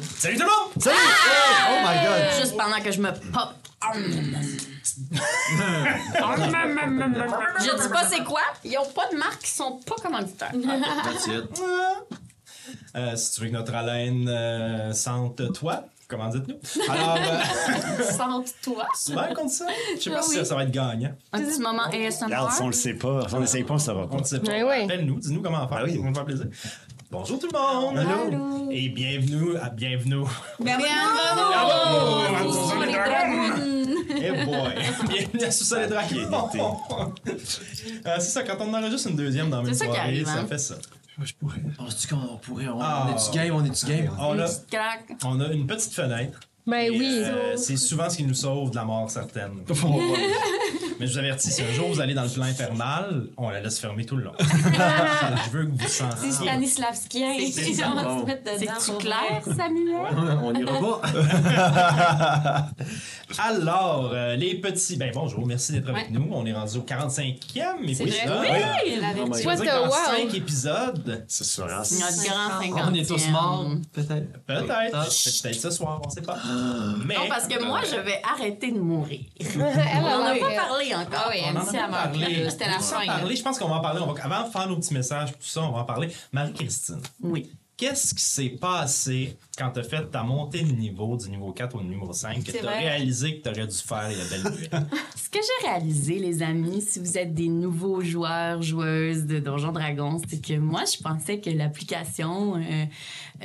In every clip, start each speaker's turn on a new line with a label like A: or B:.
A: Salut tout le monde!
B: Salut!
A: Oh my god!
B: Juste pendant que je me pop. Je dis pas c'est quoi, ils ont pas de marque, ils sont pas commanditaires.
A: That's it. Euh, si tu veux que notre haleine euh, sente toi, comment dites-nous? Alors, euh,
B: Sente-toi.
A: super contre ça. Je sais pas
B: Ah
A: si
B: oui.
A: ça, ça va être gagnant.
B: Un petit moment ASMR.
C: Regarde, si on le sait pas, si on n'essaye pas, on saura
A: On
C: pas. Ben
A: ne sait pas.
D: Ben oui.
A: Appelle-nous, dis-nous comment faire. Ça va nous faire plaisir. Bonjour tout le monde!
B: Allô.
A: Et bienvenue à Bienvenue.
B: Bienvenue!
A: Bonjour,
B: On
A: les
B: est
A: dragons.
B: dragons.
A: Eh boy! Bienvenue à Sous-sol et Dragon! Euh, c'est ça, quand on en enregistre une deuxième dans la même
B: C'est ça qui
A: soirée,
B: arrive,
A: ça
B: hein.
A: fait ça.
E: Moi, je pourrais. Penses-tu qu'on pourrait. On,
A: Ah.
E: on est du game, on est du game.
A: On a,
B: Petite craque.
A: on a une petite fenêtre.
D: Ben
A: Et,
D: oui.
A: euh, c'est souvent ce qui nous sauve de la mort certaine. Mais je vous avertis, si un jour vous allez dans le plan infernal, on la laisse fermer tout le long. je veux que vous sentiez.
B: C'est Stanislavski.
E: c'est
B: hein.
E: ça.
B: On va se mettre dedans. C'est-tu clair, Samuel?
E: on n'ira pas.
A: Alors, euh, les petits, ben bonjour, merci d'être avec
B: Ouais.
A: nous. On est rendu au 45e épisode.
B: vrai? Oui! La
E: Oh my
A: Ça
D: What
A: veut dire que
D: the
A: dans
D: wow.
A: 5 épisodes,
C: C'est sûr, hein?
B: Notre grand 50
E: On est tous morts, peut-être.
C: Ah.
A: peut-être, c'est peut-être ce soir, on sait pas. Mais
B: Non, parce que moi, je vais arrêter de mourir.
D: Elle,
B: On en a
D: elle,
B: pas
D: elle.
B: parlé encore.
D: Ah oui,
A: on en a
B: C'est
A: pas
B: avant que-
A: parlé.
B: C'était la
A: On va en
B: fin. là.
A: parler. Je pense qu'on va en parler. On va- avant de faire nos petits messages, tout ça, on va en parler. Marie-Christine,
B: Oui.
A: Qu'est-ce qui s'est passé quand t'as fait ta montée de niveau du niveau 4 au numéro 5 que
B: C'est
A: t'as
B: vrai.
A: réalisé que t'aurais dû faire il y a belle nuit?
B: Ce que j'ai réalisé, les amis, si vous êtes des nouveaux joueurs, joueuses de Donjons Dragons, c'est que moi, je pensais que l'application euh,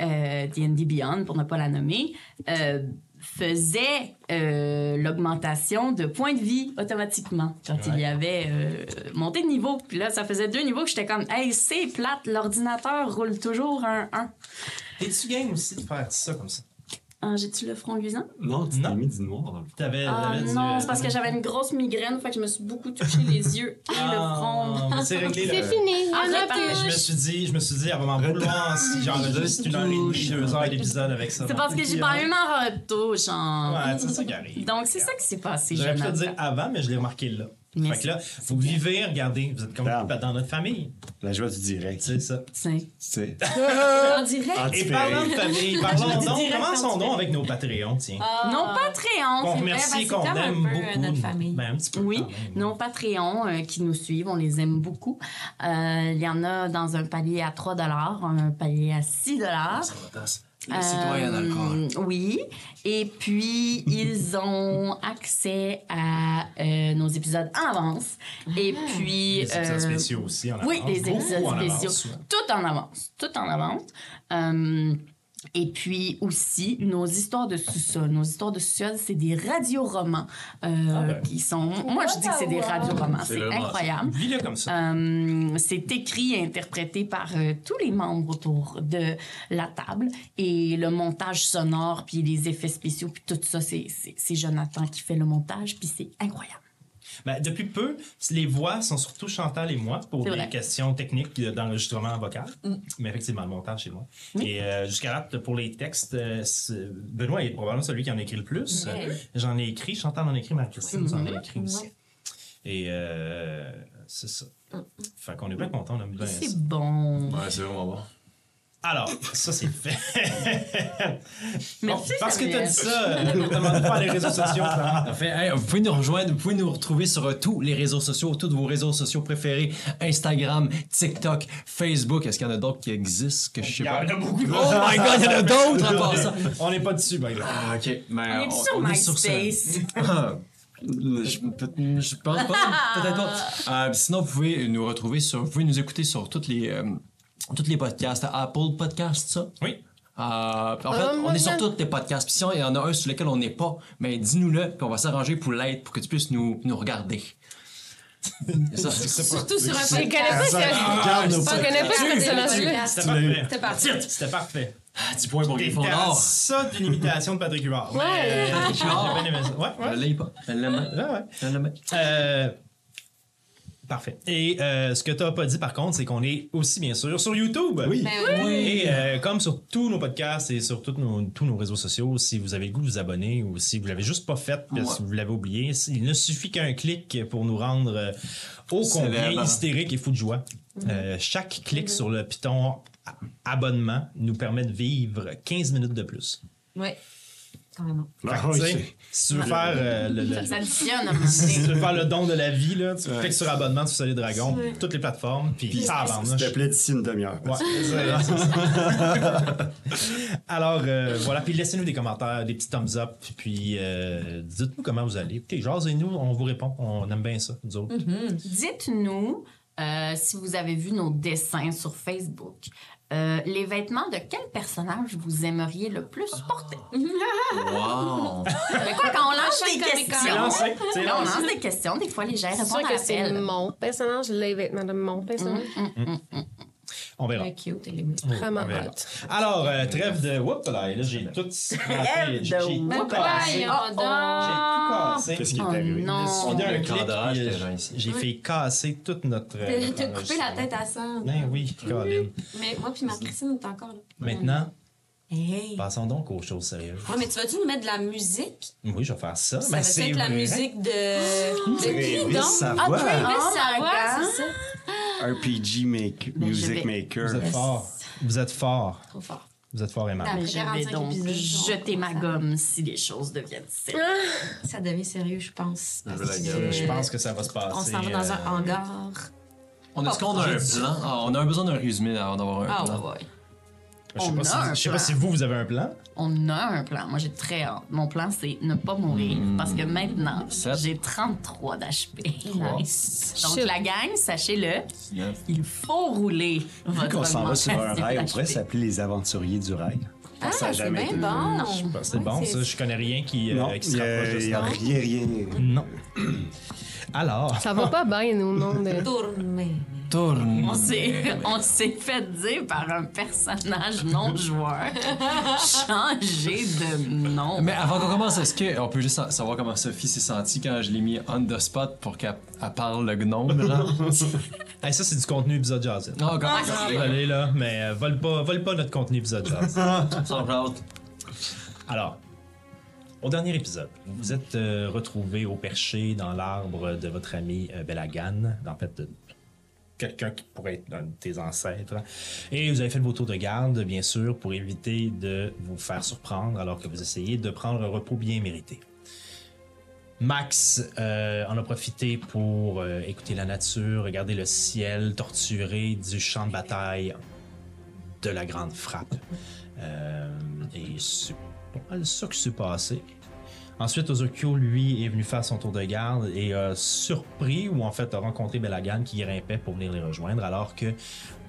B: euh, D&D Beyond, pour ne pas la nommer, euh, faisait euh, l'augmentation de points de vie automatiquement quand il y avait euh, monté de niveau. Puis là, ça faisait deux niveaux que j'étais comme « Hey, c'est plate, l'ordinateur roule toujours un 1
A: T'es-tu game aussi de faire ça comme ça? ».
B: Ah, J'ai-tu le front luisant?
F: Non, Oh, tu
A: Non.
F: t'es mis du noir dans le
A: T'avais,
B: Ah
A: t'avais du-
B: non, c'est parce que j'avais une grosse migraine, fait que je me suis beaucoup touché les yeux et le front.
A: Ah, mais c'est réglé. là.
D: C'est fini, il y en
B: Arrête,
D: a plus.
A: Je me suis dit, je me suis dit, elle va m'en vouloir si j'enregistre une heure et demie, deux heures d'épisode avec ça.
B: C'est parce que j'ai pas eu ma retouche en.
A: Ouais, c'est ça qui arrive.
B: Donc, c'est ça qui s'est passé,
A: J'aurais pu te
B: Jonathan.
A: dire avant, mais je l'ai remarqué là.
B: Mais
A: fait que là, vous vivez, regardez, vous êtes comme
C: Bam.
A: dans notre famille.
C: La joie du direct.
A: C'est ça.
B: C'est-
C: C'est
B: On dirait.
C: en
A: Et
C: différé.
A: parlant de famille, parlons
B: dis
A: donc,
B: direct
A: comment
B: en
A: sont
B: direct.
A: donc avec nos Patreons, tiens?
B: Non
A: Ah. qu'on
B: Patreon, Ah, c'est vrai,
A: remercie,
B: parce que
A: qu'on
B: c'est
A: aime
B: comme un peu,
A: beaucoup.
B: euh, notre famille.
A: Ben, un petit peu
B: Oui,
A: quand même.
B: nos Patreons euh, qui nous suivent, on les aime beaucoup. Euh, Il y en a dans un palier à 3 un palier à 6
E: Les citoyens dans le corps.
B: Euh, Oui. Et puis, ils ont accès à euh, nos épisodes en avance. Et
E: Ah.
B: puis.
A: Les épisodes
B: euh,
A: spéciaux aussi, en avance.
B: Oui, les
A: Beaucoup
B: épisodes
A: en avance,
B: spéciaux.
A: souvent.
B: Tout en avance. Tout en avance. Euh, et puis aussi, nos histoires de sous-sol. Nos histoires de sous-sol, c'est des radioromans euh,
A: ben.
B: qui sont. Moi, je dis que c'est des radioromans. Ah, C'est
E: vraiment ça.
B: incroyable.
A: Vis-le comme ça.
B: Euh, c'est écrit et interprété par euh, tous les membres autour de la table. Et le montage sonore, puis les effets spéciaux, puis tout ça, c'est- c'est c'est Jonathan qui fait le montage, puis c'est incroyable.
A: Ben, depuis peu, les voix sont surtout Chantal et moi pour
B: C'est
A: des
B: vrai.
A: questions techniques euh, d'enregistrement vocal. Mais effectivement, le montage chez moi. Et euh, jusqu'à là, pour les textes, euh, c'est- Benoît est probablement celui qui en écrit le plus. Euh, J'en ai écrit, Chantal en a écrit, Marie-Christine nous en a écrit aussi. Et euh, c'est ça. Fait qu'on est bien contents, on aime bien ça.
B: C'est bon.
E: Ouais, c'est vraiment bon.
A: Alors, ça c'est fait.
B: Merci,
A: Bon, parce que
B: Samuel.
A: t'as dit ça, euh, t'as demandé pas les réseaux sociaux. ça.
E: Parfait. Hey, vous pouvez nous rejoindre, vous pouvez nous retrouver sur euh, tous les réseaux sociaux, tous vos réseaux sociaux préférés Instagram, TikTok, Facebook. Est-ce qu'il y en a d'autres qui existent que je sais
A: Il y
E: pas
A: en a beaucoup.
E: Oh my god, il y en a d'autres en passant.
A: On n'est pas dessus, par exemple.
E: Ah, ok. Mais
B: On est sur MySpace.
E: Ah, Je, peut- je pense pas, peut-être pas. Euh, sinon, vous pouvez nous retrouver sur, vous pouvez nous écouter sur toutes les, euh, toutes les podcasts, Apple Podcasts, ça.
A: Oui.
E: Euh, en fait,
D: Euh,
E: on est sur
D: non.
E: tous les podcasts. Puis si il y en a un sur lequel on n'est pas, mais dis-nous-le, puis on va s'arranger pour l'être, pour que tu puisses nous, nous regarder. ça, c'est ça.
D: Surtout sur un
C: Ça,
D: podcast.
C: regarde nos
D: Je connais pas ce personnage-là.
A: C'était Ah, parfait.
D: C'était parti.
A: C'était parfait.
E: Du point pour
A: T'es
E: Ben, Gryffondor.
A: ça d'une imitation de Patrick Huard.
B: Ouais.
A: Patrick Huard, j'ai bien aimé ça. Ouais, ouais.
E: Elle l'est pas. Elle l'aimait.
A: Ouais, ouais.
E: Elle l'aimait.
A: Euh, Parfait. Et euh, ce que tu n'as pas dit, par contre, c'est qu'on est aussi, bien sûr, sur YouTube.
C: Oui.
D: Ben oui.
A: Et euh, comme sur tous nos podcasts et sur toutes nos- tous nos réseaux sociaux, si vous avez le goût de vous abonner ou si vous l'avez juste pas fait parce que vous l'avez oublié, il ne suffit qu'un clic pour nous rendre euh, ô combien
E: Célèbre.
A: hystériques et fous de joie. Euh, chaque clic sur le piton a- abonnement nous permet de vivre 15 minutes de plus.
D: Ouais. Carrément.
A: Fait que,
C: Ah, oui,
A: tu sais,
C: c'est-
A: si tu veux faire euh, le- le-
B: Ça additionne à un
A: si
B: moment
A: tu veux faire le don de la vie, là, tu
E: Ouais.
A: cliques sur abonnement sur Solid Dragon, toutes les plateformes, puis ça avance.
C: S'il te plaît, d'ici une demi-heure.
A: Ouais, c'est- c'est ça. Alors, euh, voilà. Puis laissez-nous des commentaires, des petits thumbs up. Puis euh, dites-nous comment vous allez. Écoutez, jasez-nous, on vous répond. On aime bien ça, nous autres.
B: Dites-nous euh, si vous avez vu nos dessins sur Facebook. Euh, les vêtements de quel personnage vous aimeriez le plus porter?
E: Wow.
B: Mais quoi, quand on lance
D: Enchaîne
B: des
D: comme
A: C'est
B: questions,
D: école.
A: lancé, c'est
B: quand on
A: lancé.
B: lance des questions, des fois les gens
F: C'est sûr
B: répondent à
F: que c'est
B: l'appel.
F: mon personnage, les vêtements de mon personnage.
D: Mm,
A: On verra.
D: Très cute, elle est mignonne.
A: Oh,
F: Vraiment
A: on verra.
F: hot.
A: Alors, euh, trêve de. Oups, là, là, j'ai tout. J'ai
B: Trêve de
A: j'ai tout
B: whoop.
A: cassé. J'ai tout
D: Ah!
A: cassé.
C: Qu'est-ce qui est
B: Oh
C: arrivé?
B: non.
A: On a
E: Le
A: un clic,
E: candage,
A: puis, euh,
E: les gens ici.
A: J'ai fait casser toute notre. euh,
D: T'as t'as coupé la tête à ça.
A: Ben oui, Colin.
D: Mais moi puis Marie-Christine, on est encore là.
A: Maintenant,
D: Hey.
A: passons donc aux choses sérieuses.
D: Ouais, mais tu vas-tu nous mettre de la musique?
A: Oui, je vais faire ça.
D: Ça
A: Ah, mais
D: va
A: c'est
D: être la
A: vrai.
D: musique de. De qui
C: Travis
D: donc? Ah,
C: Savoie.
D: Travis
B: Oh my
D: Savoie,
B: God.
D: c'est ça?
C: RPG make-
B: Ben, je
C: Music
B: vais-
A: Vous
C: Maker.
A: êtes fort. Vous êtes fort.
D: Trop fort.
A: Vous êtes fort, Emma.
D: Après
B: Mais je vais
D: 45
B: donc
D: épisodes,
B: jeter
D: on
B: ma
D: va-
B: gomme si les choses deviennent sérieuses.
D: Ça devient sérieux, je pense. parce
E: veux la
D: que-
E: gueule.
A: Je pense que ça va se passer.
D: On s'en va dans un
A: euh,
D: hangar.
E: On a, est-ce qu'on a un plan? Ah, on a besoin d'un résumé avant d'avoir un
D: Ah
E: plan.
D: ouais.
A: Je sais
B: On
A: pas,
B: a
A: si,
B: un
A: je sais pas
B: plan.
A: si vous, vous avez un plan.
B: On a un plan. Moi, j'ai très hâte. Mon plan, c'est ne pas mourir parce que maintenant,
E: Sept.
B: j'ai 33 d'HP.
E: Nice.
B: Donc,
F: Shit.
B: la gang, sachez-le,
E: Neuf.
B: il faut rouler.
C: Vu qu'on s'en va sur un rêve, on pourrait
B: ça.
C: s'appeler les aventuriers du rêve.
D: Ah,
C: ça a
D: c'est
C: jamais
D: bien
C: été-
D: bon.
A: Je pense que c'est
D: Ouais,
A: bon, ça. Je connais rien qui, euh,
C: Non,
A: qui se
C: il y a,
A: rapproche de
C: il y a
A: ça.
C: rien, rien.
A: Non. Alors,
F: Ça va pas bien, nous, non? De...
D: Tourner.
E: Tourne.
B: On s'est, on s'est fait dire par un personnage non joueur changer de nom.
E: Mais avant qu'on commence, est-ce qu'on peut juste sa- savoir comment Sophie s'est sentie quand je l'ai mis on the spot pour qu'elle elle parle le gnome, genre?
A: hey, ça, c'est du contenu épisode jazz.
E: Oh, comment
A: Allez, là, mais euh, vole pas, vole pas notre contenu épisode jazz. Alors, au dernier épisode, vous vous êtes euh, retrouvés au perché dans l'arbre de votre ami euh, Belagan, en fait, de quelqu'un qui pourrait être un de tes ancêtres. Et vous avez fait vos tours de garde, bien sûr, pour éviter de vous faire surprendre alors que vous essayez de prendre un repos bien mérité. Max euh, en a profité pour euh, écouter la nature, regarder le ciel torturé du champ de bataille de la grande frappe. Euh, et c'est pas mal ça qui s'est passé. Ensuite, Ozokyo, lui, est venu faire son tour de garde et a surpris ou en fait a rencontré Belagan qui grimpait pour venir les rejoindre alors que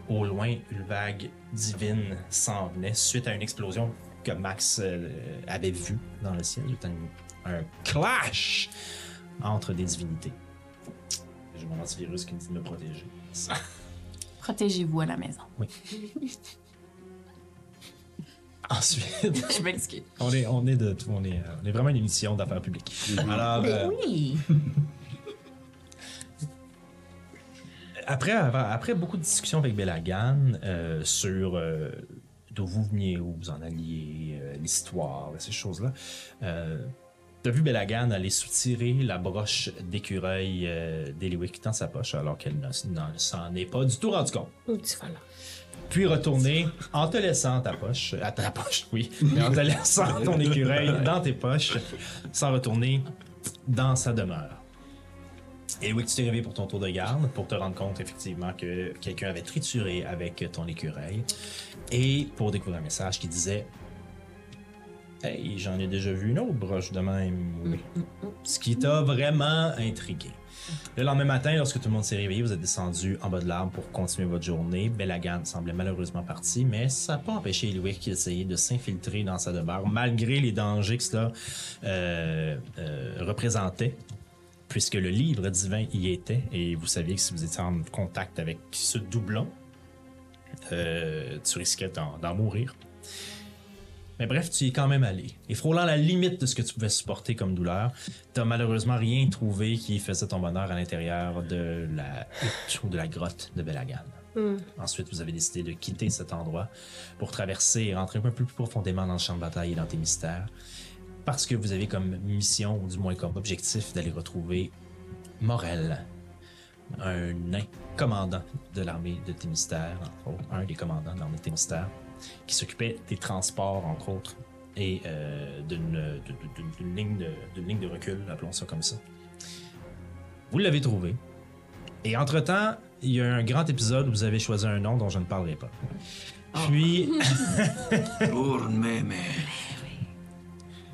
A: au loin, une vague divine s'en venait suite à une explosion que Max euh, avait vue dans le ciel. C'était un, un clash entre des divinités. J'ai mon antivirus qui me dit de me protéger.
B: Protégez-vous à la maison.
A: Ensuite,
B: Je m'excuse.
A: on est, on est, de, on est, euh, on est vraiment une émission d'affaires publiques. Alors, euh,
B: Oui.
A: après, avoir- après beaucoup de discussions avec Belagan euh, sur euh, d'où vous veniez, où vous en alliez, euh, l'histoire, ces choses-là, euh, t'as vu Belagan aller soutirer la broche d'écureuil euh, d'Eliwick dans sa poche alors qu'elle ne- n'en- s'en est pas du tout rendu compte.
F: Ou du voilà.
A: Puis retourner en te laissant ta poche, euh, à ta poche, oui, mais en te laissant ton écureuil dans tes poches, sans retourner dans sa demeure. Et oui, tu t'es réveillé pour ton tour de garde, pour te rendre compte effectivement que quelqu'un avait trituré avec ton écureuil, et pour découvrir un message qui disait Hey, j'en ai déjà vu une autre broche de même, oui. Ce qui t'a vraiment intrigué. Le lendemain matin, lorsque tout le monde s'est réveillé, vous êtes descendu en bas de l'arbre pour continuer votre journée. Belagan semblait malheureusement parti, mais ça n'a pas empêché Eliwick d'essayer de s'infiltrer dans sa demeure, malgré les dangers que cela euh, euh, représentait, puisque le livre divin y était, et vous saviez que si vous étiez en contact avec ce doublon, euh, tu risquais d'en d'en mourir. Mais bref, tu y es quand même allé. Et frôlant la limite de ce que tu pouvais supporter comme douleur, t'as malheureusement rien trouvé qui faisait ton bonheur à l'intérieur de la hutte ou de la grotte de Belagan. Ensuite, vous avez décidé de quitter cet endroit pour traverser et rentrer un peu plus profondément dans le champ de bataille et dans tes mystères. Parce que vous avez comme mission, ou du moins comme objectif, d'aller retrouver Morel, un nain commandant de l'armée de Thémistère, entre autres, un des commandants de l'armée de Thémistère, qui s'occupait des transports, entre autres, et euh, d'une- d'une d'une- d'une ligne, de- d'une ligne de recul, appelons ça comme ça. Vous l'avez trouvé. Et entre-temps, il y a un grand épisode où vous avez choisi un nom dont je ne parlerai pas. Puis,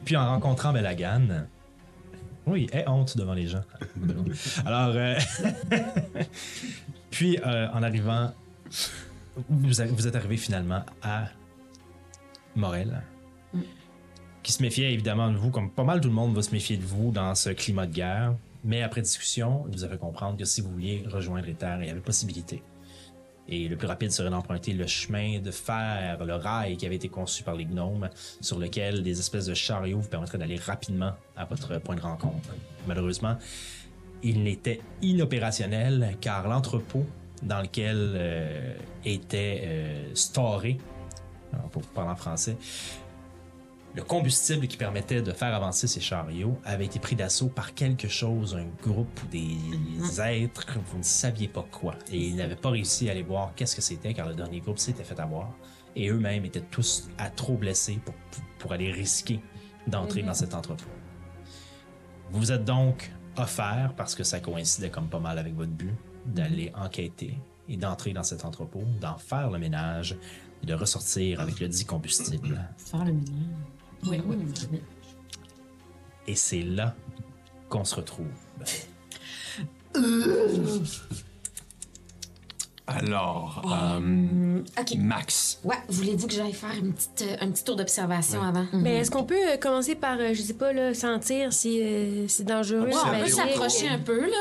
A: puis en rencontrant Belagan, oui, aie honte devant les gens. Alors, euh, puis euh, en arrivant, vous, a- vous êtes arrivé finalement à Morel, qui se méfiait évidemment de vous, comme pas mal tout le monde va se méfier de vous dans ce climat de guerre. Mais après discussion, il vous a fait comprendre que si vous vouliez rejoindre les terres, il y avait possibilité. Et le plus rapide serait d'emprunter le chemin de fer, le rail qui avait été conçu par les gnomes, sur lequel des espèces de chariots vous permettraient d'aller rapidement à votre point de rencontre. Malheureusement, il n'était inopérationnel car l'entrepôt dans lequel euh, était euh, storé, alors, pour parler en français, le combustible qui permettait de faire avancer ces chariots avait été pris d'assaut par quelque chose, un groupe ou des êtres, vous ne saviez pas quoi. Et ils n'avaient pas réussi à aller voir qu'est-ce que c'était, car le dernier groupe s'était fait avoir. Et eux-mêmes étaient tous à trop blessés pour, pour aller risquer d'entrer dans cet entrepôt. Vous vous êtes donc offert, parce que ça coïncidait comme pas mal avec votre but, d'aller enquêter et d'entrer dans cet entrepôt, d'en faire le ménage et de ressortir avec le dit combustible.
D: Faire le ménage. Oui, oui.
A: Et c'est là qu'on se retrouve.
E: Alors, euh,
D: OK.
E: Max.
D: Ouais, voulez-vous que j'aille faire une petite, euh, un petit tour d'observation avant?
C: Mm.
F: Mais est-ce qu'on peut euh, commencer par, euh, je sais pas, là, sentir si euh, c'est dangereux?
D: Ouais, on peut
F: magique?
D: s'approcher un peu, là.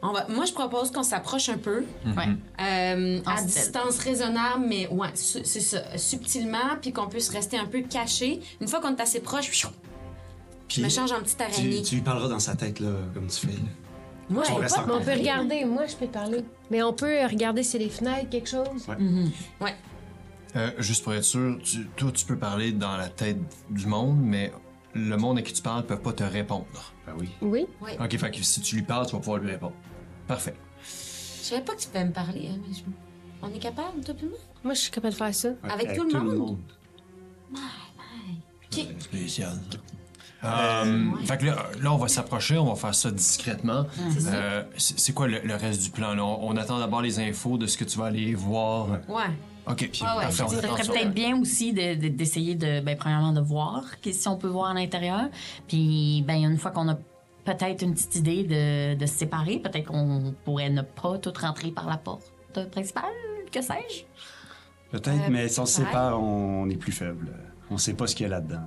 D: On va... Moi, je propose qu'on s'approche un peu.
C: Mhm.
B: Ouais.
D: Euh,
B: En
D: à
B: stealth.
D: distance raisonnable, mais ouais, su- c'est ça, subtilement, puis qu'on puisse rester un peu caché. Une fois qu'on est assez proche, pfiou, je me change en petite
C: Tu,
D: araignée.
C: tu lui parleras dans sa tête, là, comme tu fais. là.
D: Moi,
C: on
D: je
C: reste
D: pas.
C: en
F: Mais on peut
C: contact.
F: regarder, moi je peux parler. Mais on peut regarder s'il y a des fenêtres, quelque chose.
D: Ouais.
E: Euh, juste pour être sûr, tu- toi, tu peux parler dans la tête du monde, mais le monde à qui tu parles ne peut pas te répondre.
C: Ben oui.
F: Oui.
E: Ok, fait que si tu lui parles, tu vas pouvoir lui répondre. Parfait.
D: Je savais pas que tu pouvais me parler. hein, mais je- On est capable, toi puis moi?
F: Moi je suis capable de faire ça.
C: Ouais,
D: Avec tout le monde?
E: Spécial. Euh, Fait que là, là, on va s'approcher, on va faire ça discrètement. Euh, C'est c'est quoi le, le reste du plan? là? On, on attend d'abord les infos de ce que tu vas aller voir.
D: Ouais.
E: Ok, puis
D: ouais,
E: parfait,
D: je
E: on
D: dirais
E: attend
B: serait
E: ça.
B: peut-être bien aussi de- de- d'essayer de, ben, premièrement, de voir que- si on peut voir à l'intérieur. Puis, ben, une fois qu'on a peut-être une petite idée de, de se séparer, peut-être qu'on pourrait ne pas tout rentrer par la porte principale, que sais-je?
C: Peut-être,
D: Euh,
C: mais si on se
D: ouais.
C: sépare, on est plus faible. On sait pas ce qu'il y a là-dedans.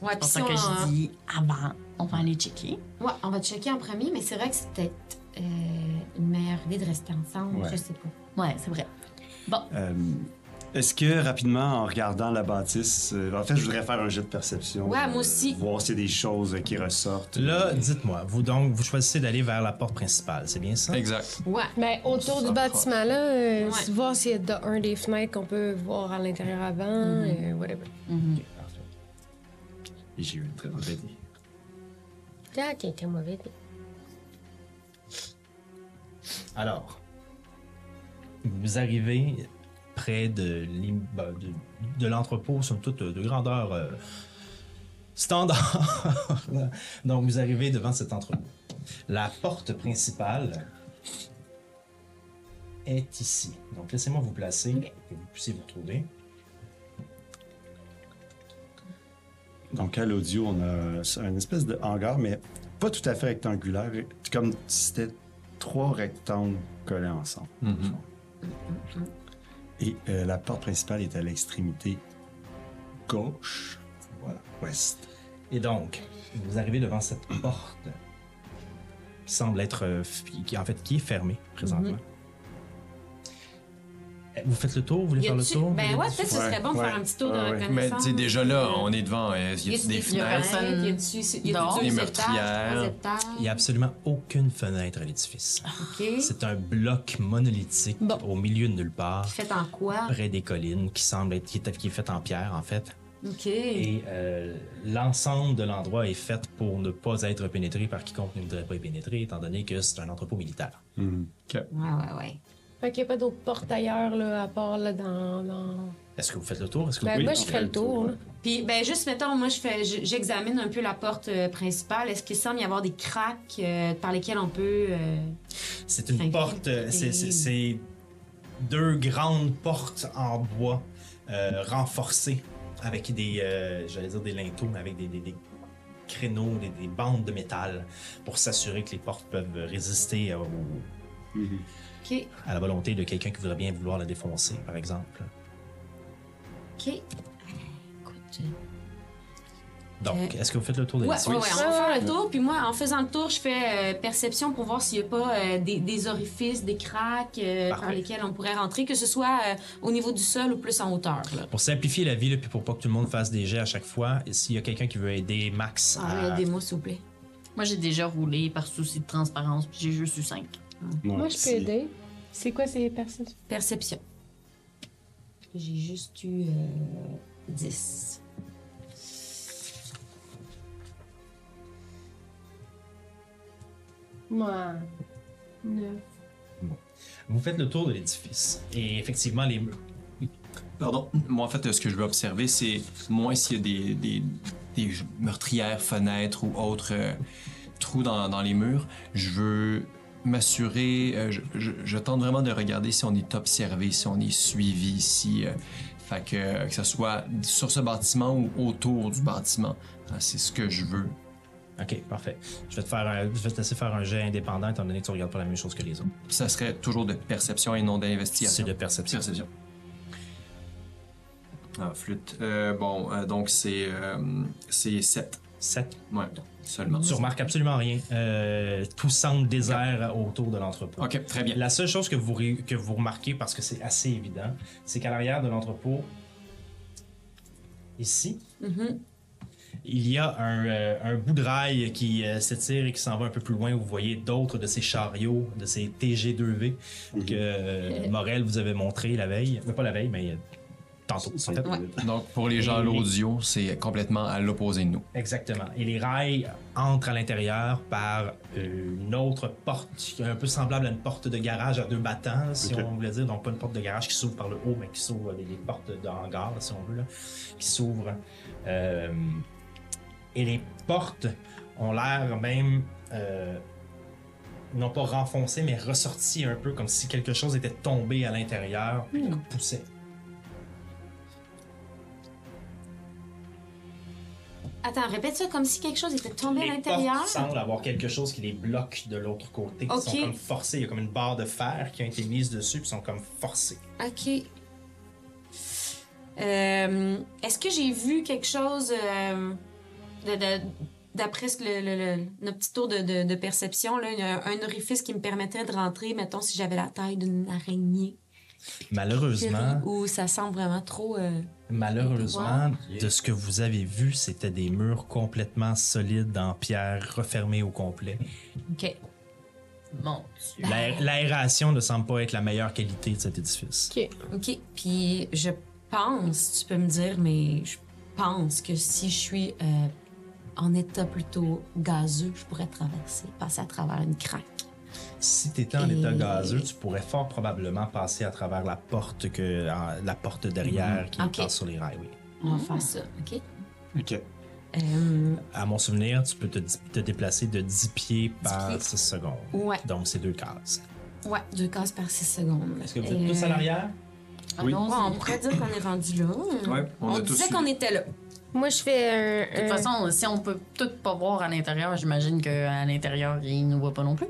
D: Ouais,
B: C'est
D: puis
B: pour
D: si
B: ça que
D: on...
B: je dis avant, ah ben, on va aller checker.
D: ouais, on va checker en premier, mais c'est vrai que c'est peut-être euh, une meilleure idée de rester ensemble.
C: Ouais.
D: Je sais pas.
B: Ouais, c'est vrai. Bon,
C: Euh, Est-ce que rapidement, en regardant la bâtisse, euh, en fait, je voudrais faire un jeu de perception. euh,
D: Ouais, moi aussi.
C: Voir s'il y a des choses euh, qui ressortent.
A: Là, dites-moi, vous donc, vous choisissez d'aller vers la porte principale, c'est bien ça?
E: Exact.
D: Ouais.
F: Mais autour du
E: s'approche.
F: bâtiment là, euh,
D: Ouais.
F: voir s'il y a de- un des fenêtres qu'on peut voir à l'intérieur avant,
D: Mm-hmm.
F: euh, whatever.
C: Et J'ai eu une très mauvaise idée.
F: Ah, quelqu'un mauvais.
A: Alors, vous arrivez près de l'im- ben, de, de l'entrepôt, somme toute de grandeur euh, standard. Donc, vous arrivez devant cet entrepôt. La porte principale est ici. Donc, laissez-moi vous placer pour que vous puissiez vous retrouver.
C: Donc, à l'audio, on a un espèce de hangar, mais pas tout à fait rectangulaire, comme si c'était trois rectangles collés ensemble. Et euh, la porte principale est à l'extrémité gauche, voilà, ouest.
A: Et donc, vous arrivez devant cette porte
D: Mhm.
A: qui semble être, euh, f- qui, en fait, qui est fermée présentement. Vous faites le tour? Vous voulez
D: Y
A: faire le
D: a-tu-
A: tour?
D: Ben ouais, peut-être que ce
C: Ouais,
D: serait bon de
C: ouais,
D: faire un petit tour
C: ouais,
D: dans
C: ouais. Mais,
D: la
E: Mais tu
D: connaissance.
E: sais, déjà là, on est devant. euh,
D: Y
E: Y a-tu
D: a-tu
E: des
D: y a
E: fenêtres?
D: personne? Y a-tu y
B: dehors?
D: a-tu
E: Des
D: deux étages, trois
E: meurtrières.
D: étages?
A: Il n'y a absolument aucune fenêtre à l'édifice.
D: OK.
A: C'est un bloc monolithique
D: Ah Bon.
A: au milieu de nulle part,
D: Fait en quoi?
A: près des collines, qui semble être qui est, qui est fait en pierre, en fait.
D: OK.
A: Et euh, l'ensemble de l'endroit est fait pour ne pas être pénétré par quiconque ne voudrait pas y pénétrer, étant donné que c'est un entrepôt militaire.
D: Ouais, ouais, ouais.
F: Fait qu'il n'y a pas d'autres portes ailleurs, là, à part là, dans. dans-
A: Est-ce que vous faites le tour? Est-ce que
F: Ben,
A: vous
F: moi,
A: pouvez...
F: je ferais le tour. là.
D: Puis, ben, juste, mettons, moi, je fais, je- j'examine un peu la porte euh, principale. Est-ce qu'il semble y avoir des cracks euh, par lesquels on peut. euh,
A: C'est une
D: Cinq
A: porte, euh,
D: pieds.
A: c'est- c'est c'est deux grandes portes en bois euh, renforcées avec des, euh, j'allais dire des linteaux, mais avec des, des- des créneaux, des, des bandes de métal pour s'assurer que les portes peuvent résister euh, au-
D: OK.
A: à la volonté de quelqu'un qui voudrait bien vouloir la défoncer, par exemple.
D: OK. Écoute.
A: Donc, est-ce que vous faites le tour de
D: Euh, Ouais,
A: l'édifice?
D: ouais, ouais, on va faire le tour. Puis moi, en faisant le tour, je fais euh, perception pour voir s'il n'y a pas euh, des, des orifices, des cracks euh, par
A: Parfait.
D: lesquels on pourrait rentrer, que ce soit euh, au niveau du sol ou plus en hauteur. là.
A: Pour simplifier la vie, là, puis pour pas que tout le monde fasse des jets à chaque fois, et s'il y a quelqu'un qui veut aider Max
D: Ah, là,
A: à...
D: aidez-moi, s'il vous plaît.
B: Moi, j'ai déjà roulé par souci de transparence, puis j'ai juste eu 5.
F: Moi, je peux aider. C'est quoi ces personnes?
D: Perception. J'ai juste eu euh, 10.
F: Moi. neuf.
A: Vous faites le tour de l'édifice. Et effectivement, les murs...
E: Pardon. Moi, en fait, euh, ce que je veux observer, c'est moins s'il y a des, des- des meurtrières, fenêtres ou autres euh, trous dans, dans les murs. Je veux m'assurer, euh, je, je- je tente vraiment de regarder si on est observé, si on est suivi, si. euh, fait que, euh, que ce soit sur ce bâtiment ou autour du bâtiment. Ah, C'est ce que je veux.
A: Ok, parfait. Je vais te faire un, je vais te laisser faire un jet indépendant étant donné que tu regardes pas la même chose que les autres.
E: Ça serait toujours de perception et non d'investigation.
A: C'est de perception.
E: Perception. Ah, flûte. Euh, bon, euh, donc c'est euh, c'est 7.
A: 7.
E: Ouais, seulement.
A: Tu remarques absolument rien. Euh, tout semble désert autour de l'entrepôt.
E: Ok, très bien.
A: La seule chose que vous, ré- que vous remarquez, parce que c'est assez évident, c'est qu'à l'arrière de l'entrepôt, ici,
E: Mm-hmm.
A: il y a un, euh, un bout de rail qui euh, s'étire et qui s'en va un peu plus loin. Vous voyez d'autres de ces chariots, de ces TG2V
E: Mm-hmm.
A: que euh, Morel vous avait montré la veille. Mais pas la veille, mais euh, tantôt. en fait.
E: Donc pour les gens à l'audio, c'est complètement à l'opposé de nous.
A: Exactement. Et les rails entrent à l'intérieur par euh, une autre porte qui est un peu semblable à une porte de garage à deux battants, si
C: Ok.
A: on voulait dire. Donc, pas une porte de garage qui s'ouvre par le haut, mais qui s'ouvre euh, des, des portes de hangar, si on veut, là, qui s'ouvrent. Euh, et les portes ont l'air même, euh, non pas renfoncées, mais ressorties un peu, comme si quelque chose était tombé à l'intérieur, puis poussait.
D: Attends, répète ça comme si quelque chose était tombé à
A: les
D: l'intérieur.
A: portes semblent avoir quelque chose qui les bloque de l'autre côté. qui
D: Ok.
A: sont comme forcées. Il y a comme une barre de fer qui a été mise dessus, puis sont comme forcées.
D: OK. Euh, Est-ce que j'ai vu quelque chose euh, de- de- d'après ce que le, le- le- notre petit tour de, de- de perception, là, il y a un orifice qui me permettrait de rentrer, mettons, si j'avais la taille d'une araignée?
A: Malheureusement,
D: Ou ça semble vraiment trop... euh,
A: malheureusement, de ce que vous avez vu, c'était des murs complètement solides en pierre, refermés au complet.
D: OK.
B: Bon, tu-
A: L'aé-
D: Ah.
A: L'aération ne semble pas être la meilleure qualité de cet édifice.
F: Ok.
D: OK. Puis je pense, tu peux me dire, mais je pense que si je suis euh, en état plutôt gazeux, je pourrais traverser, passer à travers une craque.
A: Si tu étais en état
D: Et-
A: gazeux, tu pourrais fort probablement passer à travers la porte que en- la porte derrière qui
D: Mm-hmm. Ok.
A: passe sur les rails. Oui.
D: On va faire ça, OK?
C: Ok.
D: Euh,
A: À mon souvenir, tu peux te, te déplacer de 10 pieds par 6 secondes.
D: Ouais.
A: Donc, c'est deux cases.
D: ouais, deux cases par six secondes. ah
A: Est-ce que vous êtes tous à
D: Euh,
A: l'arrière?
C: Oui.
D: ouais, on pourrait dire qu'on est rendu là.
E: Ouais, on
D: on
E: a
D: disait
E: tous-
D: qu'on était là.
F: Moi, je fais un.
B: De toute
F: un-
B: façon, si on peut tout pas voir à l'intérieur, j'imagine qu'à l'intérieur, ils nous voient pas non plus.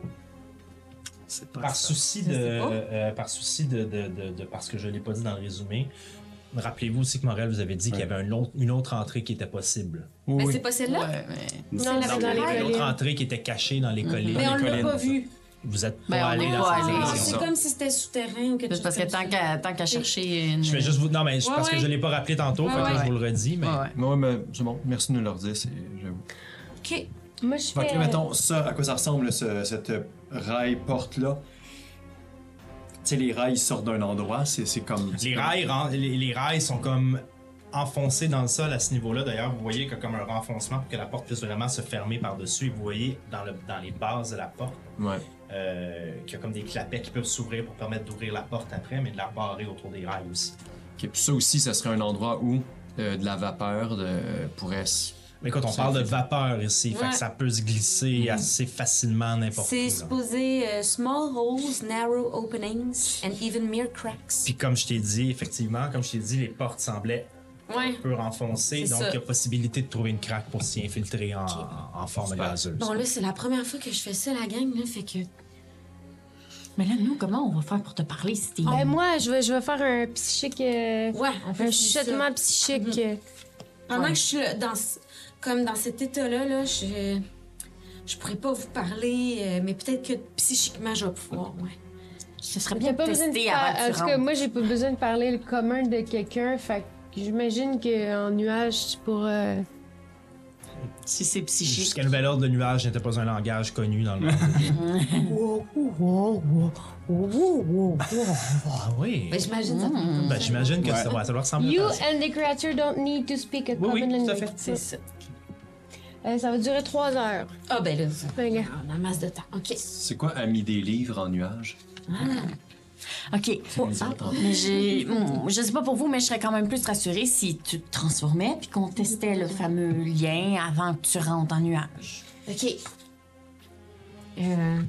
C: C'est pas
A: Par
C: ça.
A: souci
D: Je
A: de.
D: sais pas.
A: euh, par souci de, de- de- de- Parce que je ne l'ai pas dit dans le résumé. Rappelez-vous aussi que Morel vous avait dit qu'il y avait un autre- une autre entrée qui était possible.
D: mais c'est pas celle-là.
B: Ouais, mais...
F: Non,
D: la
F: c'est dans
D: rail.
F: les
A: Une
F: collines.
A: autre entrée qui était cachée Mhm. dans les collines.
D: Mais on
E: les
D: l'a
E: collines,
D: pas
E: ça.
D: vue. Ah,
A: vous êtes
B: Ben,
A: pas
B: on
A: allé
B: est
A: dans
B: pas
A: cette
B: allé.
A: direction.
D: C'est comme si c'était souterrain ou quelque
B: C'est
D: chose
B: parce que
D: comme ça.
B: tant qu'à tant qu'à chercher une.
A: Je vais juste vous. Non, mais je
D: Ouais,
A: parce que
D: ouais.
A: je ne l'ai pas rappelé tantôt,
D: Ouais,
A: fait que là,
D: ouais.
A: je vous le redis, mais.
B: Ouais, ouais.
E: Ouais, mais c'est bon. Merci de nous leur dire, c'est- j'avoue.
D: OK.
F: Moi, je
E: Fait que
F: fais. euh,
E: là, mettons, ça, à quoi ça ressemble, ce- cette rail-porte-là? Tu sais, les rails ils sortent d'un endroit, c'est c'est comme...
A: Les rails, ren- les, les rails sont comme enfoncés dans le sol à ce niveau-là. D'ailleurs, vous voyez que comme un renfoncement pour que la porte puisse vraiment se fermer par-dessus. Et Vous voyez dans, le, dans les bases de la porte
E: Ouais.
A: euh, qu'il y a comme des clapets qui peuvent s'ouvrir pour permettre d'ouvrir la porte après, mais de la barrer autour des rails aussi.
E: Ok, puis ça aussi, ça serait un endroit où euh, de la vapeur de, pourrait se...
A: Mais quand on
E: Ça
A: parle de
E: fait- Mm.
A: vapeur ici, fait
D: Ouais.
A: que ça peut se glisser assez facilement n'importe où.
D: C'est
A: là.
D: supposé euh, small holes, narrow openings and even mere cracks.
A: Puis comme je t'ai dit, effectivement, comme je t'ai dit, les portes semblaient
D: Ouais.
A: peu renfoncées,
D: C'est
A: donc
D: ça.
A: il y a possibilité de trouver une craque pour s'y infiltrer en, en forme gazeuse.
D: Bon là, c'est la première fois que je fais ça la gang là, fait que
B: Mais là, nous, comment on va faire pour te parler si t'es.
F: Ben, moi, je vais, je vais faire un psychique. euh,
D: ouais, on
F: Un
D: fait ça.
F: chuchotement psychique. euh,
D: Pendant que je suis là, dans ce- comme dans cet état-là là, je je pourrais pas vous parler, euh, mais peut-être que psychiquement je vais pouvoir, ouais.
B: Ce serait
F: T'as
B: bien
F: pas besoin de
B: testé
F: par-
B: avant
F: En
B: que tu
F: tout cas,
B: rentres.
F: moi, j'ai pas besoin de parler le commun de quelqu'un. Fait que j'imagine qu'en nuage, pour.
B: Si c'est psychique.
A: Jusqu'à nouvel ordre, le nuage n'était pas un langage connu dans le monde. Ah oui.
D: Ben, j'imagine ça.
A: Ben, j'imagine que
C: Ouais.
A: ça, ouais, ça doit ressembler
F: You
A: à ça.
F: and the creature don't need to speak a
A: Oui, oui,
F: common
A: tout à
F: language.
A: fait.
B: C'est ça.
F: Euh, ça va durer trois heures.
D: Ah ben là, ça-
F: Regarde.
D: on a masse de temps. OK.
E: C'est quoi, ami des livres en nuage?
B: OK. Ah,
E: On les entend.
B: Mais j'ai- hmm, je sais pas pour vous, mais je serais quand même plus rassurée si tu te transformais puis qu'on testait le fameux lien avant que tu rentres en nuage.
D: OK. Euh,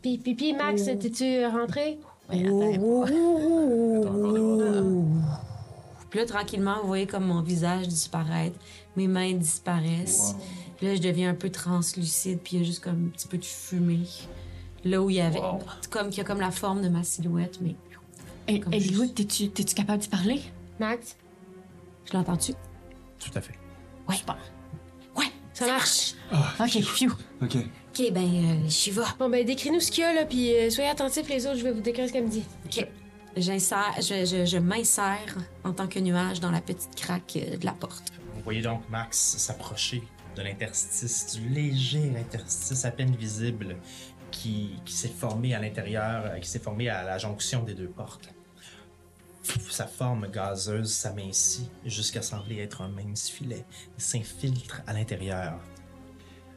F: Puis, puis, puis, Max, t'es-tu rentré?
B: Ouais, attends.
E: Attends, encore devant.
D: Puis là, tranquillement, vous voyez comme mon visage disparaître, mes mains disparaissent. Puis Là, je deviens un peu translucide, puis il y a juste comme un petit peu de fumée. Là où il y avait.
E: Wow.
D: Comme, il y a comme la forme de ma silhouette, mais.
B: Et,
D: Comme
B: et
D: juste-
B: Louis, t'es-tu t'es-tu capable d'y parler?
F: Max?
D: Je l'entends-tu?
A: Tout à fait.
B: Ouais. Super.
D: Ouais, ça marche!
B: OK, phew.
E: Ok.
D: Ok, ben, euh, j'y vais.
F: Bon, ben, décris-nous ce qu'il y a, là, puis euh, soyez attentifs, les autres, je vais vous décrire ce qu'elle me dit.
D: Ok. J'insère, je, je, je m'insère en tant que nuage dans la petite craque euh, de la porte.
A: Vous voyez donc Max s'approcher de l'interstice, du léger interstice à peine visible qui, qui s'est formé à l'intérieur, euh, qui s'est formé à la jonction des deux portes. Pff, Sa forme gazeuse s'amincit jusqu'à sembler être un même filet. Il s'infiltre à l'intérieur.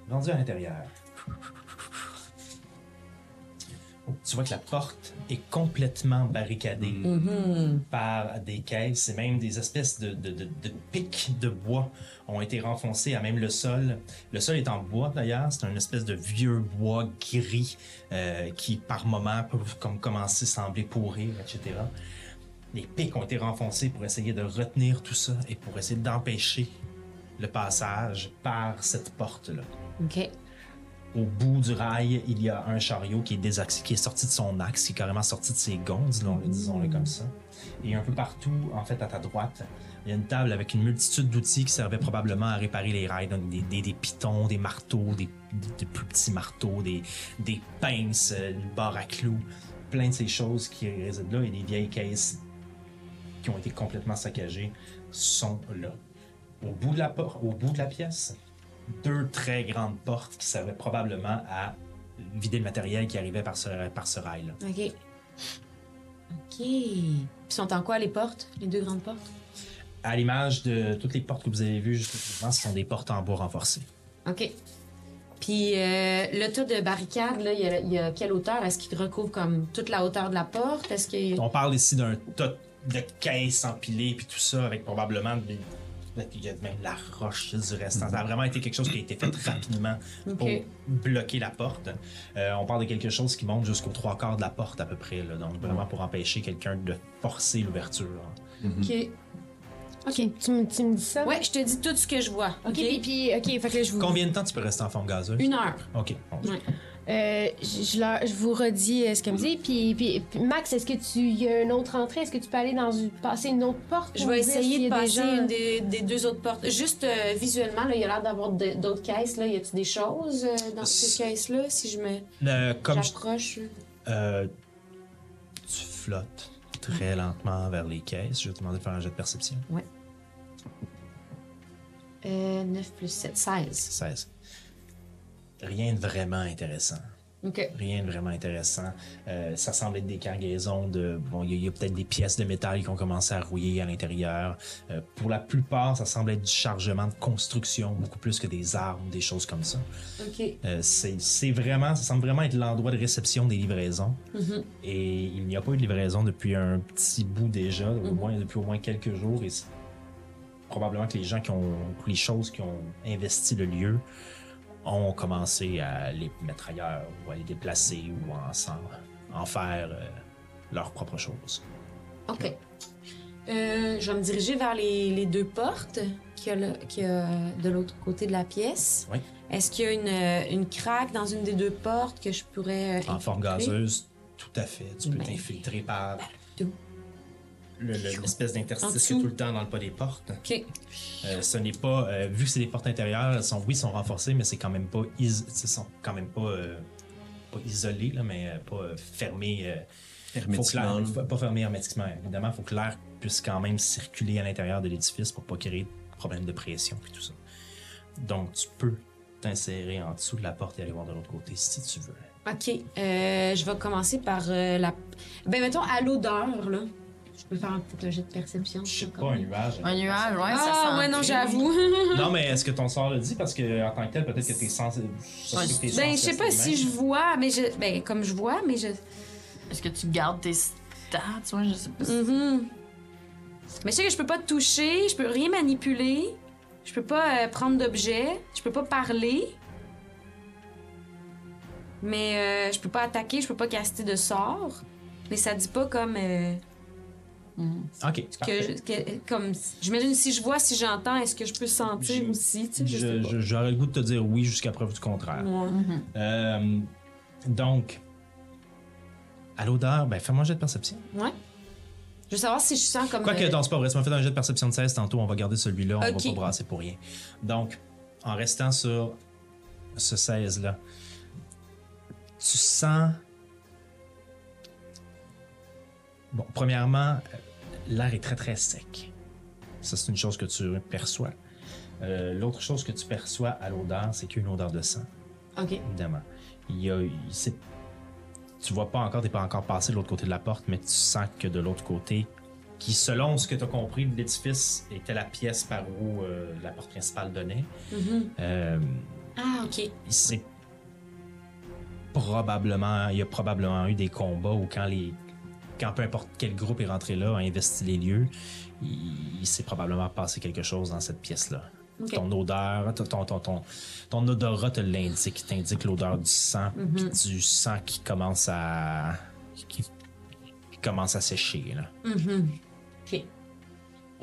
A: Rendu à l'intérieur. Tu vois que la porte est complètement barricadée par des caisses et même des espèces de, de, de, de pics de bois ont été renfoncés à même le sol. Le sol est en bois d'ailleurs, c'est un espèce de vieux bois gris euh, qui par moments peut comme commencer à sembler pourrir, etc. Les pics ont été renfoncés pour essayer de retenir tout ça et pour essayer d'empêcher le passage par cette porte-là.
D: Ok.
A: Au bout du rail, il y a un chariot qui est, désaxé- qui est sorti de son axe, qui est carrément sorti de ses gonds, disons-le disons-le comme ça. Et un peu partout, en fait, à ta droite, il y a une table avec une multitude d'outils qui servaient probablement à réparer les rails. Donc, des, des- des pitons, des marteaux, des, des plus petits marteaux, des, des pinces, euh, une barre à clous, plein de ces choses qui résident là. Et des vieilles caisses qui ont été complètement saccagées sont là. Au bout de la, por- au bout de la pièce, deux très grandes portes qui servaient probablement à vider le matériel qui arrivait par ce, par ce rail-là.
D: Ok. Ok. Puis sont en quoi les portes? Les deux grandes portes?
A: À l'image de toutes les portes que vous avez vues jusqu'à présent, ce sont des portes en bois renforcées.
D: OK. Puis euh, le tas de barricade, là, il y, a- il y a quelle hauteur? Est-ce qu'il recouvre comme toute la hauteur de la porte? Est-ce que.
A: On parle ici d'un tas de caisses empilées puis tout ça avec probablement des- peut-être qu'il y a même de la roche du restant. Ça a vraiment été quelque chose qui a été fait rapidement pour
D: Mhm. Ok.
A: bloquer la porte. Euh, on parle de quelque chose qui monte jusqu'aux trois quarts de la porte à peu près, là. donc vraiment pour empêcher quelqu'un de forcer l'ouverture.
D: Mhm. Ok.
F: Tu, tu me tu me dis ça?
D: Ouais, je te dis tout ce que je vois.
F: OK, puis, puis, OK, fait que là, je vous.
A: Combien de temps tu peux rester en forme gazeuse?
D: Une heure.
A: Ok. bon.
D: Ouais.
F: Euh, je, je leur- je vous redis euh, ce qu'elle me dit. Puis, puis- puis Max, est-ce que tu il y a une autre entrée? Est-ce que tu peux aller dans une, passer une autre porte?
D: Je
F: pour
D: vais
F: dire s'il y
D: essayer
F: a
D: de
F: des
D: passer
F: gens?
D: une des, des deux autres portes. Juste euh, visuellement, là, il y a l'air d'avoir de- d'autres caisses. Là. Y a-t-il des choses euh, dans ces
A: C'est-
D: caisses-là si je me
A: Euh, comme je-
D: j'approche?
A: euh, tu flottes très lentement vers les caisses. Je vais te demander de faire un jet de perception.
D: Euh, 9 plus 7, 16.
A: 16. Rien de vraiment intéressant.
D: OK.
A: Rien de vraiment intéressant. Euh, ça semble être des cargaisons de. Bon, il y a- il y a, peut-être des pièces de métal qui ont commencé à rouiller à l'intérieur. Euh, pour la plupart, ça semble être du chargement de construction, beaucoup plus que des armes, des choses comme ça.
D: OK.
A: Euh, c'est c'est vraiment, ça semble vraiment être l'endroit de réception des livraisons.
D: Mm-hmm.
A: Et il n'y a pas eu de livraison depuis un petit bout déjà,
D: Mm-hmm.
A: au moins depuis au moins quelques jours. Et c'est- probablement que les gens qui ont, que les choses qui ont investi le lieu ont commencé à les mettre ailleurs ou à les déplacer ou à en, s'en- en faire euh, leur propre chose.
D: OK. Euh, je vais me diriger vers les, les deux portes qu'il y a, là- qu'il y a de l'autre côté de la pièce.
A: Oui.
D: Est-ce qu'il y a une, euh, une craque dans une des deux portes que je pourrais. euh,
A: En forme
D: infiltrer?
A: gazeuse, tout à fait. Tu peux
D: Ben,
A: t'infiltrer par
D: d'où?
A: le- le- l'espèce
D: En
A: d'interstice qu'il y
D: dessous.
A: a tout le temps dans le pas des portes.
D: OK.
A: Euh, ce n'est pas euh, vu que c'est des portes intérieures, elles sont oui, sont renforcées, mais c'est quand même pas is- ce sont quand même pas euh, pas isolées là, mais euh, pas euh, fermées. euh, faut que l'air-
E: Hermétiquement.
A: faut- pas fermées hermétiquement. Évidemment, faut que l'air puisse quand même circuler à l'intérieur de l'édifice pour pas créer de problème de pression et tout ça. Donc tu peux t'insérer en dessous de la porte et aller voir de l'autre côté si tu veux.
D: OK. Euh, je vais commencer par euh, la. Ben, mettons, à l'odeur, là. Je peux faire un petit jet de perception.
A: Je sais
D: ça,
A: pas
D: quand
A: un
D: même.
A: nuage.
B: Un nuage, ouais, ça
D: Ah,
B: sent
D: ouais, non,
B: bien.
D: j'avoue.
A: Non, mais est-ce que ton sort le dit parce que en tant que tel, peut-être que t'es sens.
B: Ouais.
D: ben, je sais pas si je vois, mais je. Ben, comme je vois, mais je.
B: Est-ce que tu gardes tes stats? Ouais, je sais pas. si-
D: Mhm. Mais je sais que je peux pas toucher, je peux rien manipuler, je peux pas euh, prendre d'objets, je peux pas parler. Mais euh, je peux pas attaquer, je peux pas caster de sort. Mais ça dit pas comme euh,
A: Ok.
D: que,
A: parfait.
D: je- que- comme j'imagine si je vois, si j'entends, est-ce que je peux sentir
A: Je-
D: aussi, tu sais, je sais
A: Je-
D: pas.
A: je- J'aurais le goût de te dire oui jusqu'à preuve du contraire.
D: Ouais.
A: Euh, donc, à l'odeur, ben fais-moi un jet de perception.
D: Ouais. Je veux savoir si je sens comme
A: Quoique,
D: euh,
A: non, c'est pas vrai. Si on fait un jet de perception de 16 tantôt, on va garder celui-là, on
D: Ok.
A: va pas brasser pour rien. Donc, en restant sur ce 16-là, tu sens. Bon, premièrement, euh, l'air est très très sec. Ça, c'est une chose que tu perçois. Euh, L'autre chose que tu perçois à l'odeur, c'est qu'il y a une odeur de sang
D: OK.
A: évidemment. Il y a, il- c'est- tu vois pas encore, t'es pas encore passé de l'autre côté de la porte, mais tu sens que de l'autre côté, qui selon ce que tu as compris de l'édifice, était la pièce par où euh, la porte principale donnait,
D: Mhm.
A: euh,
D: Ah, OK.
A: c'est probablement, il y a probablement eu des combats où quand les quand peu importe quel groupe est rentré là, a investi les lieux, il, il s'est probablement passé quelque chose dans cette pièce-là.
D: OK.
A: Ton odeur, ton, ton, ton, ton, ton odorat te l'indique, t'indique l'odeur du sang, puis du sang qui commence à qui, qui commence à sécher. Là.
D: Mhm. OK.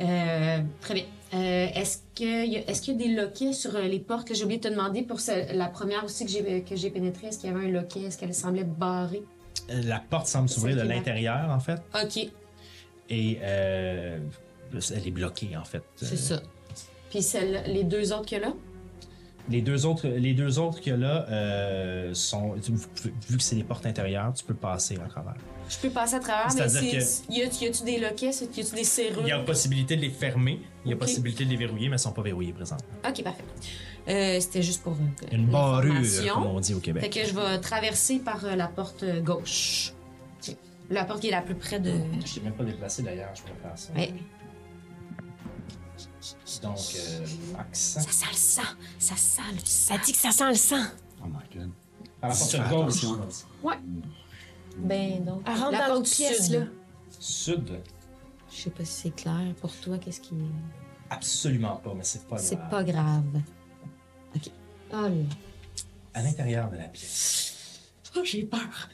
D: Euh, très bien. Euh, est-ce qu'il y, a- est-ce qu'il y a des loquets sur euh, les portes? là? J'ai oublié de te demander pour ce- la première aussi que j'ai, que j'ai pénétrée. Est-ce qu'il y avait un loquet? Est-ce qu'elle semblait barrée?
A: Euh, La porte semble s'ouvrir de
D: Circulaire.
A: l'intérieur en fait,
D: OK,
A: et euh, elle est bloquée en fait.
D: c'est
A: Euh,
D: ça. Puis celle, les deux autres que là?
A: Les deux autres, les deux autres qu'il y a là euh, sont. tu- vous pouvez- Vu que c'est des portes intérieures, tu peux passer à travers.
D: Je peux passer à travers, mais
A: C'est-à-dire
D: c'est- y, a, y a-tu des loquets? Y a-tu des serrures?
A: Il y a possibilité de les fermer, il y a
D: Ok.
A: possibilité de les verrouiller, mais elles sont pas verrouillées présentement.
D: OK, parfait. Euh, c'était juste pour euh,
A: Une barrure,
D: l'information.
A: comme on dit au
D: Fait
A: Québec.
D: que je vais traverser par euh, la porte euh, gauche. Ok. La porte qui est la plus près de...
A: Je t'ai même pas déplacé d'ailleurs, je préfère ça.
D: Ouais.
A: Donc, euh, accent.
D: Ça sent le sang! Ça sent le sang!
F: Ça dit que ça sent le sang.
C: Oh my god.
A: À la porte
C: Fais
A: gauche.
C: attention.
D: Ben donc.
F: Elle rentre dans l'autre pièce, là.
A: Sud,
D: Je sais pas si c'est clair pour toi, qu'est-ce qui.
A: absolument pas, mais c'est pas
D: C'est
A: grave.
D: pas grave. Ok. Oh là.
A: À l'intérieur de la pièce.
D: Oh, j'ai peur.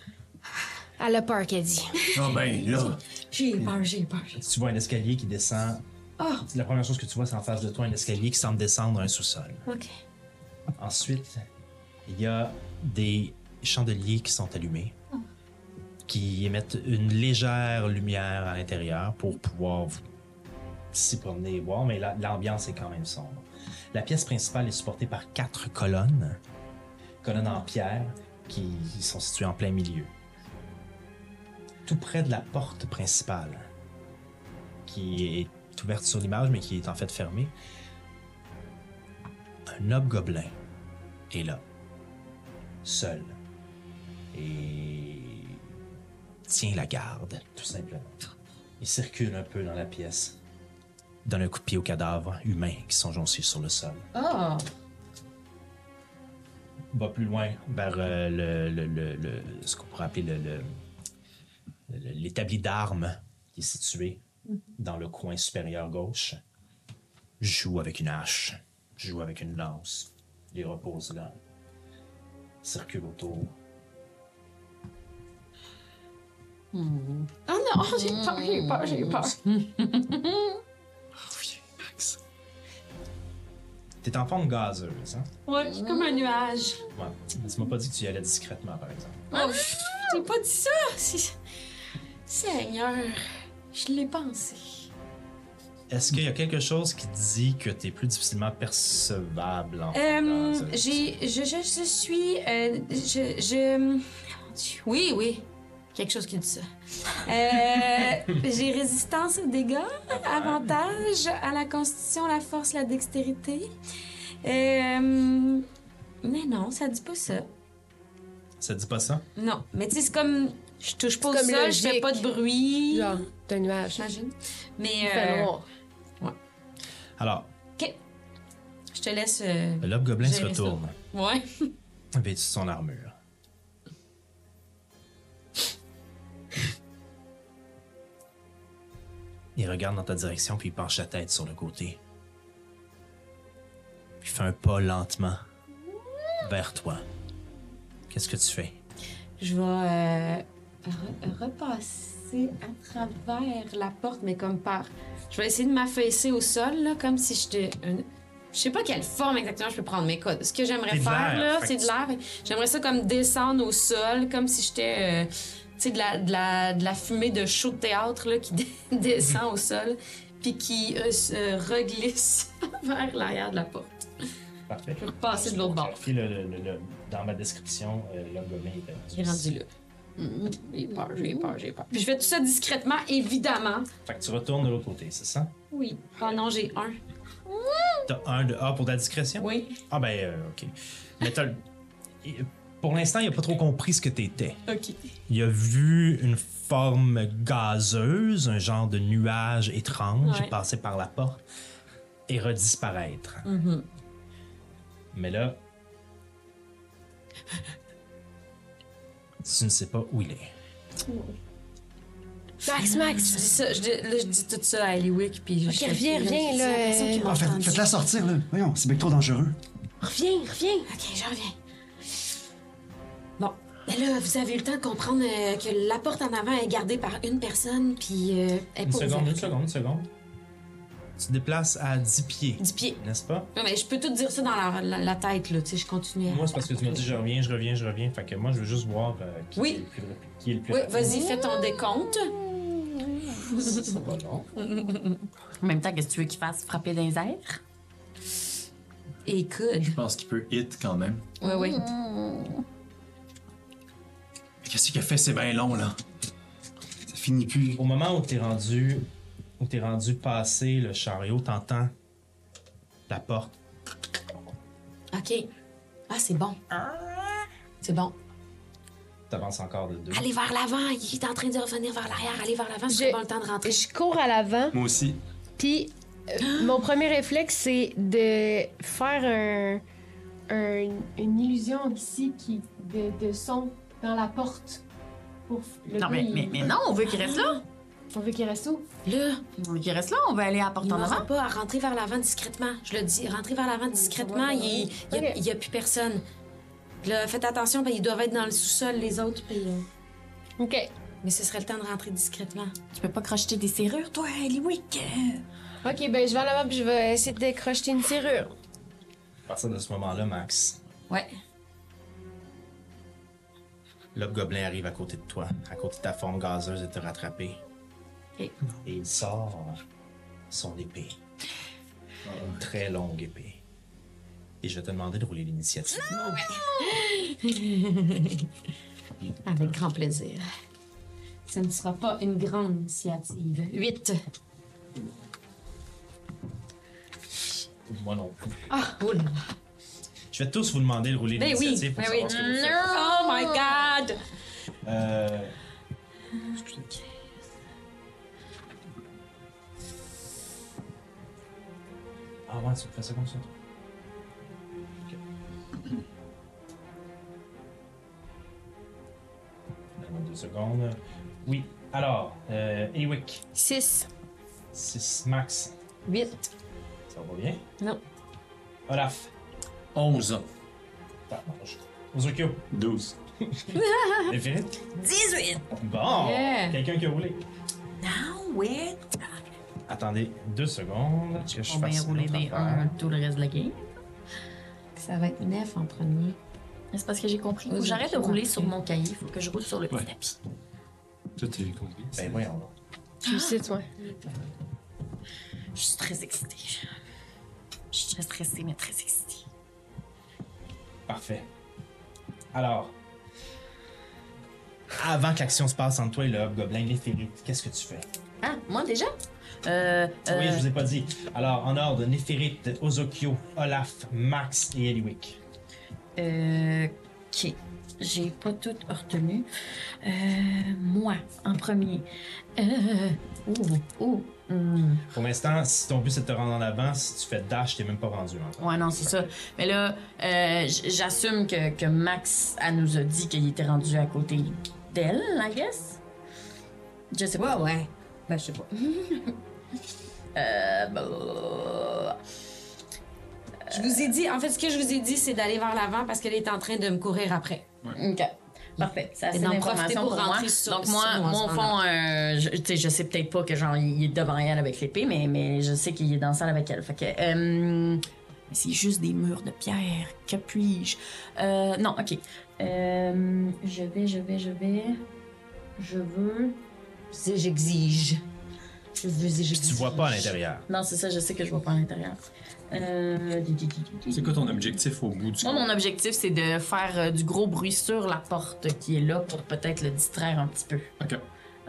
F: Elle a peur, qu'elle dit.
E: Ah ben là,
D: J'ai peur, j'ai peur.
A: Tu vois un escalier qui descend.
D: Ah!
A: La première chose que tu vois, c'est en face de toi un escalier qui semble descendre un sous-sol.
D: Ok.
A: Ensuite, il y a des chandeliers qui sont allumés, qui émettent une légère lumière à l'intérieur pour pouvoir vous- s'y promener et voir, mais la- l'ambiance est quand même sombre. La pièce principale est supportée par quatre colonnes, colonnes en pierre, qui sont situées en plein milieu. Tout près de la porte principale, qui est ouverte sur l'image, mais qui est en fait fermée, un noble gobelin est là, seul, et tient la garde, tout simplement. Il circule un peu dans la pièce, donne un coup de pied aux cadavres humains qui sont jonchés sur le sol.
F: Oh!
A: Va plus loin vers euh, le, le- le- le- ce qu'on pourrait appeler le- le- le- l'établi d'armes qui est situé dans le coin supérieur gauche. Joue avec une hache, joue avec une lance, les repose là, circule autour.
D: Oh non, j'ai peur, j'ai peur, j'ai peur.
A: T'es en forme gazeuse, hein?
D: Ouais, je suis comme un nuage. Ah,
A: Ouais. Tu m'as pas dit que tu y allais discrètement, par exemple.
D: Oh, J'ai pas dit ça. C'est- Seigneur, je l'ai pensé.
A: Est-ce qu'il y a quelque chose qui dit que t'es plus difficilement percevable en
D: Euh,
A: forme gazeuse?
D: j'ai, je, je, je suis, euh, je, je, mon Dieu. oui, oui, quelque chose qui dit ça. Euh, j'ai résistance aux dégâts, avantage à la constitution, la force, la dextérité. Euh, mais non, ça dit pas ça.
A: Ça dit pas ça?
D: Non, mais tu sais, c'est comme, je touche pas au
F: C'est comme
D: sol, je fais
F: logique.
D: pas de bruit.
F: Genre, t'as un nuage.
D: J'imagine. Mais
F: Il fait
D: euh,
F: noir.
A: Alors,
D: je te laisse. euh,
A: le lobe gobelin se
D: Gérer ça.
A: retourne,
D: Ouais.
A: vêtu de son armure. Il regarde dans ta direction, puis il penche la tête sur le côté. Puis fait un pas lentement vers toi. Qu'est-ce que tu fais?
D: Je vais euh, re- repasser à travers la porte, mais comme par. Je vais essayer de m'affaisser au sol, là, comme si j'étais. une- Je sais pas quelle forme exactement je peux prendre, mais écoute, ce que j'aimerais
A: C'est de
D: faire,
A: l'air,
D: là,
A: fait
D: c'est
A: que
D: de
A: tu-
D: l'air. J'aimerais ça comme descendre au sol, comme si j'étais. euh, tu sais, de la, de, la, de la fumée de show de théâtre, là, qui descend au sol, puis qui euh, se reglisse vers l'arrière de la porte.
A: Parfait.
D: Je vais repasser de l'autre bord.
A: Puis le- le- le- le- dans ma description, euh, le lobe gobelin était
D: Il est rendu là. J'ai peur, j'ai peur, j'ai peur. Puis je fais tout ça discrètement, évidemment.
A: Fait que tu retournes de l'autre côté, c'est ça?
D: Oui. Ah non, j'ai un.
A: T'as un de A pour ta discrétion?
D: Oui.
A: Ah ben, euh, ok. Mais t'as le- il- Pour l'instant, il a pas trop compris ce que t'étais.
D: OK.
A: Il a vu une forme gazeuse, un genre de nuage étrange
D: Ouais.
A: passer par la porte et redisparaître.
D: Mm-hmm.
A: Mais là, tu ne sais pas où il est.
F: Max,
D: Je
F: Max!
D: dis ça, je dis, là, je dis tout ça à Eliwick, puis je...
F: Ok, reviens, reviens, là.
D: C'est la personne qui m'a
C: Ah, faites-
D: entendu.
C: Faites-la sortir, là. Voyons, c'est bien trop dangereux.
F: Reviens, reviens!
D: OK, je reviens. Bon. Mais là, vous avez eu le temps de comprendre euh, que la porte en avant est gardée par une personne, puis euh, elle est
A: Une
D: pas
A: seconde, une
D: ouverte.
A: seconde, une seconde. Tu te déplaces à 10 pieds,
D: Du pied.
A: n'est-ce pas?
D: Non, mais je peux tout dire ça dans la, la- la tête, là, tu sais, je continue. à-
A: Moi, c'est parce que tu m'as dit je reviens, je reviens, je reviens. Fait que moi, je veux juste voir euh, qui,
D: Oui.
A: est le plus, rapi- qui est le plus
D: Oui,
A: rapide.
D: vas-y, fais ton décompte.
A: Ça va long.
B: En même temps, qu'est-ce que tu veux qu'il fasse? Frapper dans les airs?
D: Écoute.
E: Je pense qu'il peut hit quand même.
D: Ouais, ouais.
B: Mm.
E: Mais qu'est-ce qu'il a fait? C'est bien long, là.
C: Ça finit plus.
A: Au moment où t'es rendu, où t'es rendu passer le chariot, t'entends la porte.
D: OK. Ah, c'est bon. C'est bon.
A: T'avances encore de deux.
D: Allez vers l'avant. Il est en train de revenir vers l'arrière. Allez vers l'avant.
F: Je-
D: C'est bon le temps de rentrer.
F: Je cours à l'avant,
E: Moi aussi.
F: puis euh, mon premier réflexe, c'est de faire un, un- une illusion ici qui, de, de son dans la porte. Pour f-
B: Non,
F: le gars,
B: mais,
F: il-
B: mais, mais non, on veut qu'il reste là.
F: On veut qu'il reste où?
D: Là,
B: On veut qu'il reste là, on va aller à la porte
D: il
B: en
D: n'aura
B: avant.
D: pas à rentrer vers l'avant discrètement. Je le dis, rentrer vers l'avant discrètement. Il n'y a,
F: Ok.
D: il y a plus personne. Là, faites attention, ben, ils doivent être dans le sous-sol, les autres. puis, euh,
F: Ok.
D: Mais ce serait le temps de rentrer discrètement.
B: Tu peux pas crocheter des serrures, toi, Eliwick?
F: Ok, ben je vais à l'avant, puis je vais essayer de décrocher une serrure.
A: À partir de ce moment-là, Max,
D: Ouais.
A: L'hobgoblin arrive à côté de toi, à côté de ta forme gazeuse et te rattraper.
D: Ok.
A: Et il sort son épée. Une très longue épée. Et je vais te demander de rouler l'initiative.
D: Avec grand plaisir. Ce ne sera pas une grande initiative. 8.
A: Moi non plus.
D: Oh là là.
A: Je vais tous vous demander de rouler
D: Ben oui,
A: l'initiative pour
D: ben
A: savoir
D: oui.
A: ce que vous faites.
D: Oh my god!
A: Euh, Ah ouais, tu fais ça comme ça. Ok. Donne-moi deux secondes. Oui, alors, euh, Ewick,
F: 6.
A: 6 max,
D: 8.
A: ça va bien?
D: Non.
A: Olaf,
E: 11.
A: ta Ozokyo,
C: 12.
A: Infinite.
D: 18!
A: Bon!
D: Yeah.
A: Quelqu'un qui a roulé.
D: Ah ouais!
A: Attendez deux secondes que je
B: On va
A: fasse une
B: rouler
A: autre
B: des
A: affaire.
B: 1 tout le reste de la game.
D: Ça va être 9 en premier.
B: C'est parce que j'ai compris. Faut que
D: Vas-y,
B: J'arrête de
D: ok.
B: rouler sur mon cahier. Faut que je roule sur le petit tapis.
C: Tout est compris.
A: Ben voyons donc.
F: Réussite, ouais.
B: Je suis très excitée. Je suis très stressée, mais très excitée.
A: Parfait. Alors, avant que l'action se passe entre toi et le hobgoblin, les Néphérite, qu'est-ce que tu fais?
B: Ah, moi déjà? Euh,
A: Oui,
B: euh,
A: je vous ai pas dit. Alors, en ordre, Néphérite, Ozokyo, Olaf, Max et Eliwick.
B: Euh, ok. J'ai pas tout retenu. Euh, moi, en premier. Euh, ouh, ouh. hmm.
A: Pour l'instant, si ton but c'est de te rendre en avant, si tu fais dash, t'es même pas rendu encore.
B: Ouais, non, c'est ça. Mais là, euh, j- j'assume que, que Max, elle nous a dit qu'il était rendu à côté d'elle, I guess. Je sais pas.
D: ouais. Ben, je sais pas.
B: Euh, bah,
D: Je vous ai dit, en fait, ce que je vous ai dit, c'est d'aller vers l'avant parce qu'elle est en train de me courir après.
B: OK. Parfait. C'est assez
D: Et d'en profiter
B: d'informations
D: pour
B: pour, moi.
D: rentrer sur-
B: Donc, moi,
D: sur-
B: moi, au
D: en
B: fond, euh, je, tu sais, je sais peut-être pas que genre, il est devant elle avec l'épée, mais, mais je sais qu'il est dans la salle avec elle. Fait que. euh, mais c'est juste des murs de pierre. Que puis-je? Euh, non, OK. Euh, je vais, je vais, je vais. Je veux.
D: C'est j'exige. Je vous
A: Puis tu vois pas à l'intérieur.
B: Non, c'est ça, je sais que je vois pas à l'intérieur. Euh,
E: C'est quoi ton objectif au bout du
B: Moi, mon objectif, c'est de faire euh, du gros bruit sur la porte qui est là pour peut-être le distraire un petit peu.
E: Ok.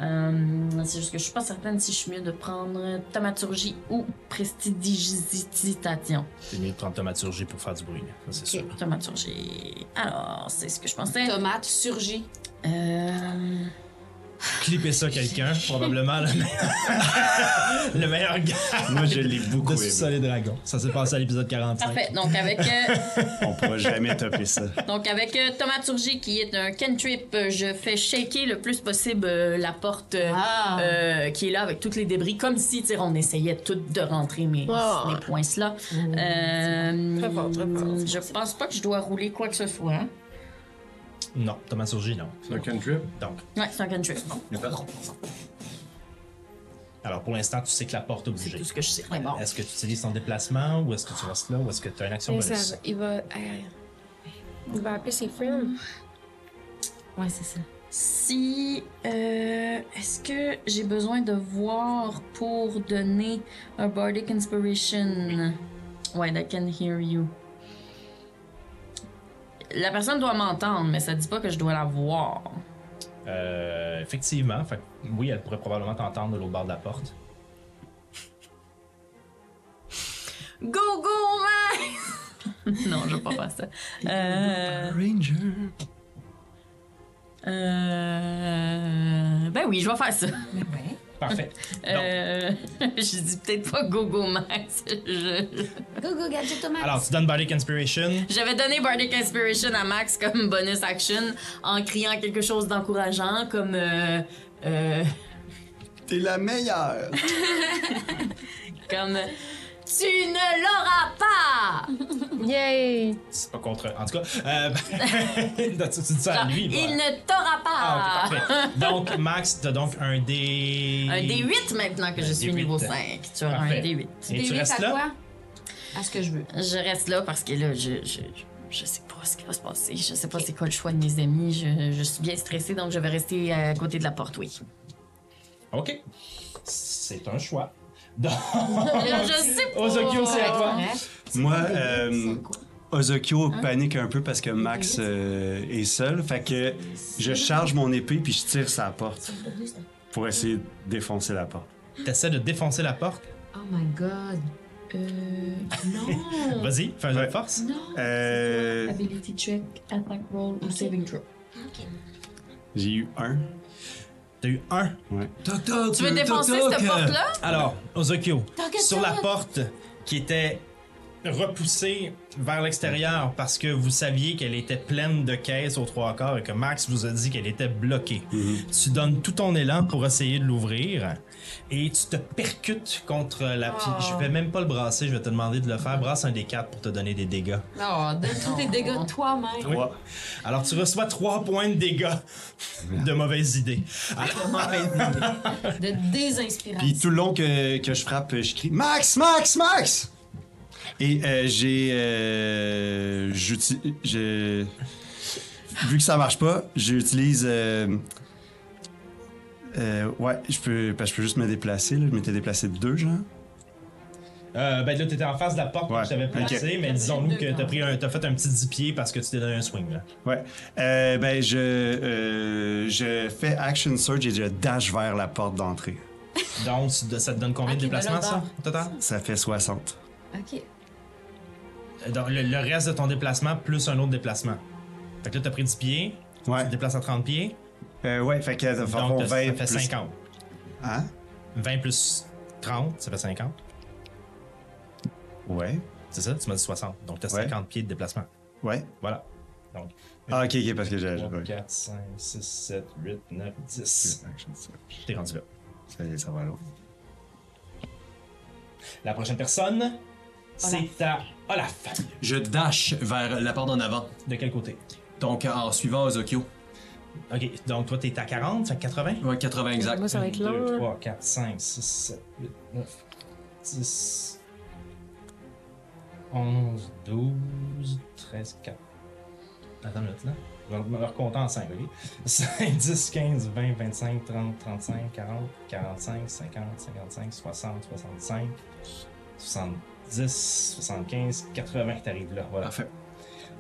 B: Euh, c'est juste que je suis pas certaine si je suis mieux de prendre thaumaturgie ou prestidigitation.
A: C'est mieux de prendre thaumaturgie pour faire du bruit, là. Ça, c'est sûr.
B: Thaumaturgie. Alors, c'est ce que je pensais.
D: Tomate surgit.
B: Euh...
A: Clipper ça quelqu'un, probablement le meilleur, le meilleur gars
C: Moi, je l'ai beaucoup
A: de
C: aimé.
A: Sous-Sol et Dragon. Ça s'est passé à l'épisode 45.
B: Parfait. Donc, avec, euh,
C: On pourra jamais topper ça.
B: donc avec euh, thaumaturgie, qui est un cantrip, euh, je fais shaker le plus possible euh, la porte euh,
D: Ah!
B: euh, qui est là avec tous les débris, comme si tu sais, on essayait toutes de rentrer mes,
F: Ah. Mm.
B: mes points-là. Euh,
F: Très fort, très fort.
B: Je pense pas que je dois rouler quoi que ce soit. hein.
A: Non, thaumaturgie, non.
E: C'est un cantrip?
A: Donc,
B: Ouais, c'est un cantrip.
E: Il y a pas-
A: alors pour l'instant, tu sais que la porte a
B: C'est
A: bougé.
B: tout ce que je sais. Ouais, bon.
A: Est-ce que tu utilises ton déplacement ou est-ce que tu restes là ou est-ce que tu as une action
F: Mais
A: bonus?
F: ça, il va. euh, il va appeler ses friends.
D: Ouais, c'est ça.
B: Si. euh, Est-ce que j'ai besoin de voir pour donner un Bardic Inspiration? Ouais, I can hear you. La personne doit m'entendre, mais ça dit pas que je dois la voir.
A: Euh, effectivement, fait que oui, elle pourrait probablement t'entendre de l'autre bord de la porte.
B: Go, go, man! non, je veux pas faire ça. Euh,
E: Ranger.
B: euh, ben oui, je vais faire ça.
A: Parfait. Donc,
B: Euh, je dis peut-être pas go, go, man. Je-
D: Go, go, gadget tomate.
A: alors, tu donnes Bardic Inspiration.
B: J'avais donné Bardic Inspiration à Max comme bonus action en criant quelque chose d'encourageant comme euh, euh,
C: T'es la meilleure!
B: comme tu ne l'auras pas.
F: Yay!
A: C'est pas contre. En tout cas, euh, tu, tu dis ça à lui.
B: Il
A: voilà.
B: ne t'aura
A: Ah,
B: pas.
A: ok, parfait. Donc, Max, t'as donc un D.
B: un D8 maintenant que
A: Un
B: je suis
A: D8.
B: niveau 5. Tu as un
A: Parfait.
B: D8.
A: Et tu restes là?
D: À ce que je veux.
B: Je reste là parce que là, je, je, je sais pas ce qui va se passer. Je sais pas c'est quoi le choix de mes amis. Je, je suis bien stressée, donc je vais rester à côté de la porte, oui.
A: OK. C'est un choix. Donc, Ah,
B: je sais pas.
A: Ozokyo, Oh, c'est à toi.
C: Moi, euh, Ozokyo panique un peu parce que Max euh, est seul. Fait que je charge mon épée puis je tire sa porte pour essayer de défoncer la porte.
A: T'essaies de défoncer la porte.
G: Oh my god. Euh. Non!
A: Vas-y, fais un jeu de force.
G: non!
C: Euh,
G: Ability check, attack roll ou saving throw.
C: J'ai eu un.
A: T'as eu un.
E: Toc, toc,
B: Tu veux
E: toc,
B: défoncer
E: toc,
B: cette
E: euh,
B: porte-là?
A: Alors, Ozokyo,
D: Toc, toc.
A: sur la porte qui était repoussée vers l'extérieur parce que vous saviez qu'elle était pleine de caisses aux trois quarts et que Max vous a dit qu'elle était bloquée. Tu donnes tout ton élan pour essayer de l'ouvrir et tu te percutes contre la...
D: Oh.
A: Je vais même pas le brasser, je vais te demander de le faire. Brasse un des quatre pour te donner des dégâts.
D: Non, donne tous tes dégâts de toi-même.
A: Oui. Alors, tu reçois trois points de dégâts de mauvaise idée.
D: De désinspiration.
C: Puis tout le long que, que je frappe, je crie Max, Max, Max! Et euh, j'ai. euh, j'uti- je- Vu que ça marche pas, j'utilise. euh, euh, ouais, je peux, parce que je peux juste me déplacer. Là. Je m'étais déplacé de deux, genre.
A: Euh, ben là, t'étais en face de la porte
C: Ouais,
A: que je t'avais placée, mais disons-nous que t'as, pris un, t'as fait un petit 10 pieds parce que tu t'es donné un swing. Là.
C: Ouais. Euh, ben, je, euh, je fais Action Surge et je dash vers la porte d'entrée.
A: Donc, tu- ça te donne combien de
D: Ok,
A: déplacements,
D: ben là,
A: ça, au total?
C: Ça fait 60.
D: Ok.
A: Euh, donc, le, le reste de ton déplacement plus un autre déplacement. Fait que là, t'as pris 10 pieds, tu
C: Ouais.
A: te déplaces à 30 pieds,
C: Euh, ouais, fait que ça fait
A: donc t'as- ça
C: 20
A: fait
C: plus...
A: 50.
C: Hein?
A: 20 plus 30, ça fait 50.
C: Ouais.
A: C'est ça? Tu m'as dit 60. Donc, t'as
C: Ouais.
A: 50 pieds de déplacement.
C: Ouais.
A: Voilà. Donc,
C: Ah, ok, ok, parce que j'ai.
A: 3,
C: ouais.
A: 4, 5, 6, 7, 8, 9, 10.
C: Action Surge.
A: T'es rendu là.
C: Ça, ça va loin.
A: La prochaine personne, c'est à Olaf.
E: Je dash vers la porte d'en avant.
A: De quel côté?
E: Donc, en suivant Ozokyo.
A: Ok, donc toi t'es à 40, ça fait 80?
E: Ouais, 80 exact.
F: Moi, ça va être
A: 2,
F: long.
A: 3, 4, 5, 6, 7, 8, 9, 10, 11, 12, 13, 4. Attends une minute là. Je vais me recompter en 5, ok? 5, 10, 15, 20, 25, 30, 35, 40, 45, 50, 55, 60, 65, 70, 75, 80, t'arrives là, voilà.
E: Parfait.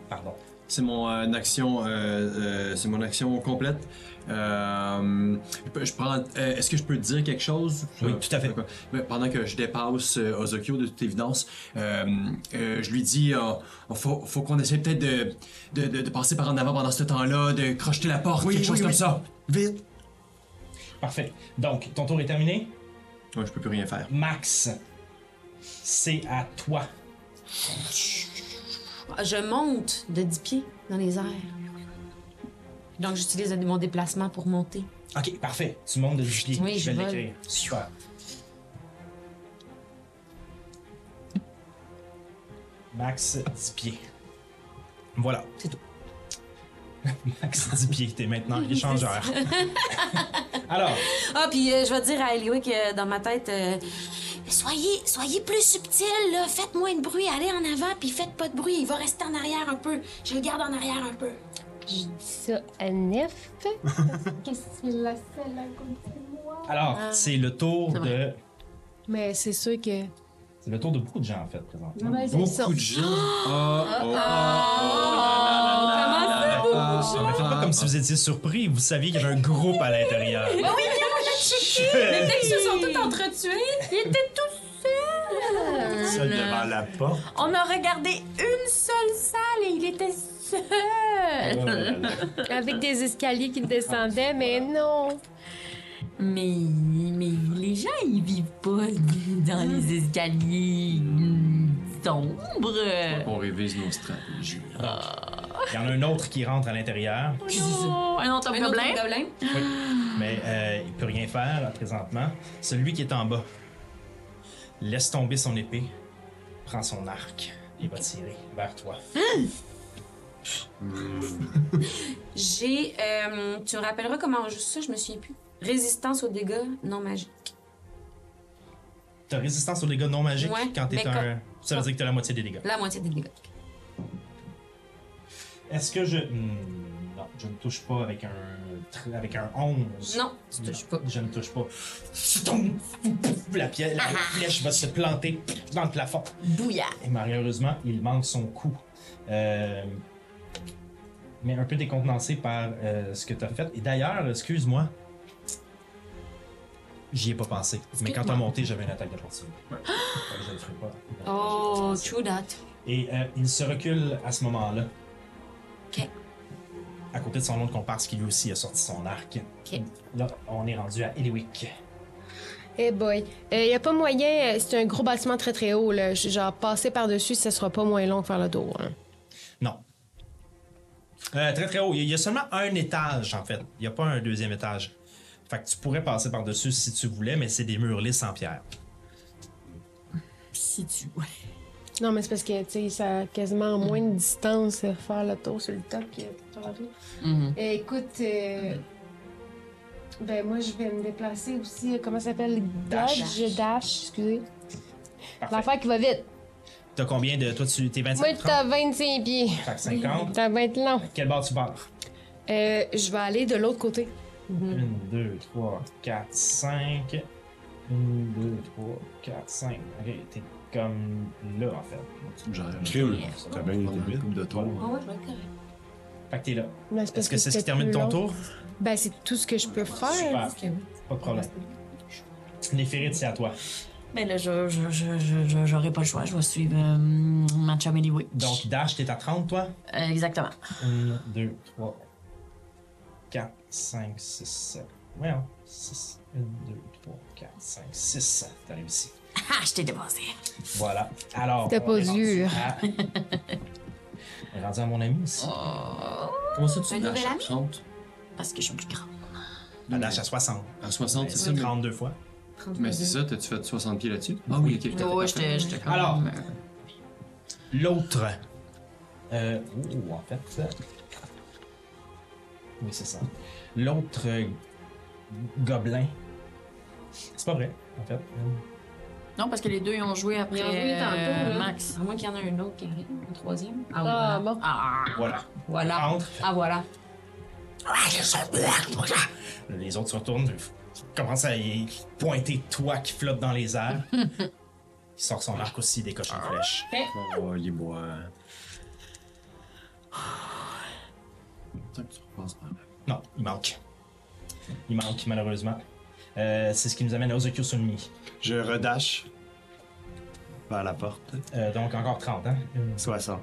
A: Pardon.
E: C'est mon euh, action, euh, euh, c'est mon action complète. Euh, je peux- je prends. euh, Est-ce que je peux te dire quelque chose
A: Oui,
E: Euh,
A: tout à fait.
E: d'accord. Mais pendant que je dépasse euh, Ozokyo, de toute évidence, euh, euh, je lui dis, euh, faut, faut qu'on essaie peut-être de, de, de- de passer par en avant pendant ce temps-là, de crocheter la porte, quelque chose comme ça.
C: Vite!
A: Parfait. Donc, ton tour est terminé.
E: Ouais, je peux plus rien faire.
A: Max, c'est à toi.
D: Je monte de 10 pieds dans les airs. Donc, j'utilise mon déplacement pour monter.
A: Ok, parfait. Tu montes de 10 pieds.
D: Oui,
A: je
D: je
A: vais
D: vole.
A: l'écrire. Super. Max, 10 pieds. Voilà.
D: C'est tout.
A: Max, 10 pieds. T'es maintenant échangeur. Alors,
D: Ah, puis euh, je vais dire à Eliwick que dans ma tête euh, Soyez soyez plus subtil, là. Faites-moins de bruit. Allez en avant, puis faites pas de bruit. Il va rester en arrière un peu. Je le garde en arrière un peu.
F: Je dis ça à Nef. Qu'est-ce que tu fais là, celle à côté de moi?
A: alors
D: Ah.
A: c'est le tour de.
F: Mais c'est sûr que.
A: C'est le tour de beaucoup de gens, en fait, présentement.
E: Beaucoup de gens. Oh, oh, oh,
A: Ah, mais faites pas comme si vous étiez surpris. Vous saviez qu'il y avait un groupe à l'intérieur. oui,
D: Ils se sont tous entretués.
C: Seul devant la porte.
B: On a regardé une seule salle et il était seul.
A: Oh
F: Avec des escaliers qui descendaient, mais non.
B: Mais, mais les gens, ils vivent pas dans les escaliers mm, sombres.
E: On révise nos stratégies.
A: Il y en a un autre qui rentre à l'intérieur.
B: Non, un autre
D: Un autre
B: problème.
D: gobelin.
A: Oui. Mais euh, il peut rien faire là, présentement. Celui qui est en bas laisse tomber son épée, prend son arc et va tirer vers toi.
D: J'ai. euh, tu me rappelleras comment on joue ça, je me souviens plus. Résistance aux dégâts non magiques.
A: T'as résistance aux dégâts non magiques
D: Ouais,
A: quand t'es
D: mais
A: un.
D: quand-
A: Ça veut dire que t'as la moitié des dégâts.
D: La moitié des dégâts.
A: Est-ce que je. Hmm, non, je ne touche pas avec un, tr- avec un 11.
D: Non, tu touches pas.
A: Je ne touche pas. Toum, pouf, pouf, La, pièce,
D: Ah.
A: la flèche va se planter dans le plafond.
B: Bouillard.
A: Et malheureusement, il manque son coup. Euh, mais un peu décontenancé par euh, ce que tu as fait. Et d'ailleurs, excuse-moi, j'y ai pas pensé. Mais quand t'as monté, j'avais une attaque d'opportunité. Je ne ferai pas.
D: Oh, true that.
A: Et euh, il se recule à ce moment-là.
D: Ok.
A: À côté de son autre comparse qui lui aussi a sorti son arc.
D: Ok.
A: Là, on est rendu à Eliwick.
F: Eh boy. Il n'y a pas moyen, euh, c'est un gros bâtiment très très haut. Là. J- Genre, passer par-dessus, ça sera pas moins long que faire le tour. hein.
A: Non. Euh, très très haut. Il y a seulement un étage en fait. Il n'y a pas un deuxième étage. Fait que tu pourrais passer par-dessus si tu voulais, mais c'est des murs lisses en pierre.
B: Si tu. Ouais.
F: Non, mais c'est parce que, tu sais, ça a quasiment moins de distance euh, faire le tour sur le top que faire la rue.
B: Mhm.
A: Mm-hmm.
F: Euh, écoute, euh, ben moi, je vais me déplacer aussi. euh, Comment ça s'appelle?
A: Dash.
F: Dodge, dash, excusez.
A: Parfait.
F: L'affaire qui va vite.
A: T'as combien de. Toi, tu t'es 25
F: Moi, t'as
A: 30?
F: 25 pieds.
A: Fait que 50.
F: Ça va être long.
A: Quel bord tu pars?
F: Euh, je vais aller de l'autre côté. Mm.
A: 1, 2, 3, 4, 5. 1, 2, 3, 4, 5. Ok, t'es comme là en fait.
C: T'as bien été vite.
H: de
D: Ah ouais, je vais être correct.
A: Fait que t'es là.
F: Mais c'est parce
A: Est-ce que c'est ce qui
F: c'était
A: termine
F: plus
A: ton
F: long.
A: tour?
F: Ben, c'est tout ce que je peux faire.
A: Super, pas de problème. Les férites, c'est à toi.
B: Ben là, je, je, je, je- je- j'aurais pas le choix. Je vais suivre euh, ma chum Eliwick.
A: Donc, Dash, t'es à 30, toi?
B: Euh, exactement.
A: 1, 2, 3, 4, 5, 6, 7. Ouais, 6. 1, 2, 3, 4, 5, 6. T'arrives ici.
B: Ah, je t'ai dépassé.
A: Voilà. Alors.
F: C'était
A: on
F: pas
A: est rendu
F: dur.
A: à- On est rendu à mon ami ici.
E: Comment ça, tu
D: Un nouvel
E: dashes à
D: ami?
E: 60
B: Parce que je suis plus grande.
A: La Dash à 60.
E: À 60,
A: C'est
E: c'est ça?
A: ça,
E: mais-
A: 32 fois.
E: Mais c'est ça, t'as-tu fait 60 pieds là-dessus? Ah oui, ok.
B: Ouais, j'étais, j'étais quand
A: Alors.
B: même, euh,
A: L'autre. Euh, ouh, en fait. ça- Oui, c'est ça. L'autre euh, gobelin. C'est pas vrai, en fait.
B: Non, parce que les deux, ils ont joué après
G: Ils ont joué tantôt,
B: euh,
G: là.
B: Max.
D: À moins qu'il y en ait un autre qui arrive, un troisième. Ah, oui,
F: Ah,
D: voilà.
F: bon.
B: Ah,
A: Voilà.
D: Voilà.
A: Entre.
D: Ah, voilà.
A: Les autres se retournent, commencent à y pointer toi qui flotte dans les airs. Il sort son arc aussi, des cochons flèches.
F: Ah,
H: Oh, les bois.
E: Attends que tu repasses par là.
A: Non, il manque. Il manque, malheureusement. Euh, c'est ce qui nous amène à Ozokyosumi.
C: Je redash vers la porte.
A: Euh, donc encore 30, hein? Une,
C: 60.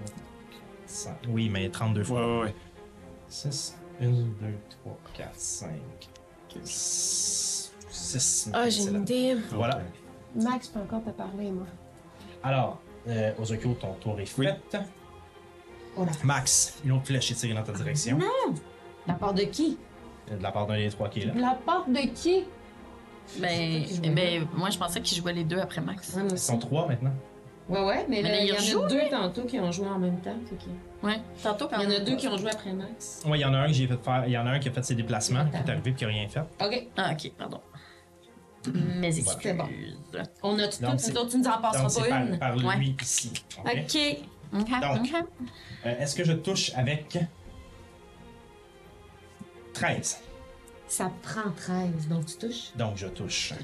A: cent- Oui, mais 32
C: Ouais,
A: fois.
C: ouais, ouais.
A: 6, 1, 2, 3, 4, 5, 6. 6
F: Ah, j'ai une idée.
A: Voilà.
F: Max, je peux encore te parler, moi.
A: Alors, euh, Ozokyo, ton tour est fait.
G: Voilà.
A: Max, une autre flèche est tirée dans ta
F: Ah,
A: direction.
G: La part de qui?
A: De la part d'un des trois qui est là.
F: La porte de qui?
B: ben,
G: C'est toi qui jouais
B: ben, moi, je pensais qu'ils jouaient les deux après Max.
A: Ils sont trois maintenant.
G: Ouais, ouais, mais
B: Mais
G: là,
B: là,
G: il y,
B: ils
G: en
B: rejouent,
G: a deux tantôt qui ont joué en même temps. fait que-
B: Ouais. Tantôt,
G: Il
B: quand
G: y en a deux qui ont joué après Max.
A: Oui, il y en a un que j'ai fait faire. Il y en a un qui a fait ses déplacements, qui est arrivé et qui n'a rien fait.
G: OK.
B: Ah, ok, pardon. Mes excuses.
G: C'est bon. On a tout
A: Donc, c'est-
G: tout, donc tu nous en
A: Donc,
G: passeras
A: c'est
G: pas
A: par,
G: une.
A: par lui
B: Ouais.
A: ici. ok?
D: Ok.
B: Ok,
A: Donc.
B: ok.
A: Euh, Est-ce que je touche avec 13?
G: Ça prend 13, donc tu touches.
A: Donc, je touche.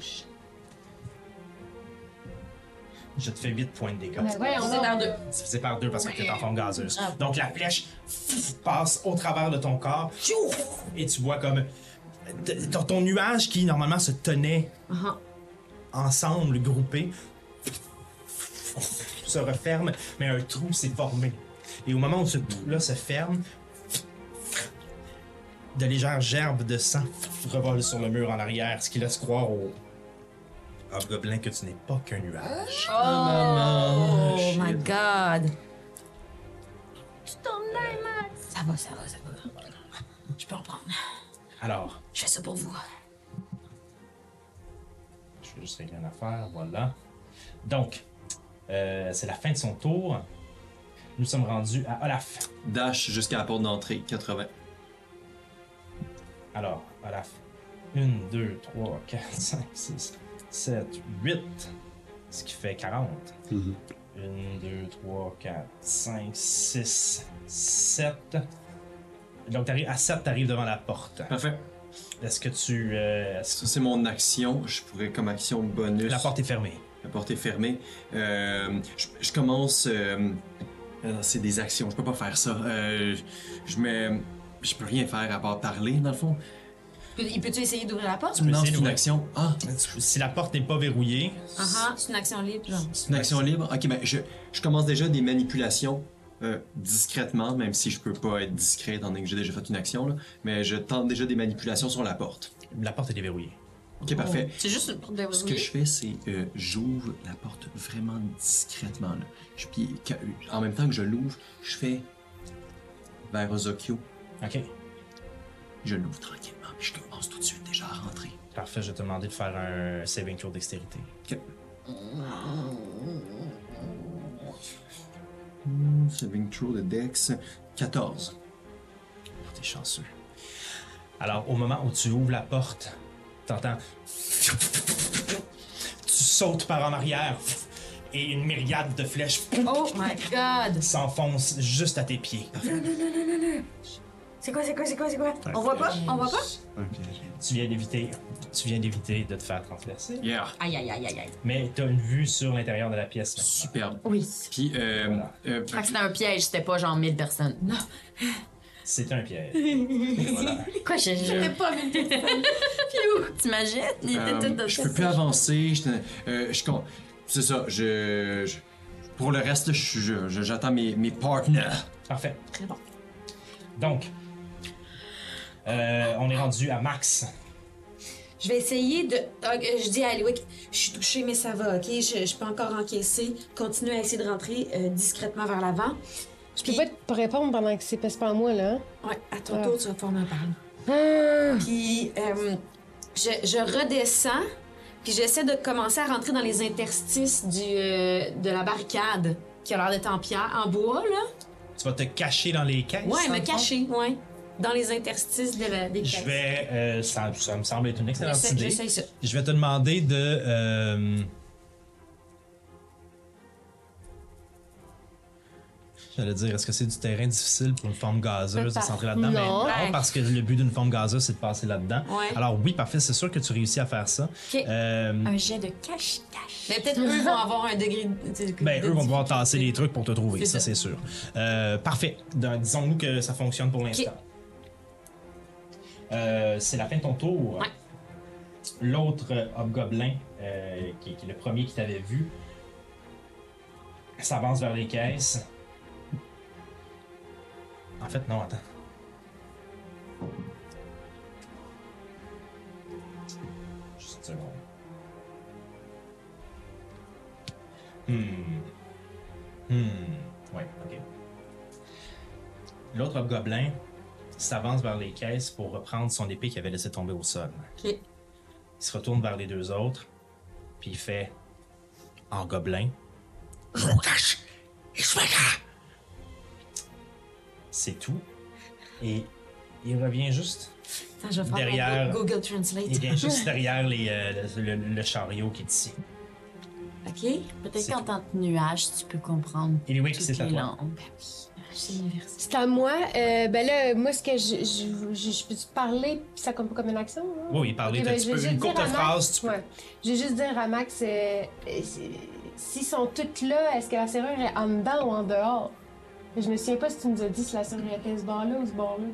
A: Je te fais 8 points de dégâts.
F: Ben ouais,
G: On est par deux.
A: Divisé par deux parce que t'es en forme gazeuse. Donc la flèche pff, passe au travers de ton corps pff, et tu vois comme t- ton- ton nuage qui normalement se tenait
G: Ah,
A: ensemble, groupé, pff, se referme, mais un trou s'est formé. Et au moment où ce trou-là se ferme, de légères gerbes de sang revolent sur le mur en arrière, ce qui laisse croire au hobgoblin que tu n'es pas qu'un nuage.
D: Oh, my god. Ça va, ça va, ça va. Je peux reprendre.
A: Alors,
D: Je fais ça pour vous.
A: Je vais juste régler une affaire, voilà. Donc, euh, c'est la fin de son tour. Nous sommes rendus à Olaf.
E: Dash jusqu'à la porte d'entrée, 80.
A: Alors, Olaf. 1, 2, 3, 4, 5, 6, 7, 8. Ce qui fait 40. 1, 2, 3, 4, 5, 6, 7. Donc, t'arrives- à 7, t'arrives devant la porte.
E: Parfait.
A: Est-ce que tu. euh, est-ce
E: Ça, c'est mon action. Je pourrais, comme action bonus.
A: que- La porte est fermée.
E: La porte est fermée. Euh, je, je commence. euh, euh, c'est des actions, je peux pas faire ça. Euh, je mets. Je peux rien faire à part parler, dans le fond.
D: Il peut-tu essayer d'ouvrir la porte?
A: peux
E: Non,
A: essayer
E: c'est une
A: d'ouvrir.
E: action. Ah,
A: Si la porte n'est pas verrouillée,
D: Ah ah, c'est une action libre, genre.
E: c'est une action libre. Ok, ben je, je commence déjà des manipulations euh, discrètement, même si je peux pas être discret étant donné que j'ai déjà fait une action. Là. Mais je tente déjà des manipulations sur la porte.
A: la porte est déverrouillée. Oh.
E: Ok, parfait.
B: Oh.
G: C'est juste une porte de
E: Ce que je fais, c'est euh, j'ouvre la porte vraiment discrètement. Là. Je- puis, quand- euh, en même temps que je l'ouvre, je fais vers Ozokyo.
A: Ok.
E: Je l'ouvre tranquillement, puis je commence tout de suite déjà à rentrer.
A: Parfait, je vais te demander de faire un saving throw dextérité.
E: Hmm, Saving throw de Dex, 14.
A: Oh, T'es chanceux. Alors, au moment où tu ouvres la porte, t'entends. Tu sautes par en arrière et une myriade de flèches
D: Oh my god!
A: s'enfoncent juste à tes pieds.
D: C'est quoi, c'est quoi, c'est quoi, c'est quoi? On voit pas? On voit pas?
A: Tu viens d'éviter, tu viens d'éviter de te faire transpercer.
E: Yeah!
G: Aïe, aïe, aïe, aïe, aïe.
A: Mais t'as une vue sur l'intérieur de la pièce. maintenant.
E: Superbe.
B: Oui.
E: Puis, euh,
A: Voilà.
E: euh,
B: Fait que c'était un piège, c'était pas genre 1000 personnes. Non.
A: C'est un piège. Et voilà.
B: Quoi, j'ai. C'était pas 1000 personnes. Piou, t'imagines? Il était tout
E: euh,
B: de
E: je peux plus avancer. Je, euh, je con- c'est ça, je, je- Pour le reste, je- je- je- j'attends mes, mes partners.
A: Parfait.
D: Très bon.
A: Donc, euh, on est rendu à max.
D: Je vais essayer de. Ah, euh, Je dis à Aloïc, je suis touchée, mais ça va, ok? Je, je peux encore encaisser. Continuer à essayer de rentrer euh, discrètement vers l'avant.
F: Je peux pas te répondre pendant que c'est passé par moi, là. hein?
D: Ouais, à ton
F: Ah.
D: tour, tu vas pouvoir m'en parler. Puis, euh, je, je redescends, puis j'essaie de commencer à rentrer dans les interstices du, euh, de la barricade qui a l'air d'être en pierre, en bois, là.
A: Tu vas te cacher dans les caisses.
D: Ouais,
A: dans
D: me
A: le fond?
D: cacher, ouais. Dans les interstices de la, des
A: Je
D: caisses.
A: vais. euh, ça, ça me semble être une excellente
D: J'essaie-
A: idée.
D: J'essaie ça.
A: Je vais te demander de. euh, J'allais dire, est-ce que c'est du terrain difficile pour une forme gazeuse de s'entrer là-dedans? Mais
F: Non.
D: Ouais.
A: parce que le but d'une forme gazeuse, c'est de passer là-dedans.
D: Ouais.
A: Alors oui, parfait, c'est sûr que tu réussis à faire ça.
D: Ok.
A: Euh,
B: Un jet de cache-cache.
D: Mais Ben, peut-être eux vont avoir un degré de. de-
A: Ben,
D: de
A: eux vont pouvoir
D: difficulté.
A: tasser les trucs pour te trouver,
D: C'est
A: ça,
D: ça.
A: c'est sûr. Euh, parfait. Donc, Disons-nous que ça fonctionne pour l'instant. Euh, c'est la fin de ton tour.
D: Ouais.
A: L'autre euh, hobgoblin, euh, qui, qui est le premier qui t'avait vu, s'avance vers les caisses. En fait, non, attends. Juste une seconde. Hmm. Hmm. Ouais, ok. L'autre hobgoblin s'avance vers les caisses pour reprendre son épée qu'il avait laissée tomber au sol.
D: Ok.
A: Il se retourne vers les deux autres, puis il fait en gobelin. Je vous cache, et je me cache. C'est tout. Et il revient juste
D: Attends, je vais faire
A: Derrière.
D: mon Google Translate.
A: il vient juste derrière les, euh, le, le- le chariot qui est ici.
D: Ok.
B: Peut-être
A: C'est
B: qu'en tant que nuage, tu peux comprendre.
A: Il est oui,
B: toutes
A: c'est à
B: les
A: toi.
B: langues.
F: C'est à moi. Euh, ben là, moi, ce que je, je, je, je peux-tu parler, puis ça compte pas comme une action? hein?
A: Oui, oui, parlez
F: Ok,
A: un
F: ben,
A: petit
F: je vais
A: peu.
F: juste
A: Une courte
F: dire à Max-
A: phrase, tu peux.
F: Ouais. Je vais juste dire à Max, euh, euh, c'est- s'ils sont toutes là, est-ce que la serrure est en dedans ou en dehors? Je me souviens pas si tu nous as dit si la serrure était ce bord-là ou ce bord-là.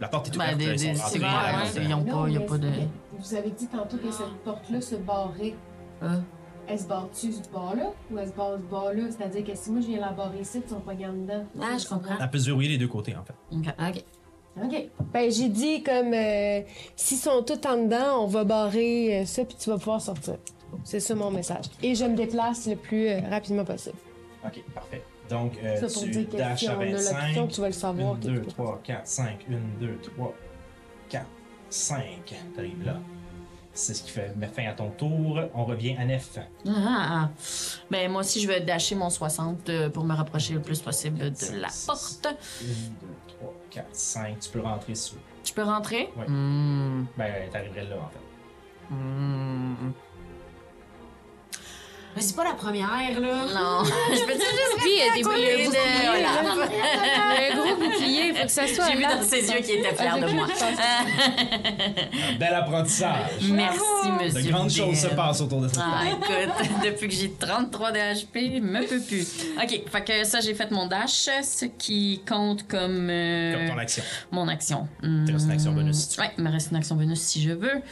A: La porte est
B: Ben,
A: ouverte,
B: des-
A: ils sont
B: des-
A: rentrés
B: c'est
A: dans la
B: vrai,
A: maison.
B: ouais, ils ont
F: hein? Non,
B: pas, y a
F: mais
B: pas de.
F: est-ce que- Vous avez dit tantôt que cette porte-là se barrait.
B: Ah.
F: Elle se barre-tu ce bord-là ou elle se barre ce bord-là? C'est-à-dire que si moi je viens la barrer ici, ils sont pas gants dedans.
D: Ah, je comprends.
A: Elle peut se verrouiller les deux côtés, en fait.
B: Ok.
F: OK. Ben, j'ai dit comme euh, s'ils sont tous en dedans, on va barrer euh, ça puis tu vas pouvoir sortir. C'est ça mon message. Et je me déplace le plus euh, rapidement possible.
A: OK, parfait. Donc, euh,
F: ça pour
A: tu
F: dire que
A: dashes
F: si on
A: à
F: a l'option,
A: 25.
F: tu vas le savoir.
A: 1,
F: que tu
A: 2,
F: peux.
A: 3, 4, 5. 1, 2, 3, 4, 5. T'arrives là. C'est ce qui fait met fin à ton tour. On revient à Nef.
B: Ah, ah. Ben, moi aussi, je vais dasher mon 60 euh, pour me rapprocher le plus possible de la porte.
A: 1, 2, 3, 4, 5. Tu peux rentrer sous.
B: Je peux rentrer?
A: Oui.
B: Hmm,
A: Ben, t'arriverais là, en fait.
B: hmm.
G: Mais c'est pas la première, là.
B: Non, je peux juste
H: Oui, il y a des
B: boucliers euh,
H: boucliers.
B: de Olaf.
H: Le gros bouclier, il faut que ça soit.
B: J'ai vu
H: là.
B: dans ses yeux qu'il était
F: Ah,
B: fier de moi.
A: Un bel apprentissage.
B: Merci,
A: De
B: monsieur.
A: grandes
B: Pierre.
A: choses se passent autour de toi.
B: Ah, écoute, depuis que j'ai 33 de HP, me peut plus. OK, fait que ça, j'ai fait mon dash, ce qui compte comme, euh,
A: Comme ton action.
B: mon action.
A: Il te reste une action bonus si tu
B: Oui, il me reste une action bonus si je veux.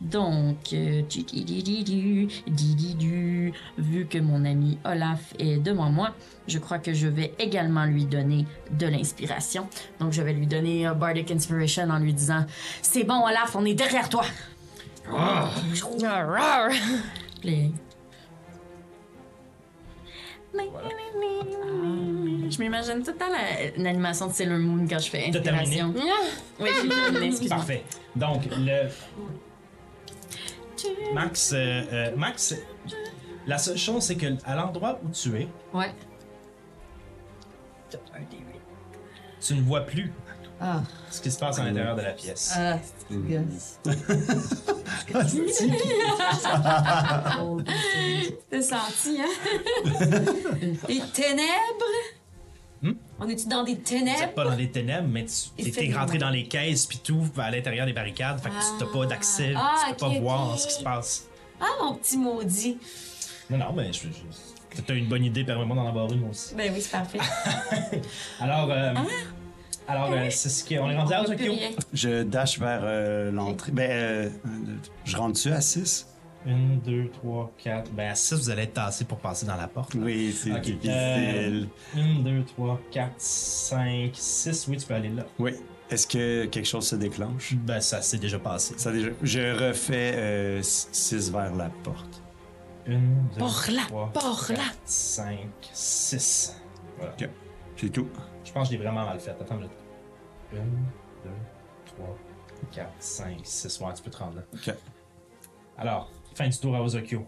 B: Donc, euh, tu- di- di- di- du, di- di- du. vu que mon ami Olaf est devant moi, je crois que je vais également lui donner de l'inspiration. Donc, je vais lui donner un Bardic Inspiration en lui disant C'est bon, Olaf, on est derrière toi.
H: Ah, rar.
B: Play. Je m'imagine tout le temps la- une animation de Sailor Moon quand je fais
A: T'as terminé?
B: inspiration. Oui, j'ai terminé, excuse-moi.
A: Parfait. Donc, le. Max, euh, euh, Max, la seule chose, c'est que à l'endroit où tu es,
D: Ouais.
A: tu ne vois plus
G: Ah.
A: ce qui se passe à l'intérieur de la pièce.
D: Euh.
G: Ah,
D: T'as senti, hein? des ténèbres?
A: Hmm?
D: On est-tu dans des
A: Vous
D: ténèbres?
A: n'êtes pas dans les ténèbres, mais tu t'es
D: Effectivement.
A: rentré dans les caisses puis tout à l'intérieur des barricades, fait que tu n'as pas d'accès,
D: Ah,
A: tu peux
D: ok,
A: pas voir
D: ok.
A: ce qui se passe.
D: Ah, mon petit maudit.
A: Non, non, mais je, je, t'as une bonne idée, permets-moi d'en avoir une moi aussi.
D: Ben oui, c'est parfait.
A: Alors, euh, alors euh, c'est ce qu'on est rendu à
D: Ah. On peut plus
A: Tokyo.
D: rien.
C: Je dash vers euh, l'entrée. Ben, euh, un, deux, trois. je rentre dessus à 6?
A: 1, 2, 3, 4. Ben, à 6, vous allez être tassé pour passer dans la porte.
C: Oui, c'est
A: Ok. euh,
C: difficile.
A: 1, 2, 3, 4, 5, 6. Oui, tu peux aller là.
C: Oui. Est-ce que quelque chose se déclenche?
A: Ben, ça s'est déjà passé.
C: Ça déjà- euh, Je refais 6 vers la porte.
A: 1, 2,
H: Par là,
A: 3,
H: par
A: 4,
H: là.
A: 5, 6. Voilà.
C: Ok. C'est tout.
A: Je pense que je l'ai vraiment mal fait. Attends une minute. 1, 2, 3, 4, 5, 6. Ouais, tu peux te rendre là.
C: Ok.
A: Alors, fin du tour à Ozokyo.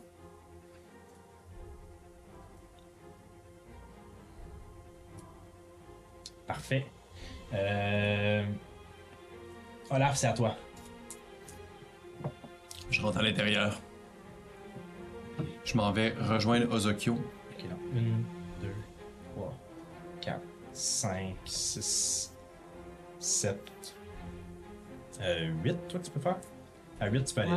A: Parfait. Euh... Olaf, c'est à toi.
E: Je rentre à l'intérieur. Je m'en vais rejoindre Ozokyo.
A: Ok, non. 1, 2, 3, 4, 5, 6, 7, 8, Euh, toi, tu peux faire? À 8, tu peux aller là.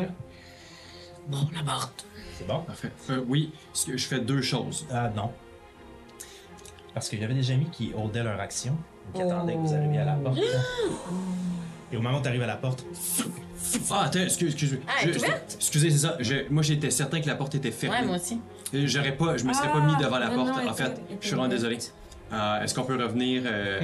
B: Bon, la porte.
A: C'est bon?
E: Parfait. Euh, oui, parce que je fais deux choses.
A: Ah non. Parce qu'il y avait des amis qui odaient leur action, qui attendaient que vous arriviez à la porte.
B: Oh.
A: Et au moment où tu arrives à la porte,
E: Ah, attends, excuse, excuse.
B: Ah, elle est
E: Je- je-
B: ouverte?
E: excusez, c'est ça. Je- moi, j'étais certain que la porte était fermée.
B: Ouais, moi aussi. Ah,
E: Et J'aurais pas, je me serais pas mis devant la
D: non,
E: porte.
D: non, elle
E: en fait,
D: était- elle
E: je suis vraiment
D: était-
E: désolé. Euh, Est-ce qu'on peut revenir euh,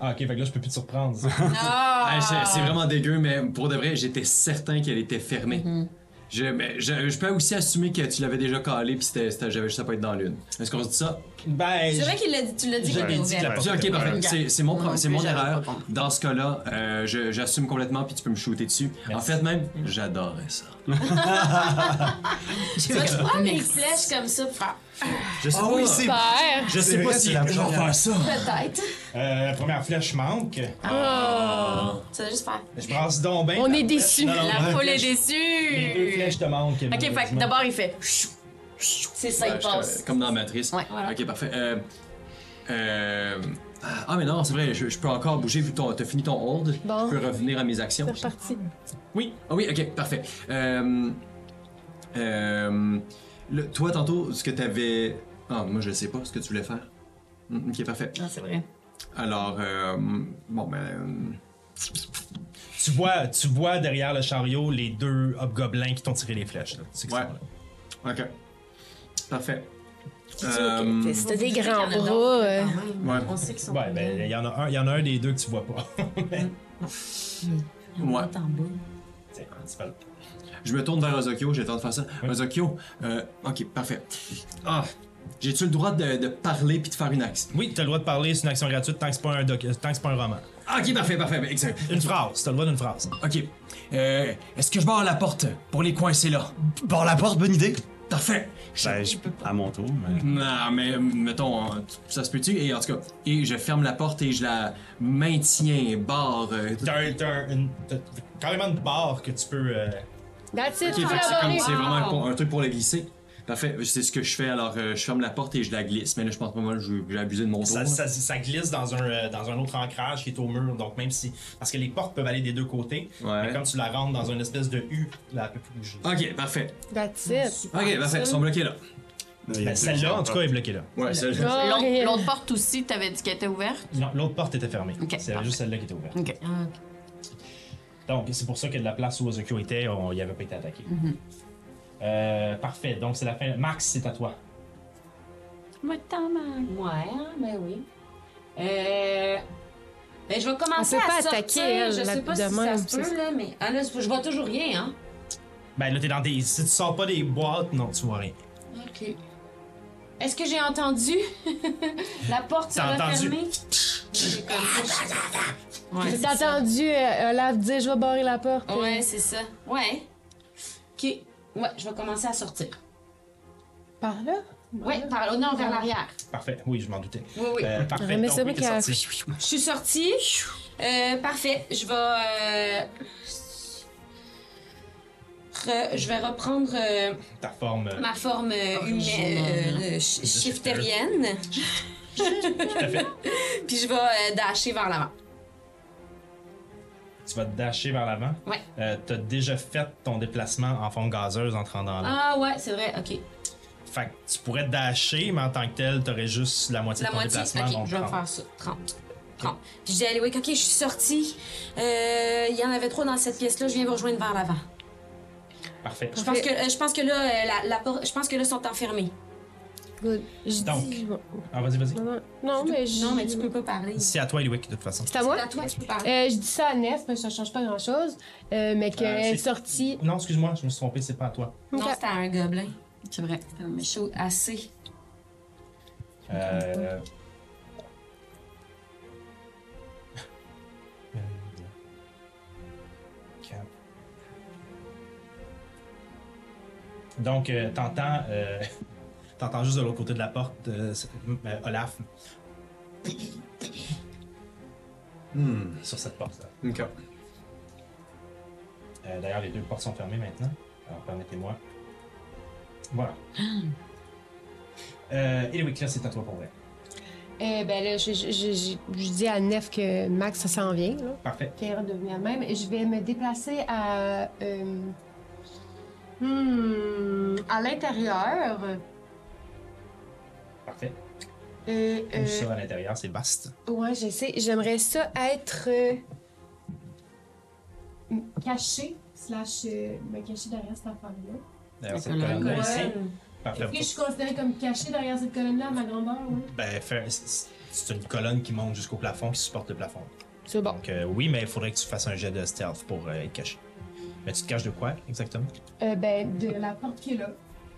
A: ah ok, fait que là je peux plus te surprendre.
E: ah, c'est- C'est vraiment dégueu, mais pour de vrai, j'étais certain qu'elle était fermée.
B: Mm-hmm.
E: je, mais je, je peux aussi assumer que tu l'avais déjà calée puis c'était- c'était- j'avais juste à pas être dans l'une. Est-ce qu'on se dit ça?
C: Ah,
A: ben,
D: C'est
A: je-
D: vrai qu'il l'a dit, tu l'as dit
A: Je
D: qu'il
A: l'ai
D: était
A: dit que la
D: ouvert.
A: porte
E: Je dis,
A: était
E: ok,
A: ouverte.
E: parfait. C'est c'est mon,
B: Moi non
E: pro- c'est
B: plus,
E: mon
B: j'avais
E: erreur.
B: pas compris.
E: Dans ce cas-là, euh, je- j'assume complètement puis tu peux me shooter dessus. En
A: Merci.
E: fait, même, j'adorais ça.
D: Tu vois, je prends mes flèches comme ça, paf,
C: Je sais, Ah oui, c'est-
H: Super.
C: je sais pas si
E: Je vais faire ça.
D: peut-être.
A: Euh, la première flèche manque.
B: Ah.
D: Tu vas juste faire.
A: Je brasse donc bien.
H: On est déçus.
A: Non, non,
B: La
A: les
B: foule est
A: flèches- Les deux
B: déçue.
A: flèches te manquent.
B: Ok, fait que
A: malheureusement.
B: d'abord il fait. chou, chou, C'est ça, il
E: Ouais,
B: passe.
E: j'étais- Comme dans Matrice.
B: Ouais, voilà.
E: Ok, parfait. Euh, euh, ah, mais non, c'est vrai, je, je peux encore bouger vu que t'as fini ton hold.
H: Bon.
E: Je peux revenir à mes actions.
H: C'est reparti.
E: Oui, ah oui, ok, parfait. Euh, euh, le- toi, tantôt, ce que t'avais. Ah, moi, je sais pas ce que tu voulais faire. Mm, Ok, parfait.
B: Ah, c'est vrai.
E: Alors, euh, bon, ben. euh,
A: Tu vois, tu vois derrière le chariot les deux hobgoblins qui t'ont tiré les flèches. Là. Tu sais qu'ils
E: Ouais.
A: sont là.
E: euh, Ok. Parfait.
H: Ok,
E: Euh,
H: c'est- C'était des grands bras.
F: hein.
H: euh,
E: ouais.
D: On sait qu'ils sont.
A: Ouais, ben il y en a un, il y en a un des deux que tu vois pas.
E: Ouais.
A: Tiens, c'est pas le-
E: Je me tourne vers Ozokyo, j'ai le temps de faire ça.
A: Oui.
E: Ozokyo, euh, ok, parfait. Ah, j'ai-tu le droit de, de parler puis de faire une action?
A: Oui, t'as le droit de parler, c'est une action gratuite tant que c'est pas un doc- tant que c'est pas un roman.
E: Ah, ok, parfait, parfait, ben, excellent.
A: Une phrase, t'as le droit d'une phrase.
E: Ok. Euh, Est-ce que je barre la porte pour les coincer là?
C: Bon, la porte, bonne idée.
E: Parfait! Je-
C: Ben, je peux pas. À mon tour, mais...
E: Non, mais euh, mettons, euh, ça se peut-tu? Et en tout cas, et je ferme la porte et je la maintiens, barre. euh,
A: T'as un- t'as un- une- t'as- t'as carrément une barre que tu peux. euh,
H: That's
E: Ok,
H: it, tu
E: fait que
H: l'as
E: c'est comme-
H: barré.
E: c'est vraiment un, un truc pour la glisser. Parfait, c'est ce que je fais. Alors, euh, je ferme la porte et je la glisse. Mais là, je pense pas moi, je vais abuser de mon tour.
A: Ça, ça- ça glisse dans un, euh, dans un autre ancrage qui est au mur, donc même si. Parce que les portes peuvent aller des deux côtés,
E: Ouais.
A: mais quand tu la rentres dans une espèce de U, là, elle peut plus bouger.
E: Ok, parfait.
F: That's it.
D: Ah,
E: Ok, parfait. Ils sont bloqués là.
A: Ben, Celle-là, en tout cas, est bloquée là.
E: Ouais, ça, je-
F: Go
B: L'autre
F: ahead.
B: l'autre porte aussi, t'avais dit qu'elle était ouverte?
A: Non, l'autre porte était fermée.
B: Ok,
A: C'est
B: parfait. Mm.
A: juste celle-là qui était ouverte.
B: OK.
A: Donc, c'est pour ça que de la place où Ozokyo était, on- il avait pas été attaqué.
B: Mm-hmm.
A: Euh, parfait, donc c'est la fin. Max, c'est à toi.
I: Moi, t'en manques.
D: Ouais, hein, ben oui. Euh... Ben, je vais commencer
J: Elle peut
D: à
J: pas
D: sortir.
J: attaquer, elle,
D: je
J: la-
D: sais pas
J: de
D: si ça
J: même,
D: se
J: c'est
D: peut, là, mais... Ah, là, je vois toujours rien, hein?
A: Ben là, t'es dans des. Si tu sors pas des boîtes, non, tu vois rien.
D: OK. Est-ce que j'ai entendu? la porte se
A: T'as entendu?
D: refermée? J'ai comme- Ouais,
F: J'ai
D: c'est ça.
F: entendu euh, Olaf dire je vais barrer la porte.
D: Ouais, c'est ça. Ouais. OK. Ouais, je vais commencer à sortir.
F: Par là?
D: Ouais, par là. Non, vers l'arrière.
A: Parfait, oui, je m'en doutais.
D: Oui, oui.
A: Euh, parfait,
F: Remets
A: donc,
F: ça,
A: oui,
F: oui,
A: t'es
F: qu'à-
A: sorti.
D: Je suis sortie. Euh, parfait. Je vais. euh, re- je vais reprendre euh,
A: Ta forme. euh,
D: ma forme euh, humaine, euh, de sh- shifterienne. Puis je vais euh, dasher vers l'avant.
A: Tu vas te dasher vers l'avant.
D: Ouais.
A: Euh, T'as déjà fait ton déplacement en forme gazeuse en te rendant là.
D: Ah ouais, c'est vrai, ok.
A: Fait que tu pourrais te dasher, mais en tant que tel, t'aurais juste la moitié
D: La
A: de ton
D: moitié,
A: déplacement.
D: ok,
A: donc
D: je vais
A: prends.
D: faire ça. 30. 30. Puis je dis à Eliwick, ok, je suis sortie. Euh, Il y en avait trois dans cette pièce-là, je viens vous rejoindre vers l'avant.
A: Parfait.
D: Je pense que, euh, je pense que là, euh, la, la por- je pense que là, ils sont enfermés.
F: Good. Je
A: Donc.
F: dis- bon,
A: Ah, vas-y, vas-y.
F: non, Non, mais je.
D: Non, mais tu peux pas parler.
A: C'est à toi, Eliwick, de toute façon.
F: C'est à moi?
D: À toi, tu peux parler.
F: Euh, je dis ça à Nef, mais ça change pas grand chose. mais
A: Euh,
F: qu'elle
A: c'est-
F: est sortie.
A: Non, excuse-moi, je me suis trompé, c'est pas à toi.
D: Non,
F: Ok.
D: c'était à un gobelin.
B: C'est vrai.
D: Mais chaud, assez.
A: Euh... Cap. Donc, euh, t'entends, euh, t'entends juste de l'autre côté de la porte euh, c'est- euh, Olaf. Sur cette porte-là.
E: Ok.
A: Euh, D'ailleurs, les deux portes sont fermées maintenant. Alors, permettez-moi. Voilà. Euh, et oui, Claire, c'est à toi pour vrai.
F: Euh, ben là, je, je- je- je- je dis à Nef que Max, ça s'en vient, là.
A: Parfait.
F: Qu'elle est redevenue elle-même. Et Je vais me déplacer à. euh, hmm, à l'intérieur.
A: Parfait.
F: Euh,
A: Tout
F: euh,
A: ça à l'intérieur, c'est vaste.
F: ouais, je sais. J'aimerais ça être. euh, caché, slash, euh, me cacher derrière cette affaire-là.
A: D'ailleurs, cette
B: colonne.
A: colonne-là ici.
F: Ouais.
A: Parfait.
F: Est-ce que je suis considérée comme cachée derrière cette colonne-là à ma grandeur? Oui.
A: Ben, fais- c'est c'est une colonne qui monte jusqu'au plafond, qui supporte le plafond.
F: C'est bon.
A: Donc, euh, oui, mais il faudrait que tu fasses un jet de stealth pour euh, être caché. Mais tu te caches de quoi, exactement?
F: Euh, ben, de la porte qui est là.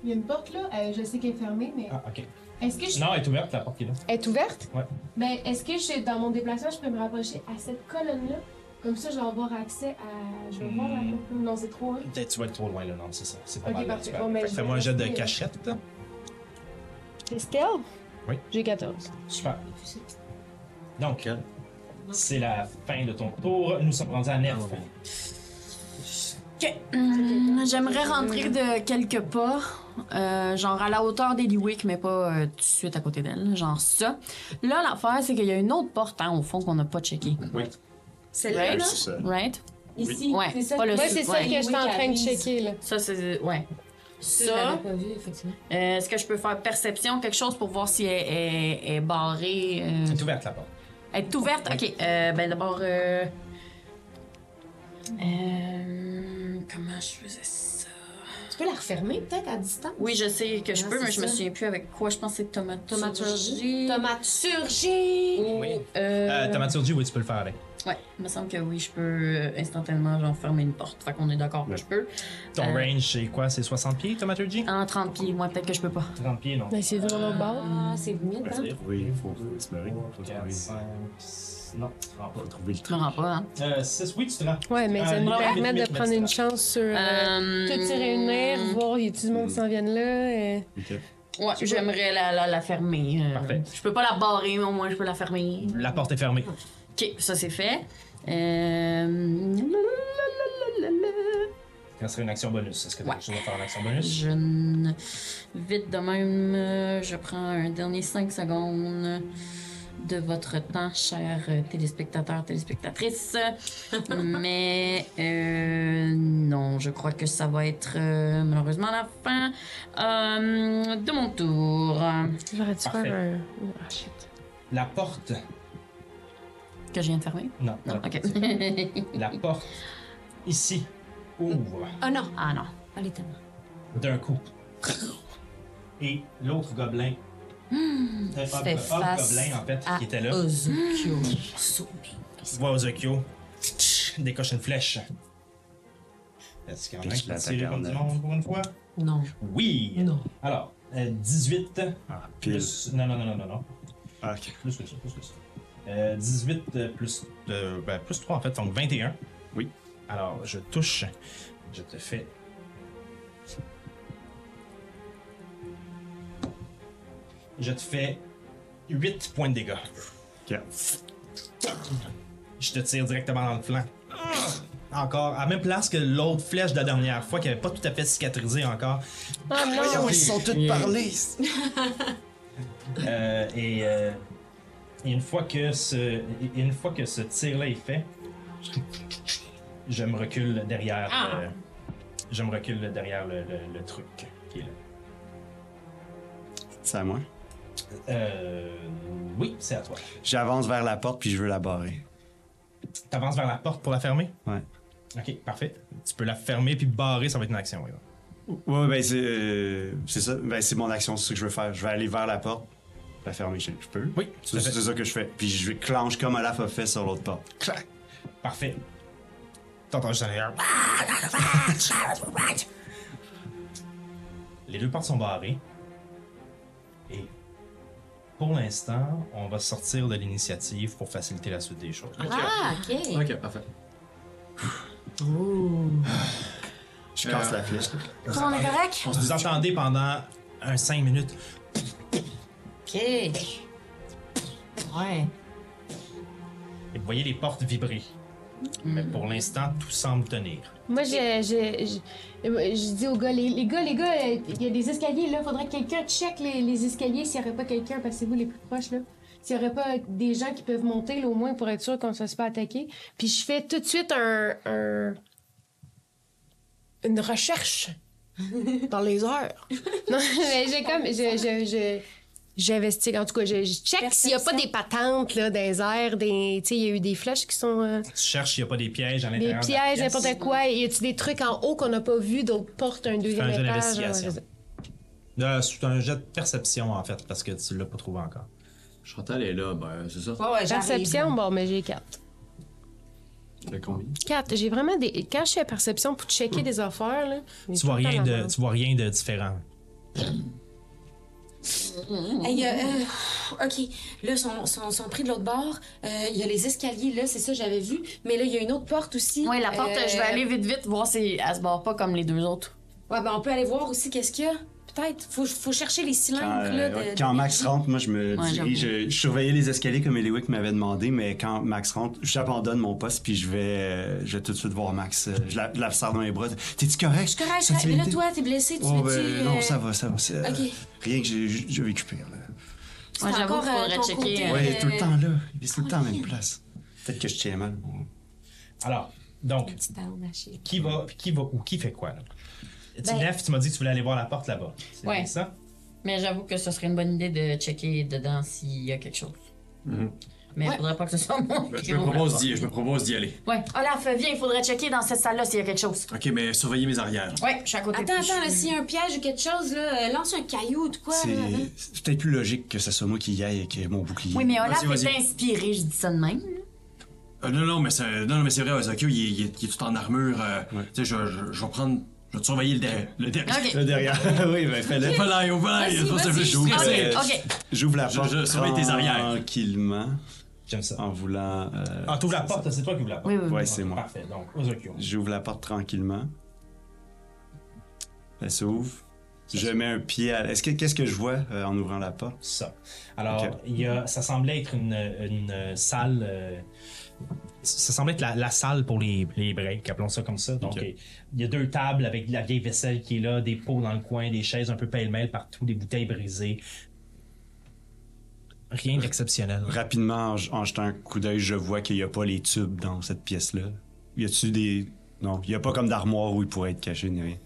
F: Il y a une porte là, euh, je sais qu'elle est fermée, mais.
A: Ah, OK.
F: Est-ce que je.
A: Non, elle est ouverte, la porte qui est là.
F: Elle est ouverte?
A: Ouais.
F: Ben, est-ce que je, dans mon déplacement, je peux me rapprocher à cette colonne-là? Comme ça, je vais avoir accès à. Je vais voir la
A: Hmm.
F: porte. Non, c'est trop, hein?
A: Peut-être tu vas être trop loin, là. Non, c'est ça. C'est pas
F: Ok,
A: mal. là,
F: parfait.
A: tu vas-
F: Bon,
A: Fait
F: ben,
A: que
F: je vais
A: Fais-moi un jet de
F: rester, euh,
A: cachette.
F: C'est stealth?
A: Oui.
F: J'ai 14.
A: Super. Donc, c'est la fin de ton tour. Nous sommes rendus à Nef.
B: OK. Hum, J'aimerais rentrer de quelques pas, euh, genre à la hauteur d'Eliwick, mais pas euh, tout de suite à côté d'elle, genre ça. Là, l'affaire, c'est qu'il y a une autre porte, hein, au fond, qu'on n'a pas checkée.
D: Celle-là, là?
B: Right?
D: Ici.
B: Ouais,
D: C'est ça
B: pas le
F: Moi,
B: Ouais,
F: c'est
B: c'est
F: ça
B: celle
F: que
B: ouais.
F: je suis en train de
D: Oui,
F: checker, là.
B: Ça, c'est... euh, Ouais.
D: Ça, je
B: Ça,
D: l'avais pas vu, effectivement.
B: euh, est-ce que je peux faire perception, quelque chose pour voir si elle elle- elle est barrée? euh,
A: C'est ouverte la porte.
B: Elle est ouverte? OK. Euh, ben d'abord... euh, euh, Comment je faisais ça?
D: Tu peux la refermer, peut-être, à distance?
B: Oui, je sais que je
D: Ah,
B: peux,
D: c'est
B: mais je me
D: ça.
B: souviens plus avec quoi. Je pense que c'est tomaturgie.
D: Tomaturgie. Tomaturgie!
A: Oui.
B: Euh,
A: Euh, Thaumaturgie, oui, tu peux le faire avec.
B: Ouais, il me semble que oui, je peux euh, instantanément genre fermer une porte. Fait qu'on est d'accord que je peux.
A: Ton
B: Euh,
A: range, c'est quoi? C'est 60 pieds, Thaumaturgie?
B: En 30 pieds, moi peut-être que je peux pas.
A: 30 pieds, non.
F: Ben, c'est vraiment bon.
D: Ah, c'est limite, hein?
C: Oui, il faut faut se leurrer. Faut se
A: 4,
C: leurrer.
A: 5, 6... Non, tu te rends
C: Faut trouver le
B: Je me
C: truc.
B: rends pas, hein.
A: pas. 6, oui, tu te rends.
F: Ouais, Ah, mais ça
A: Euh,
F: nous
A: huit,
F: permet
A: huit,
F: de
A: huit,
F: prendre
A: huit,
F: une
A: huit.
F: chance sur. euh,
B: Euh,
F: Tout y réunir,
H: hmm.
F: voir y a tout le monde qui s'en vienne là. euh.
C: Ok.
B: Ouais, j'aimerais la, la, la fermer. euh,
A: Parfait. Mm.
B: Je peux pas la barrer, mais au moins je peux la fermer.
A: La porte est fermée.
B: Ok, ça c'est fait. Euh...
A: Ça serait une action bonus. Est-ce que tu as
B: Ouais.
A: quelque chose à faire en action bonus?
B: Je ne... Vite de même, euh, je prends un dernier 5 secondes de votre temps, chers euh, téléspectateurs, téléspectatrices. Mais euh, non, je crois que ça va être euh, malheureusement la fin euh, de mon tour.
H: J'aurais-tu
A: Parfait.
H: faire un. Ah, shit.
A: La porte.
B: Que je viens de fermer?
A: Non,
B: Ah, Non,
A: la,
B: ok.
A: porte, la porte ici ouvre
D: Ah non!
B: ah non.
D: Allez, tellement.
A: d'un coup. Et l'autre gobelin. Euh, hob-
B: fait
A: hob-
B: face
A: gobelin, en fait,
B: à
A: qui était là.
D: Ozokyo.
A: voit Ozokyo. Décoche une flèche. Est-ce qu'il y en a un
C: Puis
A: qui
C: la
A: tire comme du
C: tagarnak.
A: monde pour une fois?
D: Non.
A: Oui! Alors, euh, 18. Ah,
C: Pile.
A: plus. Non, non, non, non, non, non.
C: Ah, Ok.
A: Plus que ça, plus que ça. Euh, 18 euh, plus, euh, ben, plus 3 en fait, donc 21.
C: Oui.
A: Alors, je touche. Je te fais. Je te fais 8 points de dégâts.
C: Ok.
A: Je te tire directement dans le flanc. Encore, à la même place que l'autre flèche de la dernière fois qui n'avait pas tout à fait cicatrisé encore.
F: Ah,
C: Voyons, ils se sont tous parlés.
A: Euh, et, euh, et une fois que ce, et- une fois que ce tir-là est fait, je me recule derrière. le- je me recule derrière le, le- le truc qui est là.
C: C'est à moi.
A: Euh, oui, c'est à toi.
C: J'avance vers la porte puis je veux la barrer.
A: T'avances vers la porte pour la fermer.
C: Ouais.
A: Ok, parfait. Tu peux la fermer puis barrer, ça va être une action. oui.
C: Ouais, ben c'est euh, c'est ça. Ben c'est mon action, c'est ce que je veux faire. Je vais aller vers la porte, la fermer, je je peux.
A: Oui, tout à
C: C'est
A: fait.
C: c'est ça que je fais. Puis je clenche comme Olaf a fait sur l'autre porte. Clac.
A: Parfait. T'entends juste un air. Les deux portes sont barrées. Et pour l'instant, on va sortir de l'initiative pour faciliter la suite des choses.
D: Ah, ok.
E: Ok, parfait.
D: Oh.
C: Je casse
E: Euh,
C: la flèche.
D: Bon, on est correct?
A: Vous entendez pendant un 5 minutes.
D: Ok. Ouais.
A: Et vous voyez les portes vibrer. Mais pour l'instant, tout semble tenir.
F: Moi, je, je, je, je dis aux gars, les, les gars, les gars, euh, il y a des escaliers là, faudrait que quelqu'un check les, les escaliers s'il n'y aurait pas quelqu'un, parce que c'est vous les plus proches là. S'il n'y aurait pas des gens qui peuvent monter là, au moins pour être sûr qu'on ne se fasse pas attaquer. Puis je fais tout de suite un. un- une recherche dans les heures. non, mais j'ai comme. Je, je, je, J'investigue, en tout cas, je, je check s'il n'y a pas des patentes là, dans les airs, des. Tu sais, il y a eu des flèches qui sont. euh,
A: Tu cherches, il n'y a pas des pièges à
F: des
A: l'intérieur. de la
F: pièges,
A: pièce.
F: n'importe quoi. Y a-tu des trucs en haut qu'on n'a pas vu, d'autres portes, un deuxième
A: Fais un jeu
F: étage?
A: d'investigation.
F: ouais, c'est ça.
A: Euh, C'est un jet de perception, en fait, parce que tu l'as pas trouvé encore.
E: Chantal est là, ben c'est ça.
D: Ouais, ouais, j'arrive.
F: Perception, bon, mais j'ai quatre.
E: Le combien?
F: Quatre. J'ai vraiment des. Quand je fais perception pour checker des affaires, là. j'ai
A: Hmm. Tu
F: tout
A: vois,
F: le temps
A: rien
F: la
A: de,
F: merde.
A: tu vois rien de différent.
D: Hey, euh, euh, ok, là, ils sont, sont, sont pris de l'autre bord. Euh, Il y a les escaliers, là, c'est ça, j'avais vu. Mais là, il y a une autre porte aussi.
B: Oui, la porte,
D: Euh,
B: je vais aller vite, vite, voir si elle se barre pas comme les deux autres.
D: Ouais, ben, on peut aller voir aussi qu'est-ce qu'il y a. Peut-être. Faut, faut chercher les cylindres,
C: Quand, euh,
D: là. de-
C: ouais,
D: de-
C: quand Max rentre, moi, je me
B: Ouais,
C: dirige. Je, je surveillais les escaliers comme Eliwick m'avait demandé, mais quand Max rentre, j'abandonne mon poste puis je vais, euh, je vais tout de suite voir Max. Euh, Je la, je la serre dans les bras. T'es-tu correct?
D: Je suis correct, je
C: Ça te
D: suis correct. Mais là,
C: fait-
D: toi, t'es blessé, tu
C: Oh,
D: veux-tu.
C: ben,
D: euh,
C: non, ça va, ça va. c'est, euh,
D: ok.
C: Rien que j'ai- j'ai j'ai vécu pire. Là.
D: c'est
B: Moi, j'avoue
D: encore,
B: qu'il
D: euh,
B: faudrait
D: ton
B: checker,
D: côté,
B: euh,
C: Ouais, il est tout le
D: euh,
C: temps là. Il est tout le temps à la même place. Peut-être que je tiens mal.
A: Alors, donc,
D: une petite arme à chier.
A: qui va, qui va ou qui fait quoi? Là? Tu
B: Ben-
A: lèves, tu m'as dit que tu voulais aller voir la porte là-bas. C'est
B: Ouais.
A: bien ça?
B: Mais j'avoue que ce serait une bonne idée de checker dedans s'il y a quelque chose. Mais il faudrait pas que ce soit moi qui
E: Mm-hmm. Ben, Je me
B: ouvre la
E: propose
B: porte.
E: d'y- je me propose d'y aller.
B: Ouais, Olaf, euh, viens, il faudrait checker dans cette salle-là s'il y a quelque chose.
E: Ok, mais surveillez mes arrières.
B: Ouais, je suis à côté.
D: Attends,
B: de- je
D: attends, là,
B: suis-
D: s'il y a un piège ou quelque chose, là, euh, lance un caillou ou de quoi,
C: C'est
D: là. avant.
C: c'est peut-être plus logique que ce soit moi qui y aille avec mon bouclier.
B: Oui, mais Olaf
E: Vas-y, vas-y.
B: est inspiré, je dis ça de même.
E: Euh, non, non, mais c'est, non, non, mais c'est vrai, Ozokyo, il, est- il est- il est tout en armure. euh, Tu sais, je, je, je vais prendre. Je vais te surveiller le derrière. Le derrière.
B: Ok.
C: Là, derrière. oui, ben fais-le.
E: Pas l'air, pas l'air.
D: Vas-y,
E: C'est pas ça,
D: vas-y,
E: je
D: je
E: joue.
D: suis
E: C'est-
C: Euh,
B: Ok.
C: J'ouvre la
E: Je-
C: porte
E: je surveille tes arrières.
C: tranquillement
A: J'aime ça.
C: en voulant... euh,
A: Ah, t'ouvres la porte, c'est toi qui ouvres la porte.
B: Oui, oui, oui.
C: Ouais, c'est
A: Ok,
C: moi.
A: Parfait, donc, Ozokyo.
C: J'ouvre la porte tranquillement. Elle s'ouvre. Je mets un pied à... Est-ce que, qu'est-ce que je vois euh, en ouvrant la porte?
A: Ça. Alors,
C: Ok.
A: il y a, ça semblait être une, une, euh, salle euh, ça semble être la, la salle pour les, les breaks, appelons ça comme ça. Donc,
E: Ok.
A: il y a deux tables avec de la vieille vaisselle qui est là, des pots dans le coin, des chaises un peu pêle-mêle partout, des bouteilles brisées. Rien d'exceptionnel.
C: Rapidement, en, j- en jetant un coup d'œil, je vois qu'il n'y a pas les tubes dans cette pièce-là. Y a-tu des. Non, il n'y a pas comme d'armoire où il pourrait être caché, ni rien.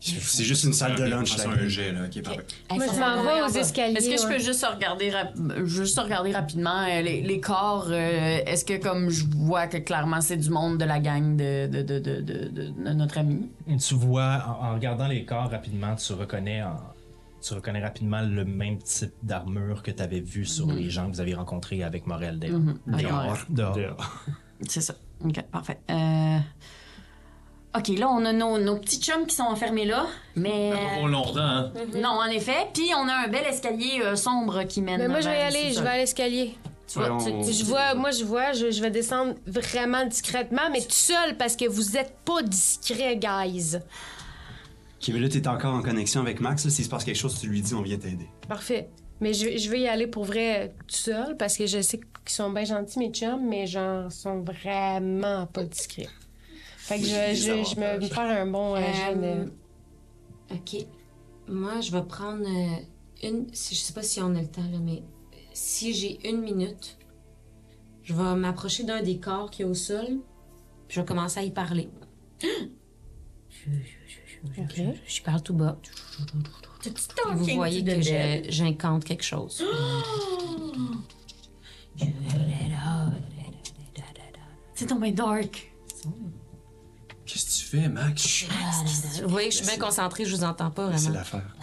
C: C'est juste une salle de lunch.
E: C'est
C: là.
E: un jet, là, qui est parfait.
B: Hey,
F: Moi,
B: ça
F: je
B: va
F: m'en
B: vraiment
F: vais aux
B: pas.
F: escaliers.
B: Est-ce que je
F: ouais.
B: peux juste regarder, rap- euh, juste regarder rapidement euh, les, les corps? euh, Est-ce que, comme je vois que clairement c'est du monde de la gang de, de, de, de, de- de- de notre ami?
A: Tu vois, en, en regardant les corps rapidement, tu reconnais, en- tu reconnais rapidement le même type d'armure que tu avais vu sur les gens que vous avez rencontrés avec Morel dehors.
B: Mhm. Avec Morel.
A: Dehors.
B: C'est ça. OK, parfait. Euh, OK, là, on a nos, nos petits chums qui sont enfermés là, mais...
E: Pour longtemps, hein?
B: Non, en effet. Puis on a un bel escalier euh, sombre qui mène.
H: Mais moi, je vais y
B: vers le
H: aller, je
B: sous-sol.
H: vais à l'escalier.
B: Tu vois, tu- tu-
H: Je vois, moi, je vois, je, je vais descendre vraiment discrètement, mais tout seul parce que vous êtes pas discret, guys.
C: Ok, mais là, t'es encore en connexion avec Max. là. S'il se passe quelque chose, tu lui dis, on vient t'aider.
H: Parfait. Mais je, je vais y aller pour vrai euh, tout seul parce que je sais qu'ils sont bien gentils, mes chums, mais genre, sont vraiment pas discrets. Fait que je,
E: Des
H: je, je me
E: avantages.
H: vais faire un bon. euh, jet de-
D: Euh, Ok. Moi, je vais prendre euh, une. si- Je sais pas si on a le temps, là, mais si j'ai une minute, je vais m'approcher d'un des corps qui est au sol, puis je vais commencer à y parler. Je, je- je- je- je- je parle tout bas. Et vous voyez que je- j'incante quelque chose.
B: C'est tombé dark.
E: Qu'est-ce que tu fais, Max?
D: Euh, Vous voyez que je suis bien concentrée, je vous entends pas
C: C'est
D: vraiment.
C: l'affaire.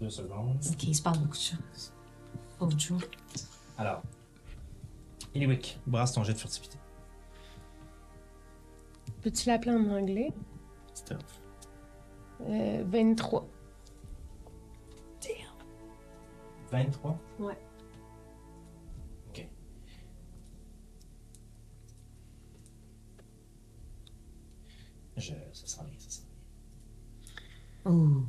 A: Deux secondes.
D: Ok, il se passe beaucoup de choses. Pauvre Joe.
A: Alors, Eliwick, brasse ton jet de furtivité.
F: Peux-tu l'appeler en anglais?
A: C'était-
F: Euh, 23.
A: 23?
F: Ouais.
A: OK. Je... Ça sent bien, ça sent bien.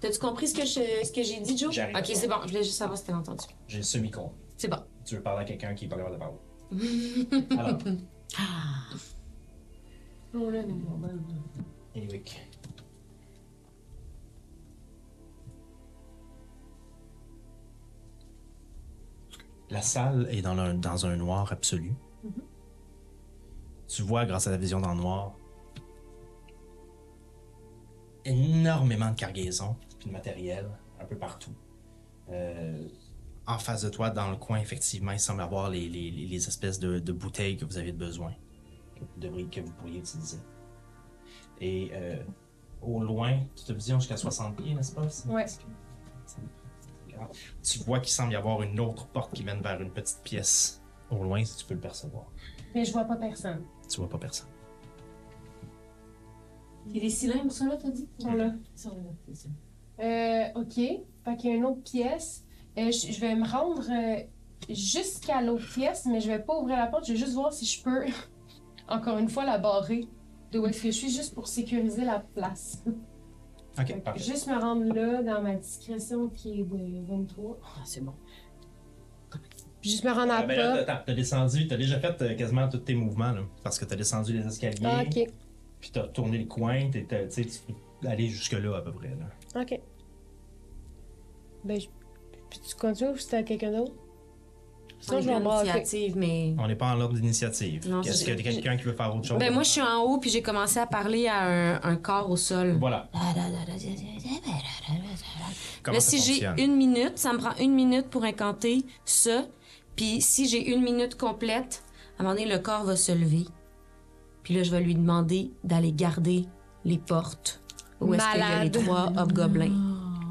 D: T'as-tu compris ce que je- ce que j'ai dit, Joe?
A: J'arrive à
D: Ok,
A: voir.
D: c'est bon, je voulais juste savoir si t'avais entendu.
A: J'ai semi con.
D: C'est bon.
A: Tu veux parler à quelqu'un qui est pas capable de parler. Alors, Eliwick. La salle est dans un, dans un noir absolu. Tu vois, grâce à la vision dans le noir, énormément de cargaisons, puis de matériel, un peu partout. Euh, en face de toi, dans le coin, effectivement, il semble avoir les, les- les- les espèces de, de bouteilles que vous avez besoin, que vous, devriez- que vous pourriez utiliser. Et euh, au loin, tu te vision jusqu'à 60 pieds, n'est-ce pas? c'est-
F: Ouais.
A: Tu vois qu'il semble y avoir une autre porte qui mène vers une petite pièce. Au loin, si tu peux le percevoir.
F: Mais je vois pas personne.
A: Tu vois pas personne.
D: Il y a des cylindres, ça, là, t'as dit?
F: Ils sont là. Euh, OK. Fait qu'il y a une autre pièce. Euh, je je vais me rendre euh, jusqu'à l'autre pièce, mais je vais pas ouvrir la porte. Je vais juste voir si je peux, encore une fois, la barrer de où est-ce que je suis, juste pour sécuriser la place.
A: Ok, parfait.
F: Juste me rendre là, dans ma discrétion qui est de 23.
D: c'est bon.
H: Juste me rendre à
A: Ah,
H: la
A: ben là,
H: porte.
A: attends, t'as descendu, t'as déjà fait euh, quasiment tous tes mouvements, là, parce que t'as descendu les escaliers,
H: Ah, ok.
A: puis t'as tourné le coin, t'es- t'as- tu sais, tu peux aller jusque-là à peu près. Là.
H: Ah, Ok. Ben, je... tu continues ou c'était à quelqu'un d'autre? Sinon, je vais embrasser.
D: initiative, mais.
A: On n'est pas en l'ordre d'initiative.
D: Non,
A: Est-ce
D: c'est-
A: qu'il y a quelqu'un qui veut faire autre chose?
D: Ben, moi, je suis en haut, puis j'ai commencé à parler à un, un corps au sol.
A: Voilà. Comment
D: Là,
A: ça
D: si j'ai
A: fonctionne?
D: une minute, ça me prend une minute pour incanter ça. Puis si j'ai une minute complète, à un moment donné, le corps va se lever. Puis là, je vais lui demander d'aller garder les portes où est-ce qu'il y a les
H: Malade.
D: trois hobgoblins.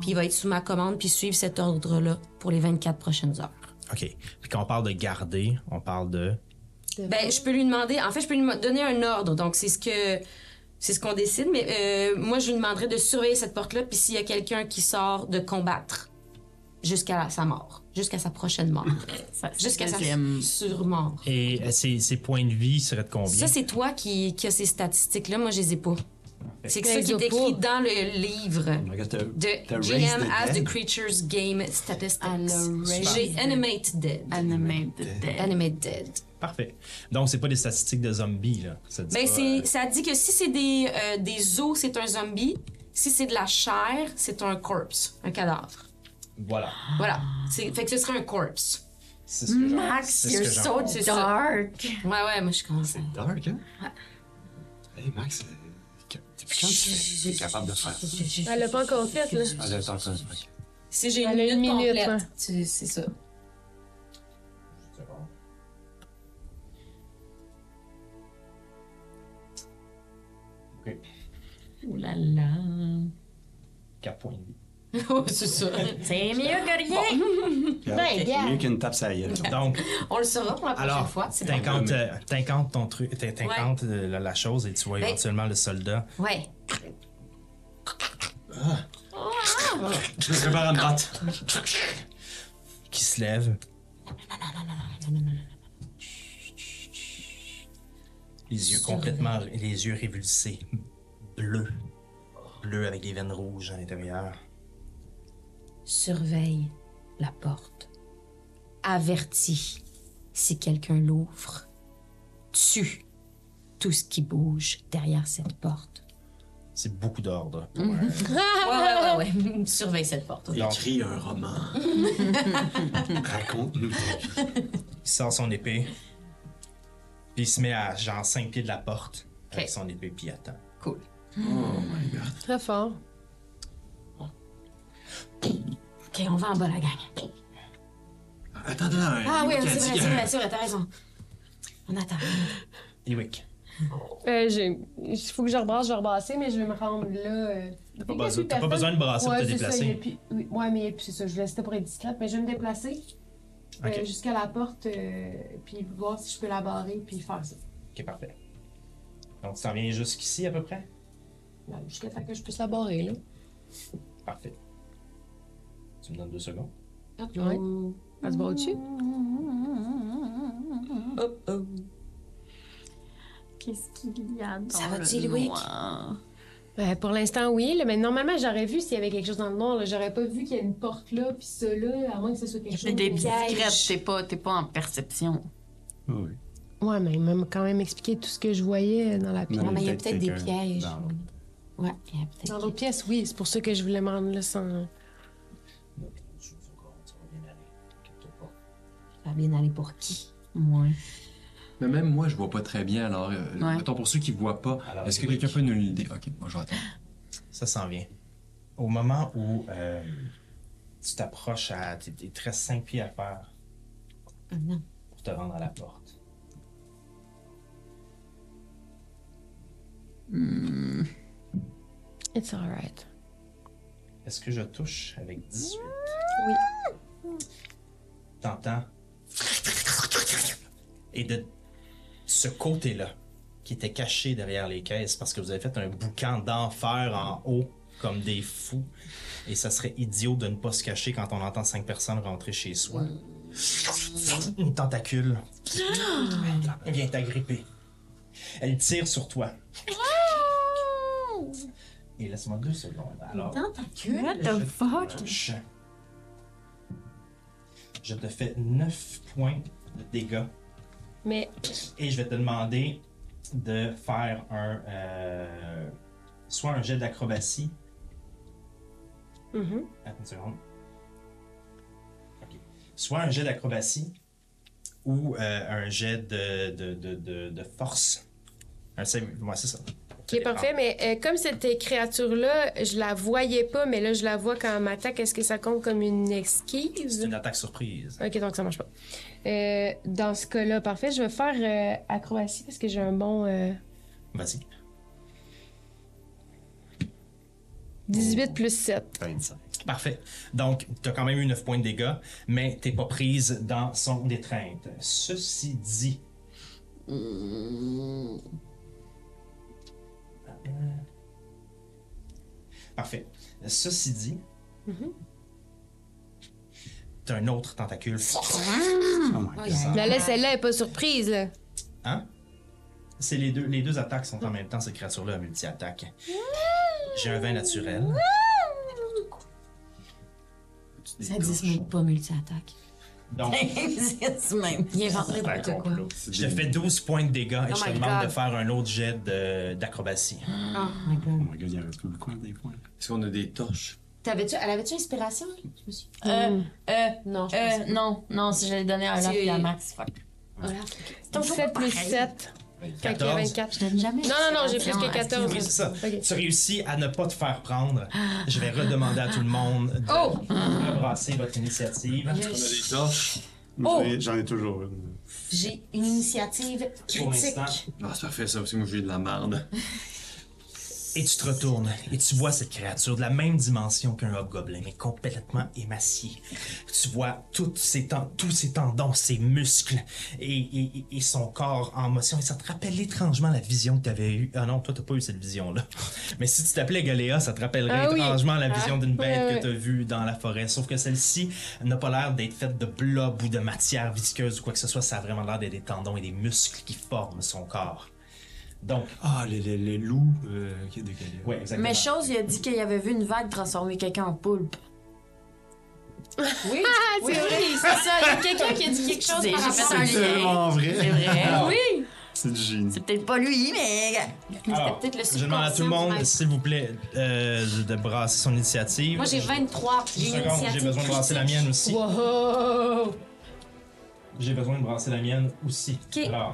D: Puis il va être sous ma commande, puis suivre cet ordre-là pour les 24 prochaines heures.
A: OK. Puis quand on parle de garder, on parle de...
D: Ben, je peux lui demander. En fait, je peux lui donner un ordre. Donc, c'est ce que. C'est ce qu'on décide, mais euh, moi, je lui demanderais de surveiller cette porte-là, puis s'il y a quelqu'un qui sort, de combattre jusqu'à sa mort, jusqu'à sa prochaine mort,
B: Ça, c'est
D: jusqu'à sa
B: deuxième.
D: surmort.
A: Et euh, ces, ces points de vie seraient de combien?
D: Ça, c'est toi qui, qui as ces statistiques-là. Moi, je les ai pas. C'est
B: Ben,
D: ça qui est écrit dans le livre
C: Regarde, Oh t'as-
D: de
C: t'as raised
D: GM
C: the
D: as the
C: dead.
D: creature's game statistics.
B: Elle a raised
D: J'ai
B: the-
D: animate dead.
B: Animate the dead.
D: Animate dead.
A: Parfait. Donc, c'est pas des statistiques de zombies, là. Ça dit
D: Ben,
A: pas,
D: c'est, ça dit que si c'est des, euh, des os, c'est un zombie. Si c'est de la chair, c'est un corpse, un cadavre.
A: euh, Voilà.
D: Voilà. C'est, fait que ce serait un corpse.
A: C'est ce que j'en-
B: Max,
A: c'est ce
B: you're
A: que j'en-
B: so
D: C'est ça.
B: dark.
D: Ouais, ouais, moi je commence. à-
C: C'est dark, hein? Hey, Max, euh, que- depuis quand tu fais- t'es capable de faire ça?
F: Elle l'a pas encore fait, là.
C: Ah, j'avais peur de ça, ok.
D: Si j'ai
F: Elle
D: une
F: a
D: minute,
F: une minute,
D: complète,
F: ouais.
D: tu- c'est ça.
B: Oh là là.
A: Quatre points de vie.
D: Oh, c'est ça.
B: C'est mieux que rien.
C: Regarde,
F: gars.
C: Mieux qu'une tape, ça y est.
A: Donc,
D: On le saura pour la prochaine
A: alors,
D: fois. C'est bon.
A: t'incantes euh, t'incantes ton truc, t'in- t'incantes euh, la, la chose et tu vois éventuellement le soldat.
D: Ouais.
C: Je me prépare une batte.
A: qui se lève. Les yeux complètement, les yeux révulsés, bleus, bleus avec des veines rouges à l'intérieur.
K: Surveille la porte. Avertis si quelqu'un l'ouvre. Tue tout ce qui bouge derrière cette porte.
A: C'est beaucoup d'ordre.
D: Ouais,
F: Ah.
D: ouais, ouais, ouais. Surveille cette porte.
A: Donc,
C: Écris un roman. Raconte-nous ta vie.
A: il sort son épée, puis il se met à genre 5 pieds de la porte avec
D: Ok.
A: son épée puis il attend.
F: Très fort.
D: Ok, on va en bas, la gang.
E: Attends, attends, un-
D: Ah oui,
E: Lucas
D: c'est
E: dit
D: vrai,
E: que-
D: c'est vrai, c'est vrai, t'as raison. On attend.
A: Ewick.
F: Euh, j'ai- Il faut que je rebrasse, je vais rebrasser, mais je vais me rendre là. euh, dès
A: pas
F: qu'il y a
A: besoin-
F: plus
A: t'as pas
F: personne-
A: besoin de brasser pour te
F: Ouais, c'est ça,
A: déplacer.
F: il y a plus- oui, ouais, mais puis c'est ça, je laisse ça pour être discrète, mais je vais me déplacer euh,
A: Ok.
F: jusqu'à la porte, euh, puis voir si je peux la barrer, puis faire ça.
A: Ok, parfait. Donc, tu t'en viens jusqu'ici à peu près?
F: Là, Jusqu'à temps que je puisse la barrer, là.
A: Parfait. Tu me donnes deux secondes.
F: Ouais. Elle se barre au-dessus?
B: Qu'est-ce qu'il y a dans
K: Ça va-tu,
B: le
K: Louis?
B: noir?
F: Ben, pour l'instant, oui, là, mais normalement, j'aurais vu s'il y avait quelque chose dans le noir. là. J'aurais pas vu qu'il y a une porte là, puis ça là, à moins que ce soit quelque chose.
B: C'est des
F: de-
B: discrètes, t'es pas, t'es pas en perception.
C: Oui.
F: Ouais, mais il m'a quand même expliqué tout ce que je voyais dans la pièce.
C: Non,
D: mais il y a peut-être des
C: quelqu'un
D: pièges.
C: dans l'autre.
D: Ouais, il y a peut-être.
F: Dans l'autre pièce, oui, c'est pour ça que je voulais me rendre là sans.
D: Ça va bien aller pour qui?
B: Ouais.
E: Mais même moi, je vois pas très bien, alors. euh,
B: Ouais.
E: mettons, pour ceux qui voient pas,
A: Alors,
E: est-ce que
A: Ewick.
E: quelqu'un peut nous l'aider? Ok, moi je vais attendre.
A: Ça s'en vient. Au moment où euh, tu t'approches à. t'es- t'es- Il te reste 5 pieds à faire
D: Ah non.
A: pour te rendre à la porte.
F: It's alright.
A: Est-ce que je touche avec 18? Oui. T'entends? Et de ce côté-là, qui était caché derrière les caisses parce que vous avez fait un boucan d'enfer en haut, comme des fous, et ça serait idiot de ne pas se cacher quand on entend cinq personnes rentrer chez soi. Une tentacule vient t'agripper. Elle tire sur toi. Et laisse-moi deux secondes. Alors,
B: What the fuck?
A: je- Je te fais 9 points de dégâts
F: Mais
A: et je vais te demander de faire un. euh, soit un jet d'acrobatie.
F: Mhm.
A: Attends une seconde. Ok. Soit un jet d'acrobatie ou euh, un jet de, de, de, de, de force. Un save- ouais, c'est ça.
F: Qui est parfait, mais euh, comme cette euh, créature-là, je la voyais pas, mais là, je la vois quand elle m'attaque. Est-ce que ça compte comme une
A: C'est
F: esquive?
A: une attaque surprise.
F: Ok, donc ça marche pas. Euh, dans ce cas-là, parfait, je vais faire euh, acrobatie parce que j'ai un bon euh,
A: Vas-y.
F: 18 plus 7.
C: 25.
A: Parfait. Donc, tu as quand même eu 9 points de dégâts, mais t'es pas prise dans son étreinte. Ceci dit. Parfait. Ceci dit, t'as un autre tentacule.
C: Oh my god.
F: Mais là, celle-là est pas surprise. là.
A: Hein? C'est les deux, les deux attaques sont en même temps, cette créature-là, multi-attaque. J'ai un 20 naturel.
G: Ça dit même pas multi-attaque.
A: Donc,
G: C'est même. Il inventerait
D: Ben,
A: c'est un
G: n'importe quoi.
A: complot. Je te fais 12 points de dégâts et
D: Oh
A: je te
D: my
A: demande
D: God.
A: de faire un autre jet de- d'acrobatie.
G: Oh my God.
C: Oh my god, il y aurait plus beaucoup à des points.
E: Est-ce qu'on a des torches?
G: T'avais-tu- Elle avait-tu inspiration? Je me suis-
B: Euh,
H: Hmm.
B: euh,
G: Non, je pense
B: euh, non, non, si j'allais donner à Olaf
D: C'est-
B: et à Max, fuck.
H: Donc 7 plus 7. Fait que
A: 14.
H: 24.
B: Je donne jamais.
H: Non, non, non, j'ai plus que
A: Oui,
H: 14.
A: c'est ça.
H: Ok.
A: Tu réussis à ne pas te faire prendre. Je vais redemander à tout le monde de brasser votre initiative.
E: On a des torches?
C: Moi,
G: Oh!
C: j'en ai- J'en ai toujours une.
G: J'ai une initiative
A: Pour
G: critique.
A: l'instant.
E: Non, c'est parfait ça, parce que moi j'ai de la merde.
A: Et tu te retournes et tu vois cette créature de la même dimension qu'un hobgoblin, mais complètement émaciée. Tu vois toutes ses ten- tous ses tendons, ses muscles et, et- et son corps en motion. Et ça te rappelle étrangement la vision que tu avais eue. Ah non, toi, tu pas eu cette vision-là. Mais si tu t'appelais Galéa, ça te rappellerait
H: Ah oui.
A: étrangement la vision d'une bête
H: ouais, ouais.
A: que tu as vue dans la forêt. Sauf que celle-ci n'a pas l'air d'être faite de blob ou de matière visqueuse ou quoi que ce soit. Ça a vraiment l'air d'être des tendons et des muscles qui forment son corps. Donc,
C: Ah, les, les, les loups euh, qui est décalé.
A: ouais, exactement.
G: Mais chose, il a dit qu'il avait vu une vague transformer quelqu'un en poulpe. Oui,
H: Ah, C'est vrai.
D: C'est ça, il y a quelqu'un qui a dit quelque chose
B: Excusez,
D: par
B: j'ai fait
D: rapport à
B: un
C: C'est
D: lui.
C: tellement
B: C'est
C: vrai.
B: vrai.
C: C'est du génie.
B: C'est peut-être pas lui, mais.
A: Alors,
D: peut-être le
A: je demande à tout le
D: subconscient du
A: monde,
D: maître.
A: s'il vous plaît, euh, de brasser son initiative.
D: Moi, j'ai 23, puis
A: Une
D: j'ai une
A: seconde,
D: initiative
A: J'ai besoin de brasser la
D: critique.
A: mienne aussi.
H: Wow!
A: J'ai besoin de brasser la mienne aussi.
D: Ok.
A: Alors,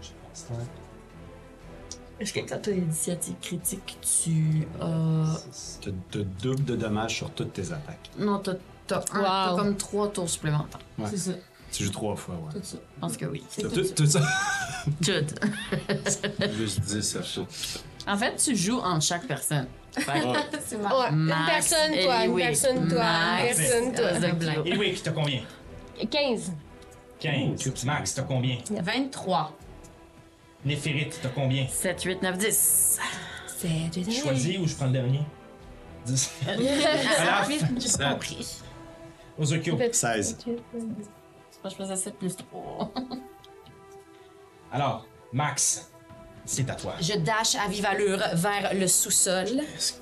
A: je passe là.
B: Est-ce que quand t'as une initiative critique, tu euh, as.
C: Tu te double de dommages sur toutes tes attaques.
B: Non, t'as t'as un- t'as
H: Wow.
B: comme trois tours supplémentaires.
C: Ouais.
B: C'est ça.
C: Tu joues trois fois, ouais.
B: Tout ça. Je pense que oui.
C: T'as Tout, tout ça.
B: Tout.
E: Juste 10 à chaud.
B: En fait, tu joues en chaque personne.
D: C'est marrant.
H: Ouais, une
B: Max,
H: personne, toi, une
B: Eliwick,
H: personne, toi, une
B: Max,
H: personne, toi.
B: euh, Zach.
A: Et oui, t'as combien
H: 15.
A: 15. Max, t'as combien
B: 23,
A: Néphérite, t'as combien
B: 7, 8, 9, 10.
G: c'est
A: Je choisis ou je prends le dernier 10.
D: Ah
A: Olaf,
B: J'ai
E: Ça.
B: compris.
A: Ozokyo.
C: 16.
B: Je pense que je faisais 7 plus 3.
A: Alors, Max, c'est à toi.
G: Je dash à vive allure vers le sous-sol.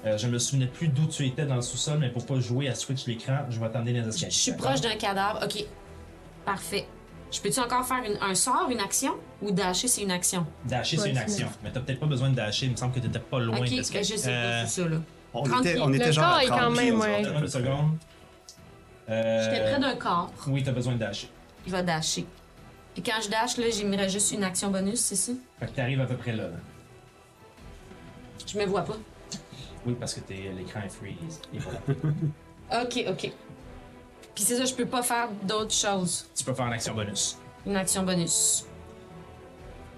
A: Euh, je me souvenais plus d'où tu étais dans le sous-sol, mais pour pas jouer à switch l'écran, je vais t'emmener dans les
D: Je
A: escaliers.
D: suis
A: D'accord?
D: proche d'un cadavre. OK. Parfait. Je peux-tu encore faire une- un sort, une action? Ou dasher, c'est une action?
A: Dasher, c'est une action. Mais t'as peut-être pas besoin de dasher. Il me semble que t'étais pas loin
D: OK,
A: de
D: ben,
A: ce
D: je
A: que
D: sais
A: Euh,
D: pas tout ça, là.
C: On
D: 30
C: était,
D: pieds.
C: on était
H: Le
C: genre
H: corps
C: à
H: est
C: 30
H: quand
C: pieds,
H: même,
C: on
H: ouais.
C: sortait.
A: Donne-moi une seconde. Euh,
D: J'étais près d'un corps.
A: Oui, t'as besoin de dasher.
D: Je vais dasher. Puis quand je dash, là, j'aimerais juste une action bonus, c'est ça?
A: Fait que t'arrives à peu près là. là.
D: Je me vois pas.
A: Oui, parce que t'es- l'écran est freeze. Et voilà.
D: OK, OK. Puis c'est ça, je peux pas faire d'autres choses.
A: tu peux faire une action bonus.
D: Une action bonus.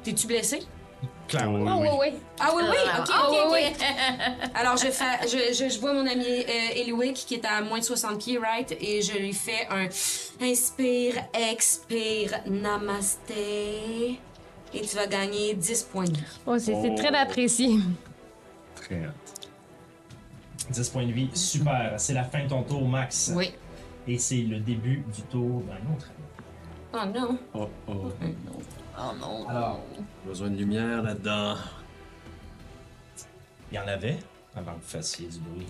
D: T'es-tu blessé?
A: Clairement.
H: Oh, ouais, ouais.
D: Ah oui, oui,
B: Ah,
D: ok,
B: ah,
D: ok,
B: oui,
D: ok. Alors, je, fais, je, je, je vois mon ami euh, Eliwick qui est à moins de 60 pieds, right? Et je lui fais un inspire, expire, namaste. Et tu vas gagner 10 points de vie.
H: Oh, c'est c'est très apprécié.
C: Très
A: 10 points de vie. Super. C'est la fin de ton tour, Max.
D: Oui.
A: Et c'est le début du tour d'un autre.
D: Oh non.
C: Oh, oh.
A: Alors,
E: Besoin de lumière là-dedans.
A: il y en avait avant que vous fassiez du bruit.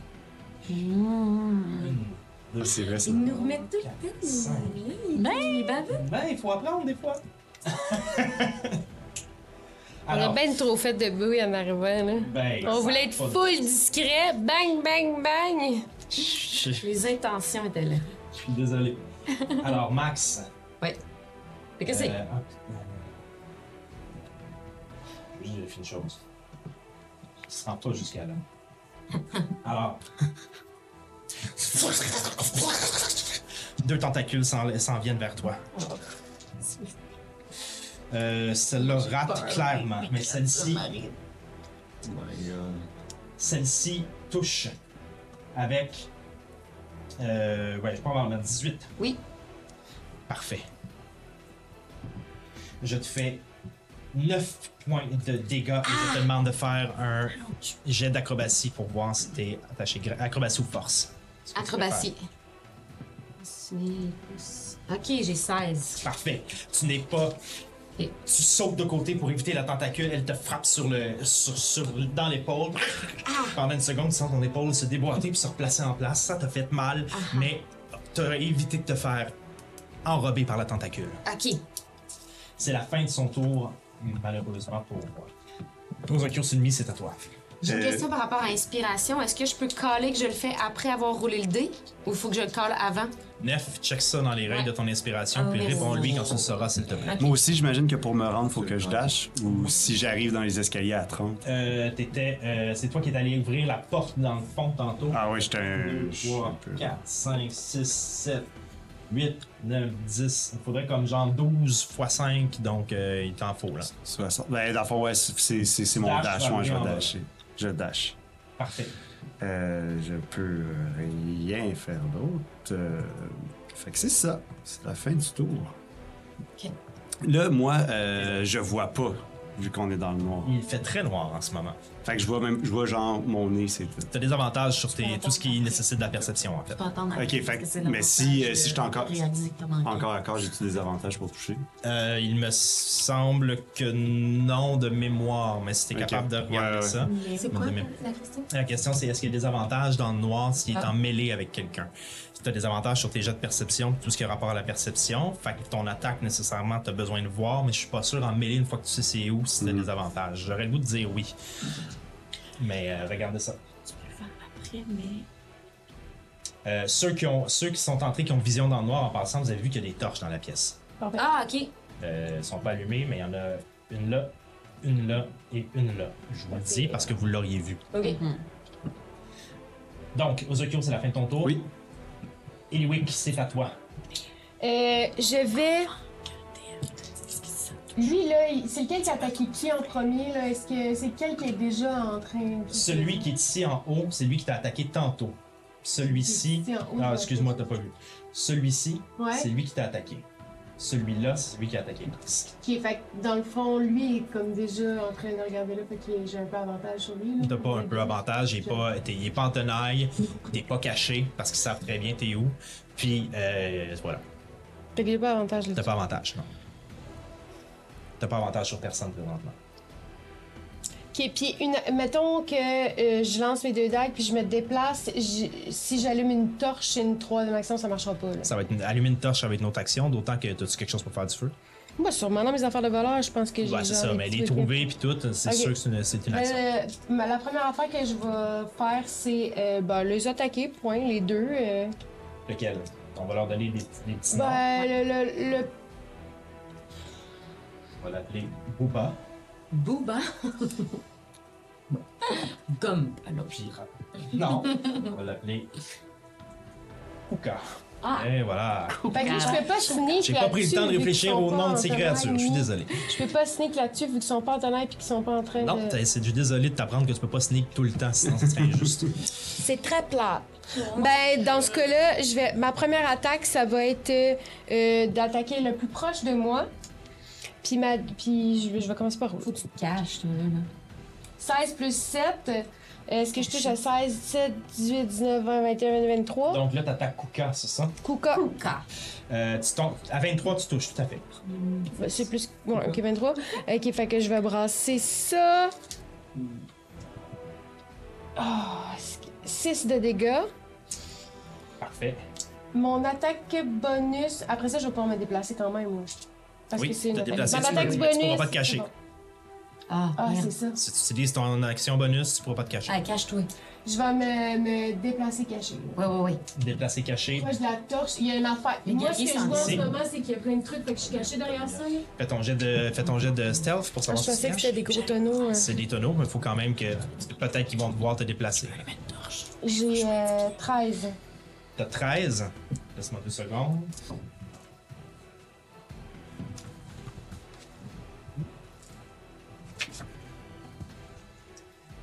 A: Une, deux,
C: C'est vrai, c'est
D: Ils nous remettent tout
A: quatre,
D: le temps.
A: cinq.
D: Ben, ben,
A: Ben, il faut apprendre des fois.
H: On a
A: Alors,
H: bien trop fait de bruit en arrivant, là.
A: ben,
H: On
A: ça
H: voulait
A: a
H: être
A: pas de-
H: full discret. Bang, bang, bang.
A: Je
D: Les intentions étaient là.
A: suis désolé. Alors, Max.
D: Mais Qu'est-ce que c'est?
A: Euh, ah, euh, Je vais juste vérifier euh, une chose. Je sens pas jusqu'à là. Alors. Deux tentacules s'en s'en viennent vers toi. Euh, celle-là rate clairement, mais celle-ci. Celle-ci touche avec. Euh, ouais, je pense en mettre 18.
D: Oui.
A: Parfait. Je te fais 9 points de dégâts et je te demande de faire un jet d'acrobatie pour voir si t'es attaché. Gra- Acrobatie ou force. Ce que tu veux
D: Acrobatie. Ok, j'ai 16.
A: faire. Parfait. Tu n'es pas
G: Et-
A: Tu sautes de côté pour éviter la tentacule, elle te frappe sur le, sur, sur- dans l'épaule.
D: Ah!
A: Pendant une seconde, tu sens ton épaule se déboîter puis se replacer en place. Ça t'a fait mal,
D: Ah!
A: mais t'as évité de te faire enrober par la tentacule.
D: Ok.
A: C'est la fin de son tour, malheureusement pour moi. Pose un cursus demi, c'est à toi.
D: J'ai une question par rapport à inspiration. Est-ce que je peux caler que je le fais après avoir roulé le dé ou faut que je le cale avant?
A: Neuf, check ça dans les règles de ton inspiration,
D: Ah,
A: puis
D: merci. Ah.
A: réponds-lui quand tu le sauras, s'il te plaît.
C: Moi aussi, j'imagine que pour me rendre, faut que je dash. Ou si j'arrive dans les escaliers à 30.
A: Euh, t'étais, euh, c'est toi qui es allé ouvrir la porte dans le fond tantôt.
C: Ah ouais, j'étais un.
A: 2,
C: je suis un
A: 3,
C: peu-
A: 4, 5, 6, 7, 8, 9, 10. Il faudrait comme genre 12 x 5, donc euh, il t'en faut là.
C: 60. Ben, dans le fond, ouais, c'est c'est- c'est mon
A: Dash,
C: dash.
A: ça
C: Moi, je vais
A: revient en bas.
C: dasher. Je dash.
A: Parfait.
C: Euh, je peux rien faire d'autre. Euh, fait que c'est ça. C'est la fin du tour. Là, moi, euh, je vois pas, vu qu'on est dans le noir.
A: Il fait très noir en ce moment.
C: Fait que je vois même, je vois genre mon nez, c'est tout.
A: T'as des avantages sur tes- tout ce qui nécessite de la perception en fait.
B: Pas attendre
C: Ok, fait- mais si, euh, si je t'en- Encore, encore, j'ai-tu des avantages pour toucher?
A: Euh, il me semble que non de mémoire, mais si t'es
C: Ok.
A: capable de regarder
C: Ouais, ouais.
A: ça.
F: C'est
A: quoi,
F: la question? Ah.
A: La question c'est est-ce qu'il y a des avantages dans le noir s'il est en mêlée avec quelqu'un? Si t'as des avantages sur tes jets de perception, tout ce qui a rapport à la perception, fait que ton attaque nécessairement t'as besoin de voir, mais je suis pas sûr en mêlée une fois que tu sais c'est où si t'as
C: Mhm.
A: des avantages. J'aurais le goût de dire oui. Mais euh, regardez ça. Euh, ceux, qui ont, ceux qui sont entrés qui ont vision dans le noir en passant, vous avez vu qu'il y a des torches dans la pièce.
D: Ah, ok.
A: Euh, elles sont pas allumées, mais il y en a une là, une là et une là. Je vous le dis parce que vous l'auriez vu.
H: Ok.
B: Mhm.
A: Donc, Ozokyo, c'est la fin de ton tour.
C: Oui.
A: Eliwick, c'est à toi.
H: Euh, je vais.
F: Lui, là, il- c'est lequel qui a attaqué qui en premier? là? Est-ce que c'est lequel qui est déjà en train. de-
A: Celui qui est ici en haut, c'est lui qui t'a attaqué tantôt. Celui-ci.
F: Qui est ici en haut,
A: Ah,
F: ouais.
A: excuse-moi, t'as pas vu. Celui-ci,
F: Ouais.
A: c'est lui qui t'a attaqué. Celui-là, c'est lui qui a attaqué Max.
F: Qui est, fait que dans le fond, lui, il est comme déjà en train de regarder là, fait que j'ai un peu avantage sur lui. là.
A: T'as pas un peu avantage, il est pas, t'es- il est pas en tenaille, t'es pas caché parce qu'ils savent très bien t'es où. Puis, euh, voilà.
H: Fait que j'ai pas avantage là.
A: T'as pas avantage, non. T'as pas avantage sur personne présentement.
H: Ok, puis une... mettons que euh, je lance mes deux dagues puis je me déplace. j- Si j'allume une torche et une 3 de action, ça marchera pas. Là.
A: Ça va être une, allumer une torche avec notre action, d'autant que t'as-tu quelque chose pour faire du feu?
H: Moi, sûrement dans mes affaires de voleur, je pense que j'ai.
A: Ouais, c'est
H: genre
A: ça,
H: des
A: mais
H: petits
A: les
H: trucs, là.
A: trouver puis tout, c'est
H: Ok.
A: sûr que c'est une, c'est une action.
H: Euh, ma- la première affaire que je vais faire, c'est euh, ben, les attaquer, point, les deux. euh.
A: Lequel? On va leur donner des, petits- des petits noms.
H: Ben, le, le, le-
A: On va l'appeler Booba,
G: Booba. Gump.
A: puis... Non! On va l'appeler... Kuka.
H: Ah!
A: Et voilà.
H: Fait que là, je peux pas sneak
A: J'ai pas pris le
H: là-dessus,
A: temps de
H: vu qu'ils
A: réfléchir
H: sont
A: au
H: pas
A: nom
H: en
A: de ces
H: tenaille,
A: créatures, je suis
H: ni-
A: désolé.
H: Je peux pas sneak là-dessus, vu qu'ils sont pas en tonnerre et qu'ils sont pas en train
A: Non,
H: de.
A: t'as- c'est du désolé de t'apprendre que tu peux pas sneak tout le temps, sinon ça serait injuste.
H: C'est très plat. Ben, dans ce cas-là, je vais... ma première attaque, ça va être euh, euh, d'attaquer le plus proche de moi. Puis, ma... Puis je, vais- je vais commencer par où?
G: Faut que tu te caches, toi, là.
H: 16 plus 7. Est-ce que je touche à 16, 17, 18, 19, 20, 21, 23?
A: Donc là, t'attaques Kuka, c'est ça?
H: Kouka.
A: Euh, tu tombes- à 23, tu touches, tout à fait.
H: Ben, C'est plus. Bon, ok, 23. Ok, fait que je vais brasser ça.
A: Hmm.
H: Oh, 6 de dégâts.
A: Parfait.
H: Mon attaque bonus. Après ça, je vais pouvoir me déplacer quand même. oui. Parce
A: Oui,
H: que c'est
A: t'as
H: une attaque.
A: déplacé,
H: Mon
A: tu
H: attaque
A: peux- tu
H: bonus.
A: pourras pas te cacher.
H: c'est bon.
G: Ah,
F: Ah,
G: merde.
F: c'est ça.
A: Si tu utilises ton action bonus, tu pourras pas te cacher.
G: Ah, cache-toi.
F: Je vais me, me déplacer caché. là.
G: Ouais, ouais, ouais.
A: Déplacer caché,
F: Moi, je la torche, il y a une affaire. Moi, ce que
G: guerriers
F: je vois en
A: s'en
F: ce moment, c'est qu'il y a plein de trucs, fait que je suis cachée derrière ça. là.
A: fais ton jet de, fais ton jet de stealth pour
H: Ah,
A: savoir si
H: je
A: tu
H: pensais que
A: te
H: c'était
A: caches.
H: des gros tonneaux. hein.
A: C'est des tonneaux, mais il faut quand même que peut-être qu'ils vont devoir te déplacer.
H: J'ai euh, 13.
A: T'as 13. Laisse-moi deux secondes.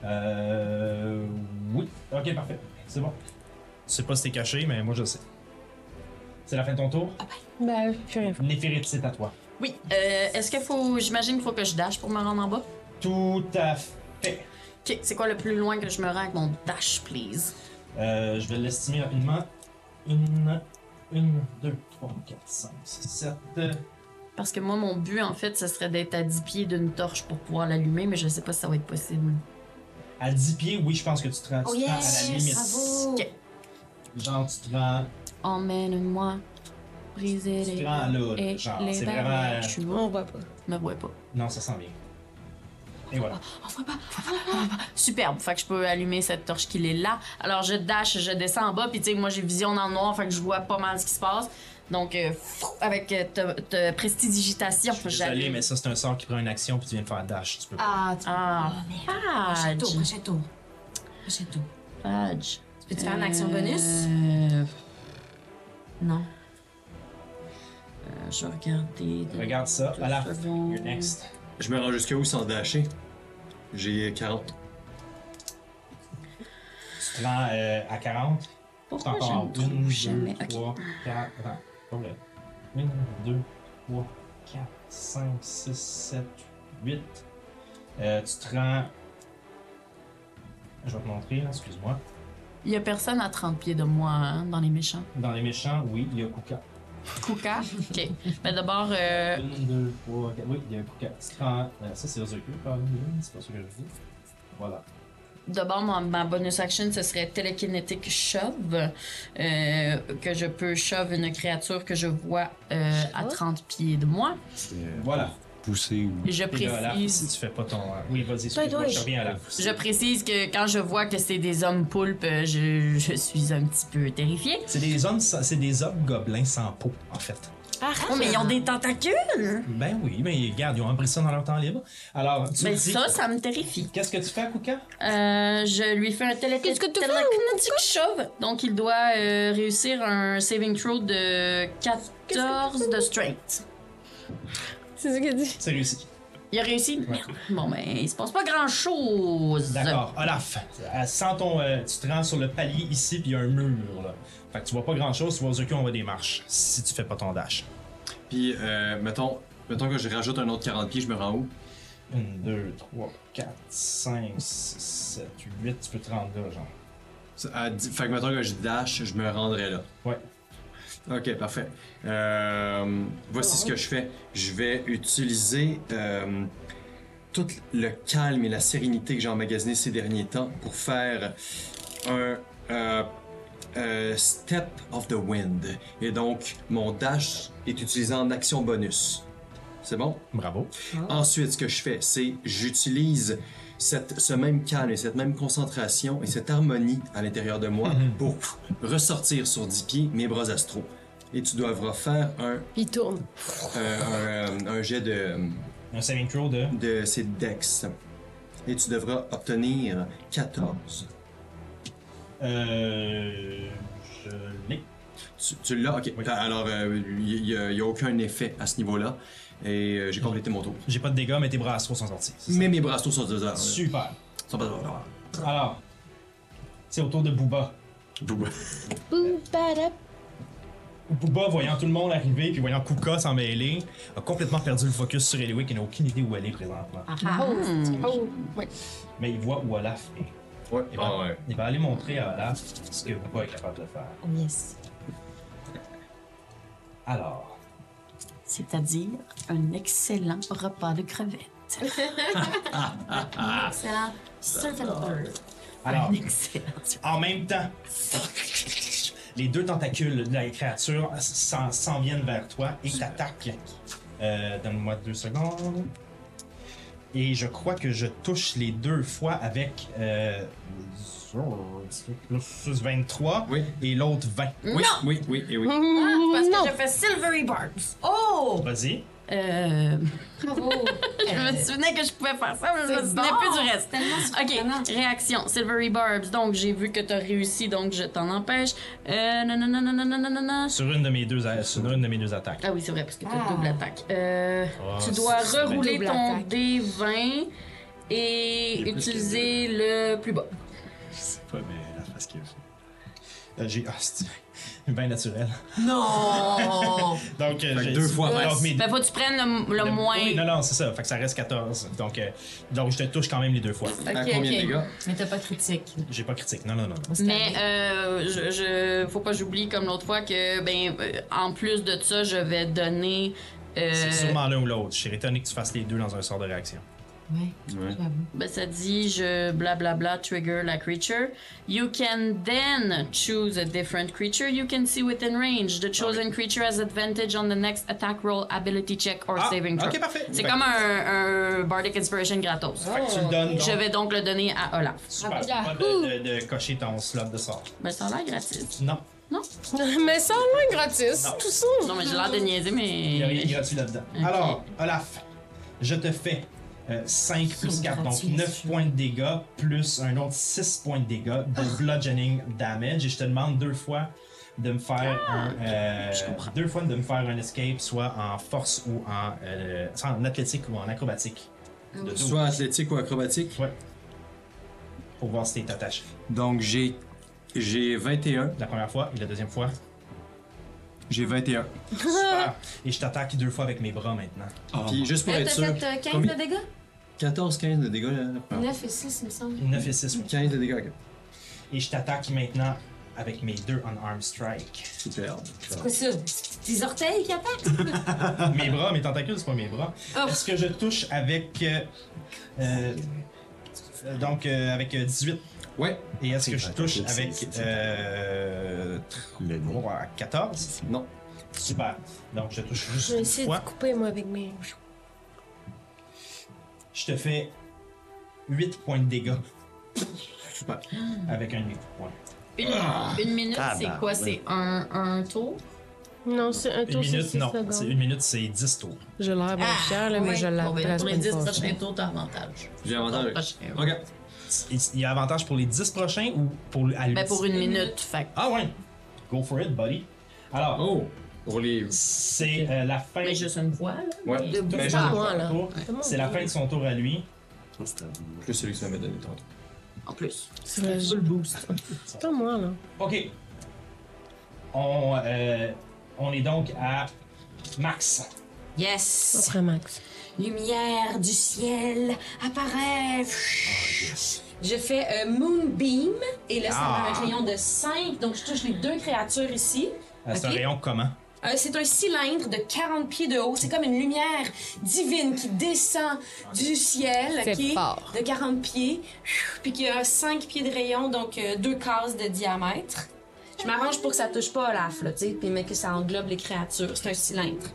A: Euh. Oui. Ok, parfait. C'est bon. Je sais pas si t'es caché, mais moi je sais. C'est la fin de ton tour.
H: Ben, plus rien.
A: Néphérite, c'est à toi.
B: Oui. euh, Est-ce qu'il faut. J'imagine qu'il faut que je dash pour me rendre en bas.
A: Tout à fait.
B: Ok, c'est quoi le plus loin que je me rends avec mon dash, please?
A: Euh, je vais l'estimer rapidement. Une, une, deux, trois, quatre, cinq, six, sept,
B: Parce que moi, mon but, en fait, ce serait d'être à 10 pieds d'une torche pour pouvoir l'allumer, mais je sais pas si ça va être possible.
A: À 10 pieds, oui, je pense que tu te rends, tu
D: Oh
A: te rends à la limite.
D: yes! Bravo!
B: Ok.
A: Genre, tu te rends,
B: Emmène-moi briser
A: tu
B: les.
A: te rends là.
B: et
A: genre,
B: les
A: c'est
B: barrières.
A: vraiment.
B: Je suis
H: On
B: bon,
H: voit pas.
B: me vois pas.
A: Non, ça sent bien. Et voilà.
B: Superbe. Fait que je peux allumer cette torche qui est là. Alors je dash, je descends en bas, puis tu sais, moi j'ai vision dans le noir, fait que je vois pas mal ce qui se passe. Donc, euh, fou, avec euh, ta, ta prestidigitation,
A: Je suis désolé,
B: j'allume.
A: mais ça, c'est un sort qui prend une action puis tu viens de faire dash. Tu peux pas.
D: Ah, tu
B: Ah,
D: prochain
B: Fudge.
D: tour, prochain tour. Prochain tour.
B: Fudge.
D: Tu peux-tu faire une action bonus?
B: Euh,
D: Non.
B: Euh, je vais regarder.
A: Regarde ça. Voilà.
B: Second.
A: You're next.
E: Je me rends jusque où sans dasher? J'ai 40.
A: Tu te rends euh, à 40. C'est
B: Pourquoi
A: encore
B: je
A: en
B: ne trouve
A: 1,
B: jamais?
A: 2,
B: Ok.
A: 3, 4. Attends, ah, pas vrai. 1, 2, 3, 4, 5, 6, 7, 8. Euh, tu te rends. Je vais te montrer, là, excuse-moi.
B: Il y a personne à 30 pieds de moi hein, dans les méchants.
A: Dans les méchants, oui, il y a Kuka.
B: Kouka? OK. Mais d'abord, euh,
A: 1, 2, 3, 4. Oui, il y a Kuka. Tu te rends. euh, ça, c'est Ozoku, quand même. C'est pas ce que je dis. Voilà.
B: d'abord ma, ma bonus action, ce serait télékinétique shove, euh, que je peux shove une créature que je vois euh, à 30 pieds de moi.
A: Voilà.
C: euh, Poussé ou.
B: Je
A: Et là, là, si
B: précise,
A: tu fais pas ton. euh, Oui, vas-y, excuse-moi, je reviens à la.
B: je précise que quand je vois que c'est des hommes poulpes, euh, je, je suis un petit peu terrifiée.
A: C'est des hommes, sans- c'est des hommes gobelins sans peau, en fait.
B: Oh, mais ils ont des tentacules!
A: Ben oui, mais regarde, ils ont appris ça dans leur temps libre. Alors, tu
B: Mais
A: me dis,
B: Ben, ça, ça me terrifie.
A: qu'est-ce que tu fais, Kouka?
B: Euh, je lui fais un télékinétique
H: Qu'est-ce que tu fais,
B: shove. Donc, il doit euh, réussir un saving throw de 14 de strength.
H: C'est ce que dit.
A: C'est réussi.
B: Il a réussi?
A: Ouais.
B: Merde. Bon, ben, il se passe pas grand-chose.
A: D'accord. Olaf, euh, sans ton, euh, tu te rends sur le palier ici, puis il y a un mur, là. Fait que tu vois pas grand-chose, tu vois Zuki, on voit des marches, si tu fais pas ton dash.
E: Puis, euh, mettons, mettons que je rajoute un autre 40 pieds, je me rends où?
A: 1, 2, 3, 4, 5, 6, 7, 8, tu peux te rendre là, genre.
E: À dix- Fait que mettons que je dash, je me rendrai là.
A: Ouais.
E: Ok, parfait. Euh, voici ce que je fais. Je vais utiliser euh, tout le calme et la sérénité que j'ai emmagasiné ces derniers temps pour faire un euh, euh, Step of the Wind. Et donc, mon dash est utilisé en action bonus. C'est bon?
A: Bravo.
E: Ensuite, ce que je fais, c'est j'utilise cette, ce même calme et cette même concentration et cette harmonie à l'intérieur de moi
A: Mhm.
E: pour ressortir sur 10 pieds mes bras astro. Et tu devras faire un,
H: Puis il tourne.
E: euh, un, euh, un jet de,
A: Un saving throw de.
E: de ces dex. Et tu devras obtenir 14.
A: Euh. Je l'ai.
E: Tu, tu l'as? Ok.
A: Oui.
E: Alors, euh, il n'y a, y a aucun effet à ce niveau-là. Et euh, j'ai complété mon tour.
A: J'ai pas de dégâts, mais tes bras astro sont sortis.
B: Mm.
A: c'est ça?
E: Mais mes bras astro sont, sont, sont,
A: Super.
E: pas-
A: Alors, c'est au tour de Booba.
H: Boum, badap.
A: Booba, voyant tout le monde arriver puis voyant Kuka s'en mêler, a complètement perdu le focus sur Eliwick et n'a aucune idée où elle est présentement.
E: Hmm.
H: Oh, ouais.
A: Mais il voit où Olaf est.
E: Ouais.
A: Il va,
E: Ah ouais.
A: il va aller montrer à Olaf ce que Booba est capable de faire.
G: Yes.
A: Alors,
B: C'est-à-dire un excellent repas de crevettes.
D: Excellent. Surface
A: alors
B: Un excellent.
A: en même temps, les deux tentacules de la créature s'en s'en viennent vers toi et t'attaquent. Euh, Donne-moi deux secondes. Et je crois que je touche les deux fois avec euh, plus 23
E: Oui.
A: et l'autre 20.
E: Oui, oui, oui, et oui.
B: Parce que je fais Silvery Barbs. Oh!
A: Vas-y.
B: Euh,
D: Bravo!
B: je me souvenais que je pouvais faire ça, mais je me
D: C'est
B: souvenais
D: bon.
B: plus du reste.
D: Tellement surprenant.
B: Ok, réaction. Silvery Barbs. Donc, j'ai vu que t'as réussi, donc je t'en empêche. Euh, non, non, non, non, non, non, non, non, non.
A: Sur une de mes deux, a- sur une de mes deux attaques.
B: Ah oui, c'est vrai, parce que t'as
D: Ah.
B: double attaque. Euh,
A: Ah,
B: tu dois
A: c'est-
B: rerouler
H: Double
B: ton
H: attaque.
B: D20 et
C: plus que
B: utiliser le plus bas.
C: C'est pas, mais la face qu'il a fait.
A: Euh, J'ai. Ah, c'est bien naturel.
E: Non!
A: Donc, euh,
E: Fait que
A: j'ai-
E: deux fois
A: Donc,
E: max.
A: mes-
B: Ben, faut que tu prennes le, le moins.
A: Euh, Oui, non, non, c'est ça. Fait que ça reste 14. Donc, euh, donc je te touche quand même les deux fois.
E: à
B: Ok,
E: combien
B: ok.
E: de dégâts?
G: Mais t'as pas critique.
A: J'ai pas critique. Non, non, non. non.
B: Mais euh, je, je- faut pas que j'oublie comme l'autre fois que ben euh, en plus de ça, je vais donner
A: C'est
B: Euh,
A: sûrement l'un ou l'autre. Je serais étonné que tu fasses les deux dans un sort de réaction.
G: Ouais, j'avoue.
B: Ben, ça dit, je blablabla trigger la creature. You can then choose a different creature you can see within range. The
A: Ah,
B: chosen creature has advantage on the next attack roll, ability check or
A: Ah,
B: saving throw.
A: ok, parfait.
B: C'est
A: Fait-
B: comme un, un Bardic Inspiration gratos.
A: Fait que tu le donnes donc.
B: Je vais donc le donner à Olaf.
A: Super. Pas de, de- de cocher ton slot de sort.
B: Ben, ça a l'air gratuit.
A: Non.
B: Non?
H: mais ça a l'air gratis,
A: Non.
H: tout ça.
B: Non, mais j'ai l'air de niaiser,
A: Il n'y a rien de
B: mais.
A: gratuit là-dedans. Alors, Olaf, je te fais 5 plus 4, donc 9 points de dégâts, plus un autre 6 points de dégâts de bludgeoning damage. Et je te demande deux fois de me faire un, euh, deux fois de me faire un escape, soit en force ou en, euh, soit en athlétique ou en acrobatique.
E: Ah
A: De douze.
L: Soit athlétique ou acrobatique.
A: Ouais. Pour voir si t'es attaché.
E: Donc j'ai j'ai 21.
A: La première fois et la deuxième fois.
E: J'ai 21.
A: Super. Et je t'attaque deux fois avec mes bras maintenant.
L: Puis juste pour
D: Là,
L: être
D: t'as
L: sûr.
D: fait euh, 15
L: combien- Ah.
D: de dégâts?
L: 14, 15 de dégâts. là, là.
D: 9 et 6, il me semble.
A: 9 et 6.
L: 15 de dégâts, ok.
A: Et je t'attaque maintenant avec mes deux on-arm strike.
L: Super.
D: Quoi ça? Des orteils qui attaquent?
A: mes bras, mes tentacules, c'est pas mes bras.
D: Oh.
A: Est-ce que je touche avec. euh, euh, euh, donc, euh, avec euh, 18.
L: Ouais.
A: Et est-ce que je touche
C: tentacule,
A: avec.
C: c'est- c'est-
A: Euh,
C: Le nom.
A: 3, 14
L: Non.
A: Super. Donc, je touche juste
H: Je vais
A: une
H: essayer de
A: fois.
H: couper, moi, avec mes.
A: Je te fais 8 points de dégâts.
L: Super.
A: Avec un demi point.
B: Une, une minute, c'est
C: tabarnak.
B: quoi? C'est un, un tour?
H: Non, c'est un
A: Une
H: tour, c'est
A: minute,
H: 6
A: non. C'est
H: secondes.
A: une minute, c'est 10 tours.
H: J'ai l'air
F: Ah,
H: bien fière, là, mais je
B: Bon, ben,
H: l'ai
B: pour les 10 prochains
H: prochaine.
B: tours, t'as avantage.
L: J'ai avantage.
D: Ah,
B: Prochain.
L: Ok.
A: Il il y a avantage pour les 10 prochains ou pour, à
B: Ben, pour
A: l'ulti-
B: une minute, fait que-
A: Ah ouais! Go for it, buddy. Alors,
L: Oh. Pour les.
A: c'est euh, la fin.
B: Mais juste une fois, là.
L: Ouais.
A: Ben,
H: pas
A: je-
H: moi, là.
A: tour. C'est la fin de son tour à lui.
L: Plus celui que tu m'avais donné tantôt.
B: En plus.
H: C'est vrai, je- c'est pas moi, là.
A: Ok. On, euh, on est donc à Max.
H: Pas
D: Yes!
H: très max.
D: Lumière du ciel apparaît.
L: Ah,
D: Je fais euh, Moonbeam et là, ça
A: Ah.
D: me fait un rayon de 5. Donc, je touche les deux créatures ici.
A: Euh, C'est
D: Ok.
A: un rayon comment?
D: Euh, c'est un cylindre de 40 pieds de haut. C'est comme une lumière divine qui descend du ciel.
H: C'est
D: ok,
H: fort.
D: De 40 pieds. Puis qui a 5 pieds de rayon, donc euh, deux cases de diamètre. Je m'arrange pour que ça touche pas Olaf, là, tu sais, puis mais que ça englobe les créatures. C'est un cylindre.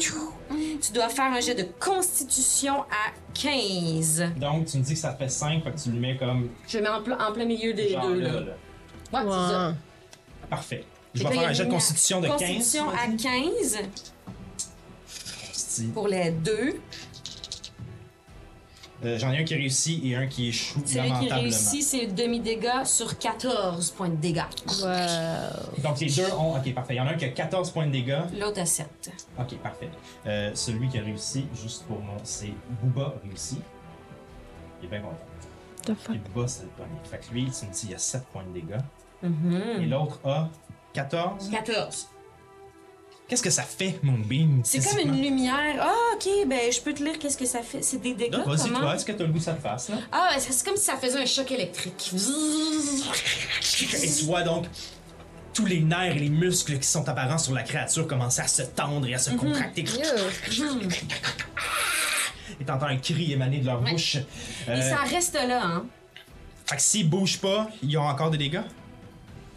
D: Tu dois faire un jet de constitution à 15.
A: Donc, tu me dis que ça fait 5, fait que tu le mets comme
D: Je le mets en, pla- en plein milieu des
A: genre
D: deux,
A: là,
D: là.
A: là.
D: Ouais, c'est ça.
H: Ouais.
A: Parfait. Je
D: Fait
A: vais
D: que là,
A: faire un
D: il y a
A: jet de
D: une
A: constitution de 15.
D: Constitution à 15
A: Hostie.
D: pour les deux.
A: Euh, J'en ai un qui réussit et un qui échoue
D: Celui qui
A: lamentablement.
D: réussit, c'est demi-dégâts sur 14 points de dégâts.
A: Donc, les deux ont. Ok, parfait. Il y en a un qui a 14 points de dégâts.
D: L'autre à 7.
A: Ok, parfait. Euh, celui qui a réussi, juste pour moi, c'est Booba réussi. Il est bien content.
H: The fuck.
A: Puis Booba, c'est le premier. Fait que lui, tu me dis, il a 7 points de dégâts. Et
D: Hmm.
A: l'autre a 14.
D: 14.
A: Qu'est-ce que ça fait, mon beam?
D: C'est comme une lumière. Ah, ok, ben je peux te lire qu'est-ce que ça fait. C'est des dégâts.
A: Là, vas-y,
D: comment?
A: toi, est-ce que t'as le goût que ça te fasse, là?
D: Ah, ben, ça- c'est comme si ça faisait un choc électrique.
A: Euh. Et tu vois donc tous les nerfs et les muscles qui sont apparents sur la créature commencer à se tendre et à
D: Mhm.
A: se contracter. Et t'entends un cri émaner de leur bouche.
D: Et
A: Euh,
D: ça reste là, hein.
A: Fait que s'ils bougent pas, ils ont encore des dégâts?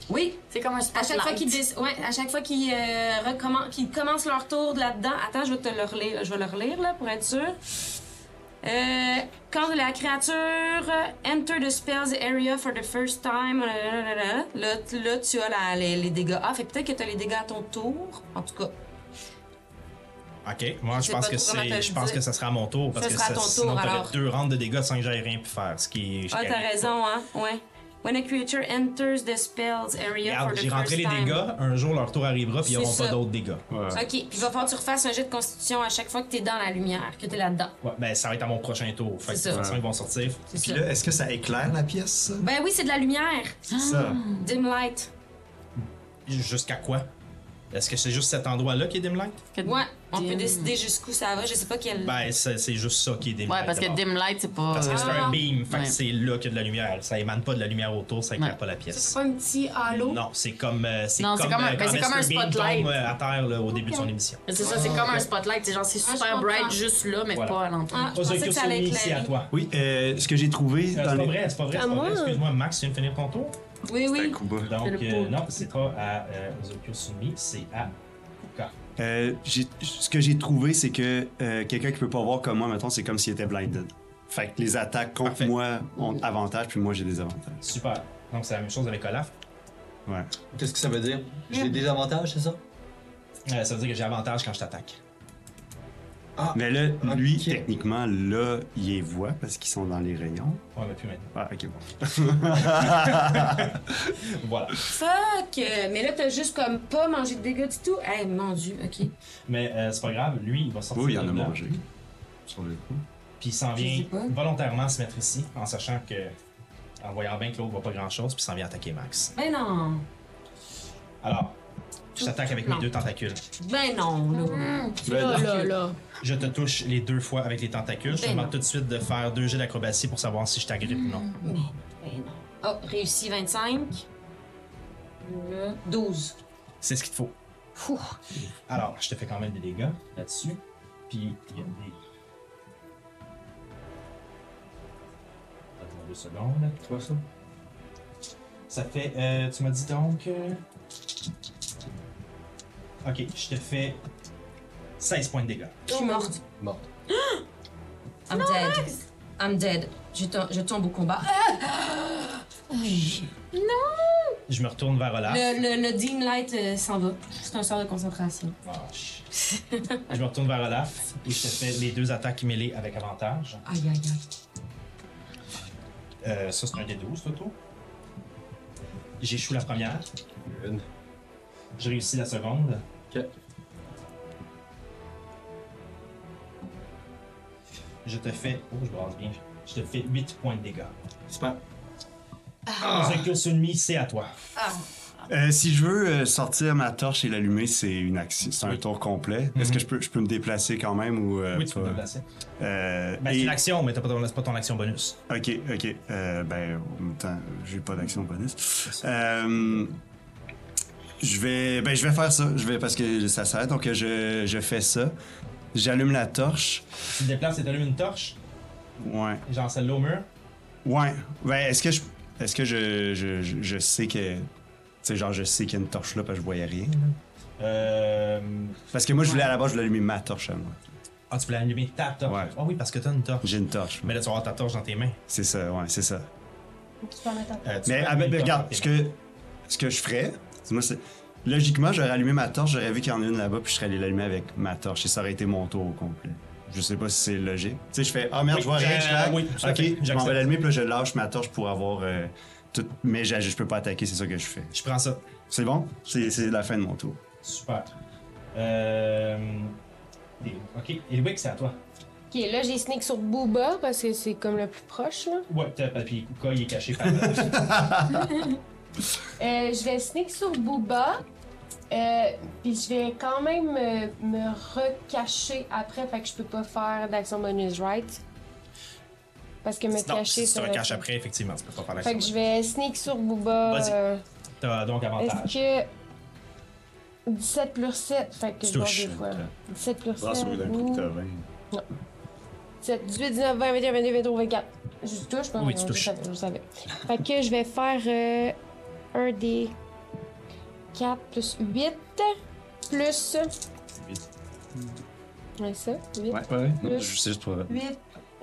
D: Oui.
B: C'est comme un
D: À chaque fois
B: spotlight.
D: qu'ils dis- ouais, à chaque fois qu'ils euh, recommen- qu'ils commencent leur tour de là-dedans, attends, je vais te le relire, je vais le relire là pour être sûr. Euh, quand la créature euh, enter the spell's area for the first time, là, là, là, là, là, t- là, tu as la- les, les dégâts. Ah, fait que peut-être que tu as les dégâts à ton tour. En tout cas,
A: Ok, moi
D: Je
A: je
D: sais
A: pense
D: pas
A: que
D: trop comment te
A: c'est,
D: le
A: je pense
D: dire.
A: que ça sera à mon tour parce
D: Ça
A: que
D: sera à
A: ça,
D: ton tour,
A: sinon t'aurais
D: alors.
A: deux rounds de dégâts sans que j'aie rien pu faire, ce qui. est- je
D: ah,
A: gagne
D: t'as
A: pas.
D: raison, hein. Ouais. When a creature enters the spell's area
A: Regarde,
D: for the
A: j'ai rentré les
D: first time.
A: dégâts. Un jour leur tour arrivera puis ils
D: C'est
A: n'auront pas
D: ça.
A: d'autres dégâts.
D: Ok, puis il va falloir que tu refasses un jet de constitution à chaque fois que t'es dans la lumière, que t'es là-dedans.
A: Ouais, ben ça va être à mon prochain tour. Fait que
D: C'est
A: de
D: ça.
A: toute façon, ils vont sortir.
D: C'est
C: Puis
D: ça.
C: là, est-ce que ça éclaire la pièce, ça?
D: Ben oui, c'est de la lumière.
C: Ça.
D: Dim light.
A: Jusqu'à quoi Est-ce que c'est juste cet endroit-là qui est dim light
D: Ouais. On peut
B: Dim.
D: décider jusqu'où ça va. Je sais pas quel.
A: Ben, c'est c'est juste ça qui est dim
B: Ouais,
A: light
B: parce que
A: d'abord.
B: dim light, c'est pas.
A: Parce que c'est
D: Ah.
A: un beam, fait
B: Ouais.
A: que c'est là qu'il y a de la lumière. Ça émane pas de la lumière autour, ça éclaire
B: Ouais.
A: pas la
F: C'est
A: pièce.
F: pas un petit halo.
A: Non, c'est comme. euh, c'est
B: Non,
A: comme,
B: c'est comme un-
A: euh,
B: ben, c'est
A: quand
B: comme un
A: Mr. Bean
B: spotlight.
A: tombe, euh, à terre là, au début de son émission.
B: C'est ça, c'est comme un spotlight. C'est genre, c'est
F: Ah, je
B: super
F: comprends.
B: bright juste là, mais
A: Voilà.
B: pas à l'entour.
D: Ah, je
A: Pas
D: pensais que ça allait
A: ici à
D: éclairer.
A: toi.
C: Oui, euh, ce que j'ai trouvé
A: Euh,
C: dans
A: C'est pas
C: les-
A: vrai, c'est pas vrai, c'est pas vrai. Excuse-moi, Max, tu viens de finir ton tour?
D: Oui, oui.
A: Donc,
B: le
A: euh,
B: pot.
A: non, c'est pas à euh, Zokyosumi, c'est à Kuka.
C: Euh, j'ai- ce que j'ai trouvé, c'est que euh, quelqu'un qui peut pas voir comme moi, mettons, c'est comme s'il était blinded. Fait que les attaques contre
A: Parfait.
C: moi ont avantage, puis moi j'ai des avantages.
A: Super. Donc, c'est la même chose avec Olaf.
C: Ouais.
L: Qu'est-ce que ça veut dire? J'ai des avantages, c'est ça?
A: Euh, ça veut dire que j'ai avantage quand je t'attaque.
C: Mais là, lui,
L: Ok.
C: techniquement, là, il les voit parce qu'ils sont dans les rayons.
A: Ouais, mais plus maintenant.
C: Ah, ok, bon.
A: Voilà.
D: Fuck! euh, Mais là, t'as juste comme pas mangé de dégâts du tout. Eh, mon dieu, ok.
A: Mais euh, c'est pas grave, lui, Oh, il va sortir.
C: Oui, il en a
A: de là.
C: mangé. Sur le coup.
A: Puis il s'en
D: Je
A: vient
D: sais pas.
A: volontairement se mettre ici, en sachant que. En voyant bien que l'autre voit pas grand chose, puis il s'en vient attaquer Max.
D: Ben non.
A: Alors, je t'attaque avec mes
D: Non.
A: deux tentacules.
D: Ben non, là.
F: Oh Là, là, là.
A: Je te touche les deux fois avec les tentacules. Je te
D: Ben non.
A: demande tout de suite de faire deux jets d'acrobatie pour savoir si je t'agrippe ou non.
D: Ben non. Oh, réussi 25. Là, 12.
A: C'est ce qu'il te faut.
D: Fou.
A: Alors, je te fais quand même des dégâts là-dessus. Puis, il y a des. Attends deux secondes.
L: Tu vois ça?
A: Ça fait. euh, tu m'as dit donc. euh, Ok, je te fais 16 points de dégâts.
D: Je suis morte.
L: Morte.
D: I'm dead. I'm dead. Je, to- je tombe au combat. Ah,
A: Je me retourne vers Olaf.
D: le, le, le dim light euh, s'en va. C'est un sort de concentration.
A: Ah, shit. je me retourne vers Olaf et je te fais les deux attaques mêlées avec avantage.
D: Aïe, aïe, aïe.
A: Euh, ça, c'est un des 12 tout tour. J'échoue la première.
L: Une.
A: Je réussis la seconde.
L: Ok.
A: Je te fais. Oh, je brasse bien. Je te fais 8 points de dégâts.
L: Super. Ah!
A: Zokyosumi, c'est à toi.
C: Euh, si je veux euh, sortir ma torche et l'allumer, c'est une action, c'est un tour complet. Est-ce que je peux, je peux me déplacer quand même ou euh,
A: Mhm. oui, tu peux
C: pas?
A: te placer.
C: Euh,
A: Ben,
C: et-
A: c'est une action, mais t'as pas ton, c'est pas ton action bonus.
C: Ok, ok. Euh, ben, en même temps, j'ai pas d'action bonus. Euh, je vais, ben, je vais faire ça. Je vais parce que ça s'arrête, donc euh, je, je fais ça. J'allume la torche.
A: Tu te déplaces et t'allumes une torche,
C: Ouais,
A: genre celle-là au mur.
C: ouais. Ben, est-ce que je, est-ce que je, je, je- je sais que, tu sais, genre, je sais qu'il y a une torche là parce que je voyais rien.
A: Euh...
C: Parce que moi, je voulais à la base, je voulais allumer ma torche à moi.
A: Ah, tu voulais allumer ta torche. Ah
C: Ouais.
A: oui, parce que t'as une torche.
C: J'ai une torche.
A: Mais là, tu vas avoir ta torche dans tes mains.
C: C'est ça, ouais, c'est ça.
F: Faut que tu permettes à-
A: Euh, tu
C: Mais,
A: peux
C: ah, ben,
A: allumer une torche dans
C: regarde,
A: tes
C: ce
A: mains.
C: que, ce que je ferais, c'est moi, c'est. Logiquement, j'aurais allumé ma torche, j'aurais vu qu'il y en a une là-bas, puis je serais allé l'allumer avec ma torche, et ça aurait été mon tour au complet. Je sais pas si c'est logique. Tu sais, je fais Ah merde,
A: Oui,
C: je vois rien,
A: euh,
C: je lag.
A: oui, tout à fait,
C: ok, je m'en
A: j'accepte.
C: vais l'allumer, puis là, je lâche ma torche pour avoir. euh, tout... Mais j'ai- je peux pas attaquer, c'est ça que je fais.
A: Je prends ça.
C: C'est bon? C'est c'est la fin de mon tour.
A: Super. Euh... des- Ok, Elwick, c'est à toi.
H: Ok, là, j'ai sneak sur Booba parce que c'est comme le plus proche, là.
A: Ouais, t'as papier Kuka, il est caché par
F: Euh, je vais sneak sur Booba. Euh, puis je vais quand même euh, me recacher après, fait que je peux pas faire d'action bonus, right? Parce que me
A: Non,
F: cacher,
A: si tu te
F: ça va
A: recaches
F: être-
A: après, effectivement, tu peux pas faire
F: Fait
A: l'action.
F: que je vais sneak sur Booba.
A: Vas-y.
F: euh,
A: T'as donc avantage.
F: Est-ce que 17 plus 7, fait que je vois
A: Touche.
F: des fois. 17 plus 7.
C: Grâce au d'un coup de ta vingt.
F: 17, 18, 19, 20, 21, 22, 23, 24. Je touche, pas
A: Oui, tu
F: je
A: touches.
F: savais, je savais. fait que je vais faire euh, un des 4 plus 8 plus.
C: Huit.
F: Ouais, ça, 8.
C: Ouais, ouais.
F: Euh,
C: Non, je sais juste pour.
F: 8,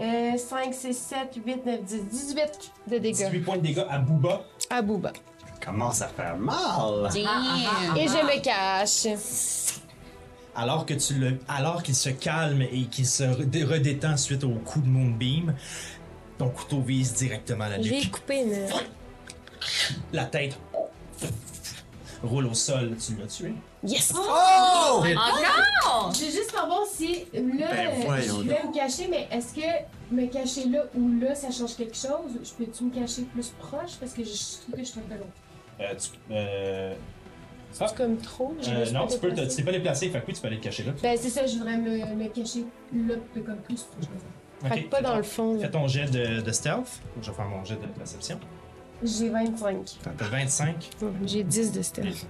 F: euh, 5, 6, 7, 8, 9, 10, 18 de dégâts
A: 18 points de dégâts à Booba.
F: à Booba.
C: Commence à faire mal!
D: Ah,
A: Ah,
H: Et je me cache.
A: Alors que tu le, alors qu'il se calme et qu'il se redé- redétend suite au coup de Moonbeam, ton couteau vise directement la
H: Je vais
A: nuque.
H: y couper une.
A: La tête roule au sol. Tu l'as tué.
H: Yes!
A: Ah,
C: Oh!
F: Je veux juste savoir si là,
C: Ben,
F: euh,
C: voyons
F: je voulais me cacher, mais est-ce que me cacher là ou là, ça change quelque chose? Je peux-tu me cacher plus proche? Parce que je trouve que je suis un peu loin.
A: Euh, tu- euh, Ah.
F: C'est comme trop. Je me
A: Euh,
F: suis
A: non,
F: pas
A: tu peux te, tu
F: déplacée.
A: t'es pas déplacé, fait que oui, tu peux aller te cacher là.
F: Ben, c'est ça, je voudrais me, me cacher là, puis comme plus. pour que je me fasse. Fait
A: Ok.
F: que pas dans le fond.
A: Fais
F: là.
A: ton jet de, de stealth. Je vais faire mon jet de perception.
F: J'ai 25.
A: T'as 25.
H: J'ai 10 de stealth.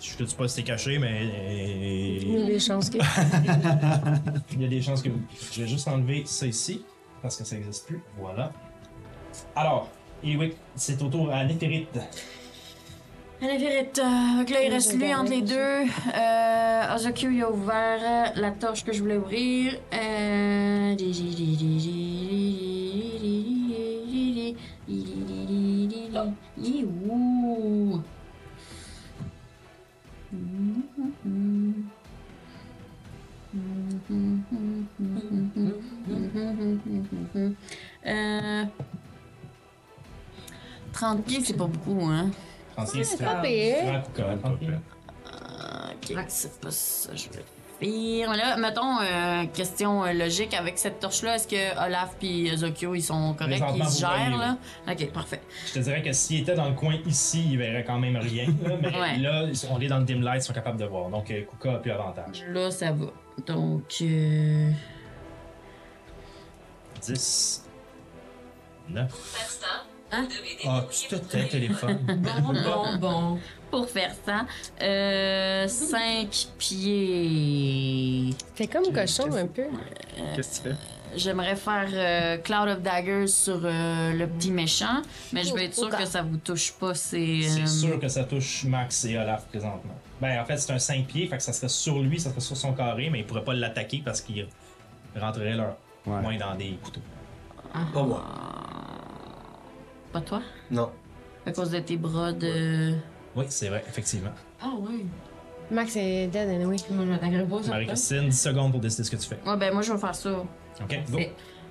A: Je te dis pas si t'es caché, mais.
H: Il y a des chances que.
A: Il y a des chances que oui. Je vais juste enlever ça ici, parce que ça n'existe plus. Voilà. Alors, Eliwick, c'est au tour à l'éthérite.
B: La vérité, euh, fait que là, il reste lui entre les deux. Euh, Ozokyo, il a ouvert euh, la torche que je voulais ouvrir. Euh... Iouh. Euh, 30 pieds, c'est pas beaucoup, hein?
A: Ancien
H: c'est
A: scribe.
H: pas pire.
A: Grand cocotte.
B: Ok, Ah, c'est pas ça, que je voulais faire. Mais là, mettons, euh, question euh, logique avec cette torche-là, est-ce que Olaf puis Zokyo, ils sont corrects,
A: Présentement,
B: ils se
A: vous voyez,
B: gèrent, là? Ok, parfait.
A: Je te dirais que s'il était dans le coin ici, il verrait quand même rien. là, mais
B: Ouais.
A: là, on est dans le dim light, ils sont capables de voir. Donc, euh, Kuka a plus avantage.
B: Là, ça va. Donc, euh,
A: 10. 9. Ah, tu te tais, téléphone.
D: Bon, bon, bon.
B: pour faire ça, euh, 5 pieds.
H: T'es comme cochon un peu.
C: Qu'est-ce que tu fais?
B: J'aimerais faire euh, Cloud of Daggers sur euh, le petit méchant, mais je vais être sûr que ça vous touche pas. C'est. euh,
A: C'est sûr que ça touche Max et Olaf présentement. Ben, en fait, c'est un 5 pieds, fait que ça serait sur lui, ça serait sur son carré, mais il pourrait pas l'attaquer parce qu'il rentrerait leur
C: Ouais.
A: moins dans des couteaux.
L: Pas moi.
B: Pas toi?
L: Non.
B: À cause de tes bras de.
A: Oui, c'est vrai, effectivement.
D: Ah oui.
H: Max est dead anyway.
D: Moi, je m'attaquerai pas ça.
A: Marie-Christine, 10 secondes pour décider ce que tu fais.
B: Ouais, ben moi je vais faire ça.
A: Ok, go.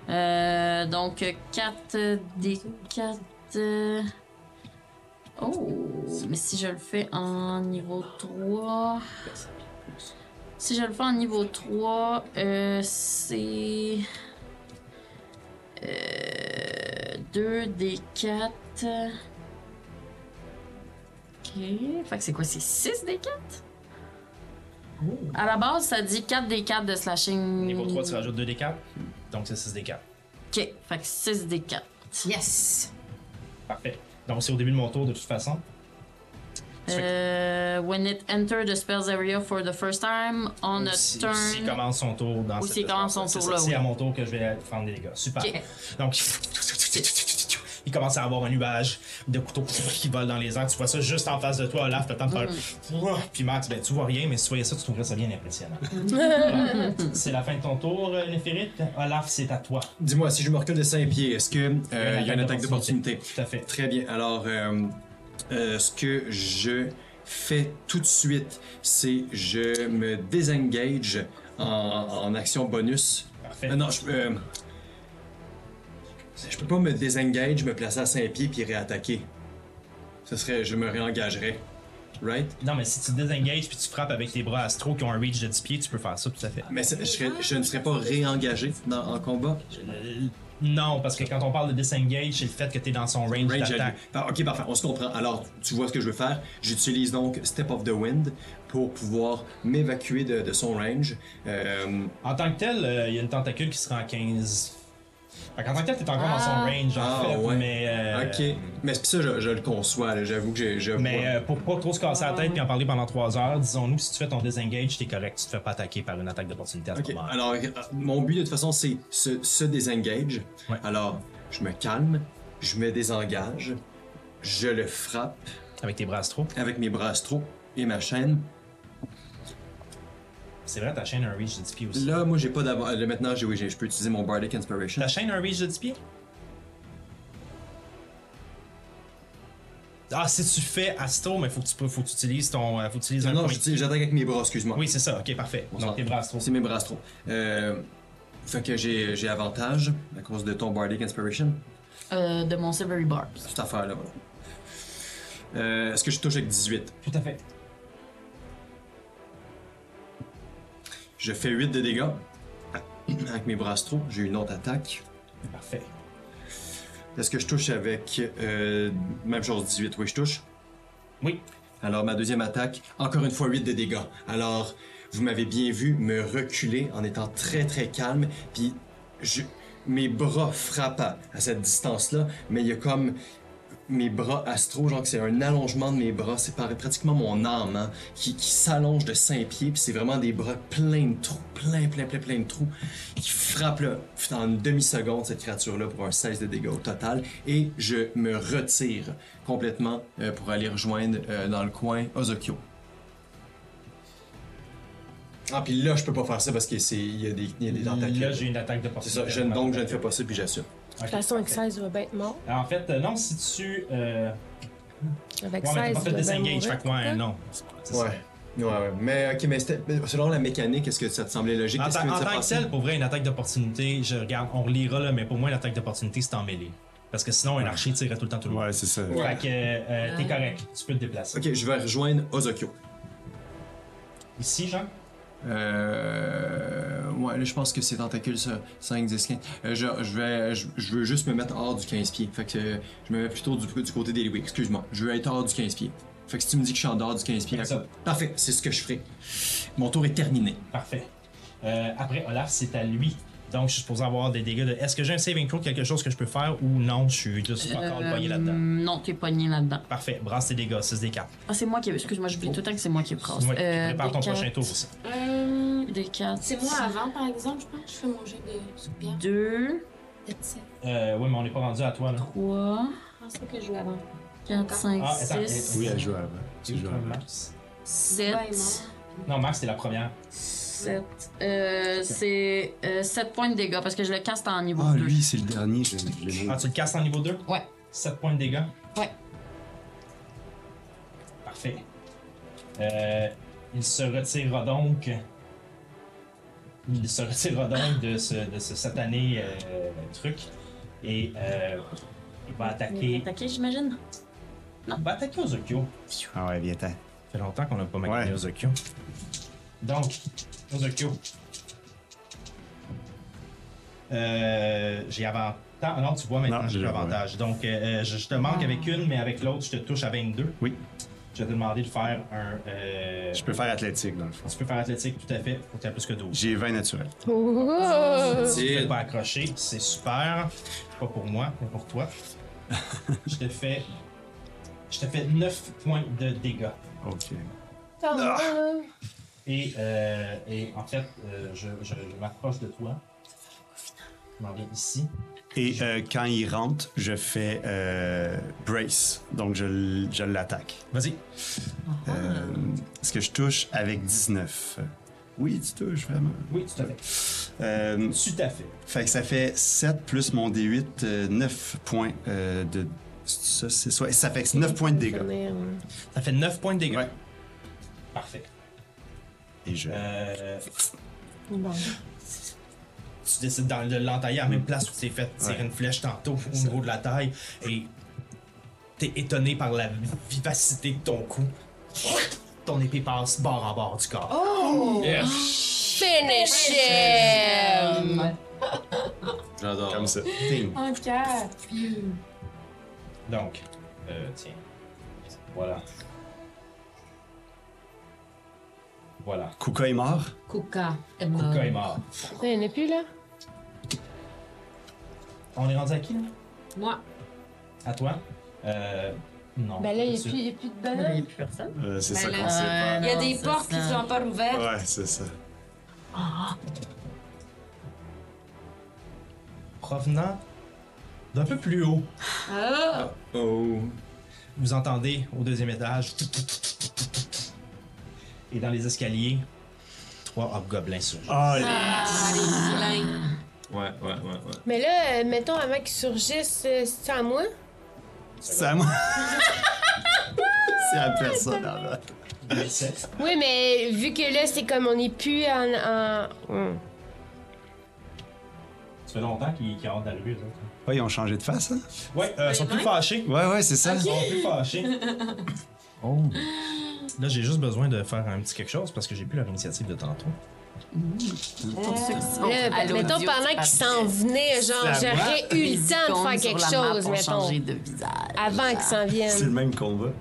B: Euh, donc 4 des 4. Oh, mais si je le fais en niveau 3. Si je le fais en niveau 3, euh, c'est. Euh, 2 des 4. Ok. Fait que c'est quoi? C'est 6 des 4? À la base, ça dit 4 des 4 de slashing.
A: Oh. Niveau 3, tu rajoutes 2 des 4, donc c'est 6 des 4.
B: Ok, fait que 6 des 4.
G: Yes!
A: Parfait. Donc, c'est au début de mon tour, de toute façon.
B: Euh, when it enters the spell's area for the first time, on a
A: Aussi-
B: turn.
A: aussi commence son tour dans
B: Ou
A: cette
B: s'il commence son
A: séquence-là. C'est
B: tour
A: ça,
B: là,
A: C'est
B: oui.
A: à mon tour que je vais prendre des dégâts. Super.
B: Ok.
A: Donc, il commence à avoir un nuage de couteaux qui volent dans les airs. Tu vois ça juste en face de toi, Olaf, t'as le temps de faire. Ouah! Puis Max, ben, tu vois rien, mais si tu voyais ça, tu trouverais ça bien impressionnant. Voilà. c'est la fin de ton tour, euh, Néphérite. Olaf, c'est à toi.
E: Dis-moi, si je me recule de 5 pieds, est-ce que euh, il y a une attaque d'opportunité?
A: Tout à fait.
E: Très bien. Alors, euh, euh, ce que je fais tout de suite, c'est je me désengage en, en action bonus.
A: Parfait.
E: Euh, non, je, euh, je peux pas me désengage, me placer à 5 pieds puis réattaquer. Ce serait, je me réengagerais. Right?
A: Non, mais si tu désengages puis tu frappes avec tes bras astro qui ont un reach de 10 pieds, tu peux faire ça, tout à fait.
E: Mais ça- je, serais- je ne serais pas réengagé dans- en combat.
A: Euh, Non, parce que quand on parle de disengage, c'est le fait que t'es dans son range,
E: Range à
A: d'attaque.
E: lui. Ah, ok, parfait, on se comprend. Alors, tu vois ce que je veux faire. J'utilise donc Step of the Wind pour pouvoir m'évacuer de, de son range. Euh,
A: En tant que tel, euh, il y a une tentacule qui sera à 15. Fait en tant que tel, t'es encore dans son
B: Ah.
A: range, en
E: Ah,
A: fait,
E: ouais.
A: mais... euh,
E: ok. Mais c'est- ça, je, je le conçois. là. J'avoue que j'ai- je
A: Mais
E: vois.
A: euh, pour pas trop se casser la tête et en parler pendant 3 heures, disons-nous, si tu fais ton disengage, t'es correct, tu te fais pas attaquer par une attaque d'opportunité à ce
E: Ok,
A: moment-là.
E: alors, euh, mon but de toute façon, c'est se, se désengage.
A: Ouais.
E: Alors, je me calme, je me désengage, je le frappe
A: Avec tes bras trop.
E: avec mes bras astraux et ma chaîne.
A: C'est vrai, ta chaîne a un reach de 10 pieds aussi.
E: Là, moi, j'ai pas d'avant. euh, là, Maintenant, j'ai- oui, j'ai- je peux utiliser mon Bardic Inspiration.
A: Ta chaîne a un reach de 10 pieds? Ah, si tu fais Astro, mais faut que tu, faut que tu utilises ton... euh, Faut que tu utilises
E: Non,
A: un
E: non,
A: point.
E: j'utilise- j'attaque avec mes bras, excuse-moi.
A: Oui, c'est ça. Ok, parfait.
E: On s'en-
A: Donc, tes bras astro.
E: C'est mes bras astro. Euh, fait que j'ai j'ai avantage à cause de ton Bardic Inspiration.
B: Euh, de mon Silvery Barbs.
E: Cette affaire-là, voilà. Euh, Est-ce que je touche avec 18?
A: Tout à fait.
E: Je fais 8 de dégâts avec mes bras astro. J'ai une autre attaque.
A: Parfait.
E: Est-ce que je touche avec. euh, même chose, 18, oui, je touche.
A: Oui.
E: Alors, ma deuxième attaque, encore une fois 8 de dégâts. Alors, vous m'avez bien vu me reculer en étant très très calme, puis je- mes bras frappent à, à cette distance-là, mais il y a comme mes bras astro, genre que c'est un allongement de mes bras, c'est par- pratiquement mon âme hein, qui, qui s'allonge de cinq pieds, puis c'est vraiment des bras pleins de trous, plein, plein, plein, plein de trous, qui frappent là, en une demi-seconde cette créature-là pour un 16 de dégâts au total, et je me retire complètement euh, pour aller rejoindre euh, dans le coin Ozokyo. Ah, puis là, je peux pas faire ça parce qu'il y a des, il y a des tentacules.
A: Là, j'ai une attaque de
E: C'est
A: portée.
E: ça, je, donc je ne fais pas ça, puis j'assume.
H: toute façon, avec 16, je vais bien être mort.
A: En fait, euh, non, si tu. Euh...
H: Avec
A: Ouais, mais t'as
H: 16,
A: pas fait
H: je
A: de
H: vais bien
A: 5 games,
H: mourir.
A: fait que ouais, non. C'est ça.
E: Ouais. Ouais, ouais. Mais, ok, mais c'était- mais selon la mécanique, est-ce que ça te semblait logique?
A: En,
E: Qu'est-ce qui
A: ta-
E: vient
A: en
E: de se
A: tant que
E: passer?
A: tel, pour vrai, une attaque d'opportunité, je regarde, on relira là, mais pour moi, une attaque d'opportunité, c'est en mêlée. Parce que sinon, un archer tirerait tout le temps tout le monde.
C: Ouais, c'est ça.
A: Fait que euh,
B: Ah.
A: t'es correct, tu peux te déplacer.
E: Ok, je vais rejoindre Ozokyo.
A: Ici, Jean,
E: Euh. Ouais, là, je pense que c'est tentacule, ça. 5, 10, 15. Euh, je, je vais, je, je veux juste me mettre hors du 15 pieds. Fait que euh, je me mets plutôt du, du côté des Louis. Excuse-moi. Je veux être hors du 15 pieds. Fait que si tu me dis que je suis en dehors du 15 pieds,
A: Fais ça.
E: d'accord. parfait, c'est ce que je ferai. Mon tour est terminé.
A: parfait. Euh, après, Olaf, c'est à lui. Donc, je suis supposé avoir des dégâts de. Est-ce que j'ai un saving throw, quelque chose que je peux faire ou non Je suis juste pas encore
B: Euh,
A: pogné là-dedans.
B: Non, t'es pogné là-dedans.
A: Parfait, brasse tes dégâts, 6 des 4.
B: Ah, c'est moi qui. Excuse-moi, j'oublie tout le temps que c'est moi qui brasse.
A: Moi,
B: Euh,
A: prépare
B: des
A: ton
B: quatre-
A: prochain tour aussi.
D: Euh,
B: Des 4.
D: C'est moi avant, par exemple, je pense que je fais mon jet de soupière.
B: 2,
A: Euh, ouais, mais on n'est pas rendu à toi, là.
B: 3,
D: Je pensais que je jouais avant.
B: 4, 5,
A: Ah, attends,
B: 6,
C: Oui, elle joue avant. Tu joues avant.
A: Max.
D: Ouais,
B: 7,
D: non.
A: Non, Max, c'est la première.
B: 7. Euh, c'est 7 points de dégâts parce que je le casse en niveau
C: Ah,
B: 2.
C: lui, c'est le dernier. Je, je l'ai
A: Ah, tu le casses en niveau 2
B: Ouais.
A: 7 points de dégâts?
B: Ouais.
A: Parfait. Euh, il se retirera donc. Il se retirera donc de ce, de ce satané euh, truc. Et euh, il va attaquer.
B: Attaquer, j'imagine.
A: Il va attaquer Ozokyo.
C: Ah ouais, viens ten
A: Ça fait longtemps qu'on n'a pas
C: Ouais.
A: maquiné Ozokyo. Donc, Ozokyo. Euh, j'ai avantage. Non, tu vois maintenant,
C: Non,
A: j'ai
C: j'ai-
A: l'avantage. Donc, euh, je, je te manque avec une, mais avec l'autre, je te touche à 22.
C: Oui.
A: Je vais te demander de faire un. euh,
C: Je peux faire athlétique, dans le fond.
A: Tu peux faire athlétique, tout à fait. Faut que tu plus que 12.
C: J'ai 20 naturels.
F: Ah!
H: Oh!
A: Tu peux pas accrocher, c'est super. Pas pour moi, mais pour toi. je te fais. Je te fais 9 points de dégâts.
C: OK.
A: Et, euh, et en fait, euh, je, je- je m'approche de toi. Je m'en viens ici.
C: Et euh, quand il rentre, je fais euh, brace. Donc, je, l- je l'attaque.
A: Vas-y.
C: Euh, Est-ce que je touche avec 19? Oui, tu touches vraiment.
A: Oui, tout à fait.
C: Euh,
A: Tout à fait.
C: fait que ça fait 7 plus mon D8, 9 points euh, de. Ça, c'est soit- ça fait 9 points de dégâts.
A: Ça fait 9 points de dégâts.
C: Ouais.
A: Parfait.
C: Et je.
A: Euh, tu décides d'en- de l'entailler à la même place où tu t'es fait tirer
C: Ouais.
A: une flèche tantôt au niveau de la taille et t'es étonné par la vivacité de ton coup. Ton épée passe bord en bord du corps.
H: Oh! Finish him!
L: J'adore.
C: Comme ça.
H: En quatre.
A: Donc, euh, tiens. Voilà. Voilà.
C: Kuka est mort.
G: Kuka est mort.
A: Kuka est mort.
H: Il n'y en a plus, là?
A: On est rendu à qui là?
G: Moi.
A: À toi? Euh. Non.
H: Ben là, il n'y
A: Tout de
H: a, plus
B: Il
H: de
B: n'y
H: bonhomme.
B: a plus personne.
C: Euh,
F: Ben
C: c'est ça
B: là,
C: qu'on sait
D: Il y a
B: non,
D: des
B: c'est
D: portes qui
B: ça.
D: sont pas
C: pas.
F: euh,
D: ouvertes.
C: Ouais, c'est ça.
A: suite. Provenant d'un peu plus haut,
D: Ah!
E: Oh.
A: vous entendez au deuxième étage. Et dans les escaliers, trois hobgoblins surgissent.
C: Ah,
D: Ah, les vilains.
E: Ouais, ouais, ouais, ouais.
H: Mais là, euh, mettons, avant qu'il surgisse, euh, c'est à moi?
C: c'est à moi. c'est à personne. là.
A: Ah, Sept.
H: Oui, mais vu que là, c'est comme on n'est plus en. en-
A: Ça fait longtemps qu'ils qu'ils ont d'arriver, les autres.
C: Ouais, ils ont changé de face, hein?
A: Ouais, euh, ils sont plus fâchés.
C: Ouais, ouais, c'est ça.
A: Ils sont plus fâchés.
C: Oh.
A: Là, j'ai juste besoin de faire un petit quelque chose parce que j'ai plus leur initiative de tantôt.
F: euh,
H: Là,
B: à l'audio,
H: mettons, pendant
B: c'est
H: qu'il
B: pas-
H: s'en venait, genre,
C: Ça
H: j'aurais eu le temps de faire quelque chose,
B: pour
H: mettons.
B: changer de visage.
F: Ah,
H: Avant qu'il s'en
C: C'est le
H: vienne.
C: même combat.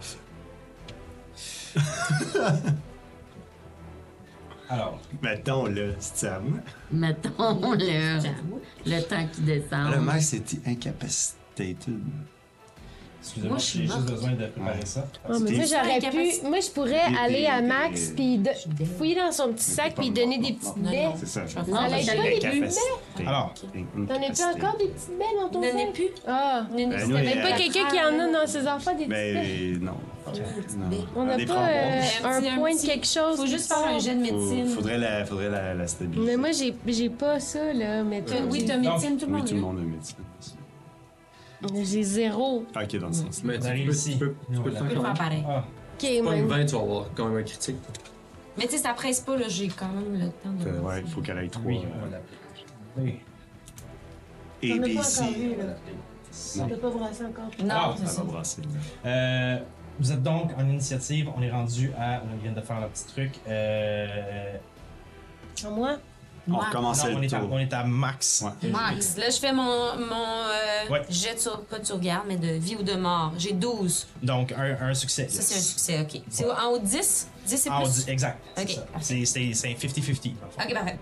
A: Alors,
C: Mettons le Stam.
B: Mettons le, le temps qui descend.
C: Ah. Le max était incapacitated.
A: excusez-moi,
G: Moi, je suis
A: j'ai juste
G: morte.
A: besoin de préparer ça.
F: Ah, mais moi, j'aurais pu. Moi, je pourrais
C: Des-
F: aller
C: des-
F: à
C: des-
F: Max, puis de- fouiller dans son petit sac, puis donner des petites
D: non,
F: baies.
D: non.
C: C'est ça. je pense.
B: Non,
F: Ça
B: mais
F: l'aide
B: je
F: pas,
B: l'ai
F: les petites
C: Incapacité.
F: baies?
A: Alors,
F: T'en as-tu
C: Incapacité.
F: encore des petites baies dans ton
D: n'en ai
F: sac?
D: plus.
F: Ah!
C: Ben,
F: C'est
C: nous,
F: même
C: euh,
F: pas quelqu'un qui en a dans ses enfants des petites baies.
C: Ben non. Non.
F: On n'a
C: Des
F: pas euh,
C: framboises.
D: Un petit-
F: un
D: un
F: point de
D: petit-
F: quelque chose.
D: Faut juste
F: qui
D: faire un
F: sort.
D: jet de
C: Faut-
D: médecine.
C: Faudrait la, faudrait la, la stabiliser.
F: Mais moi, j'ai j'ai pas ça, là. Mais toi,
D: T'as- Oui, t'as
A: Non.
D: médecine, tout le
C: oui,
D: monde.
C: tout le
D: là.
C: monde a médecine.
F: j'ai zéro.
C: Ah, ok, dans le sens.
L: Mais
A: on
L: tu
A: arrive
L: peux,
A: ici.
L: tu peux, tu
A: Non,
L: peux le
A: là.
D: Tu peux
L: faire
D: le
L: quand
D: faire
L: même.
D: pareil.
A: Ah,
F: Ok,
L: Pas une
F: même.
L: 20, tu vas avoir quand même un critique.
D: Mais tu sais, ça presse pas, là. J'ai quand même le temps de.
C: Euh, ouais, faut qu'elle aille trois.
A: oui,
C: euh,
A: voilà. Oui.
F: On
C: A,
F: n'a
C: B,
F: pas
C: C.
F: encore vu, là.
C: Non.
F: On n'a pas brassé encore.
A: Ah,
C: Ça
D: Non, c'est ça.
C: va brasser.
A: Euh, vous êtes donc en initiative, on est rendu à. On vient de faire le petit truc. Euh,
F: En moi?
C: On
D: Ouais.
C: recommence
A: non, on,
C: le
A: est à, on
C: tour.
A: est à max.
C: Ouais.
D: Max, là, je fais mon, mon euh,
A: Ouais.
D: jet de sur, pas de sauvegarde, mais de vie ou de mort. J'ai 12.
A: Donc, un, un succès.
D: Ça, c'est un succès, OK. C'est en haut de 10? 10 et
A: Ah, on
D: plus?
A: dit- exact. c'est
D: Ok.
A: ça. C'est c'est- c'est 50-50.
D: OK, parfait.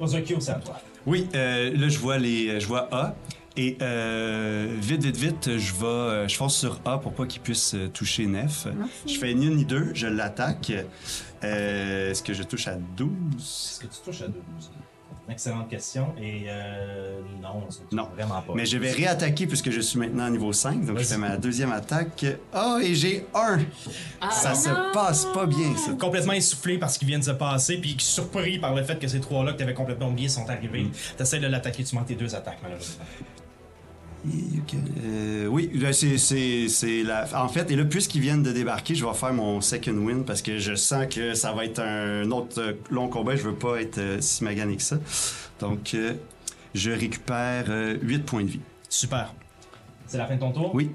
A: Ozokyo, c'est à toi.
C: Oui, euh, là, je vois les. Je vois A. Et euh, vite, vite, vite, je vais, euh, je fonce sur A pour pas qu'il puisse euh, toucher Nef. Je fais ni une ni deux, je l'attaque. Euh, Est-ce que je touche à 12?
A: Est-ce que tu touches à 12? Excellente question. Et euh, non, ça touche
C: Non.
A: vraiment pas.
C: Mais je vais réattaquer puisque je suis maintenant à niveau 5, donc je
A: Vas-y.
C: fais ma deuxième attaque. Oh, et j'ai 1! ça se passe pas bien, ça.
A: complètement essoufflé par ce qui vient de se passer, puis surpris par le fait que ces trois-là que t'avais complètement oubliés sont arrivés. T'essaies de l'attaquer, tu manques tes deux attaques, malheureusement.
C: Et, ok, euh, oui, là, c'est- c'est c'est la. En fait, et là, puisqu'ils viennent de débarquer, je vais faire mon second win parce que je sens que ça va être un autre euh, long combat. Je veux pas être euh, si magané que ça. Donc, euh, je récupère 8 points de vie.
A: Super. C'est la fin de ton tour?
C: Oui.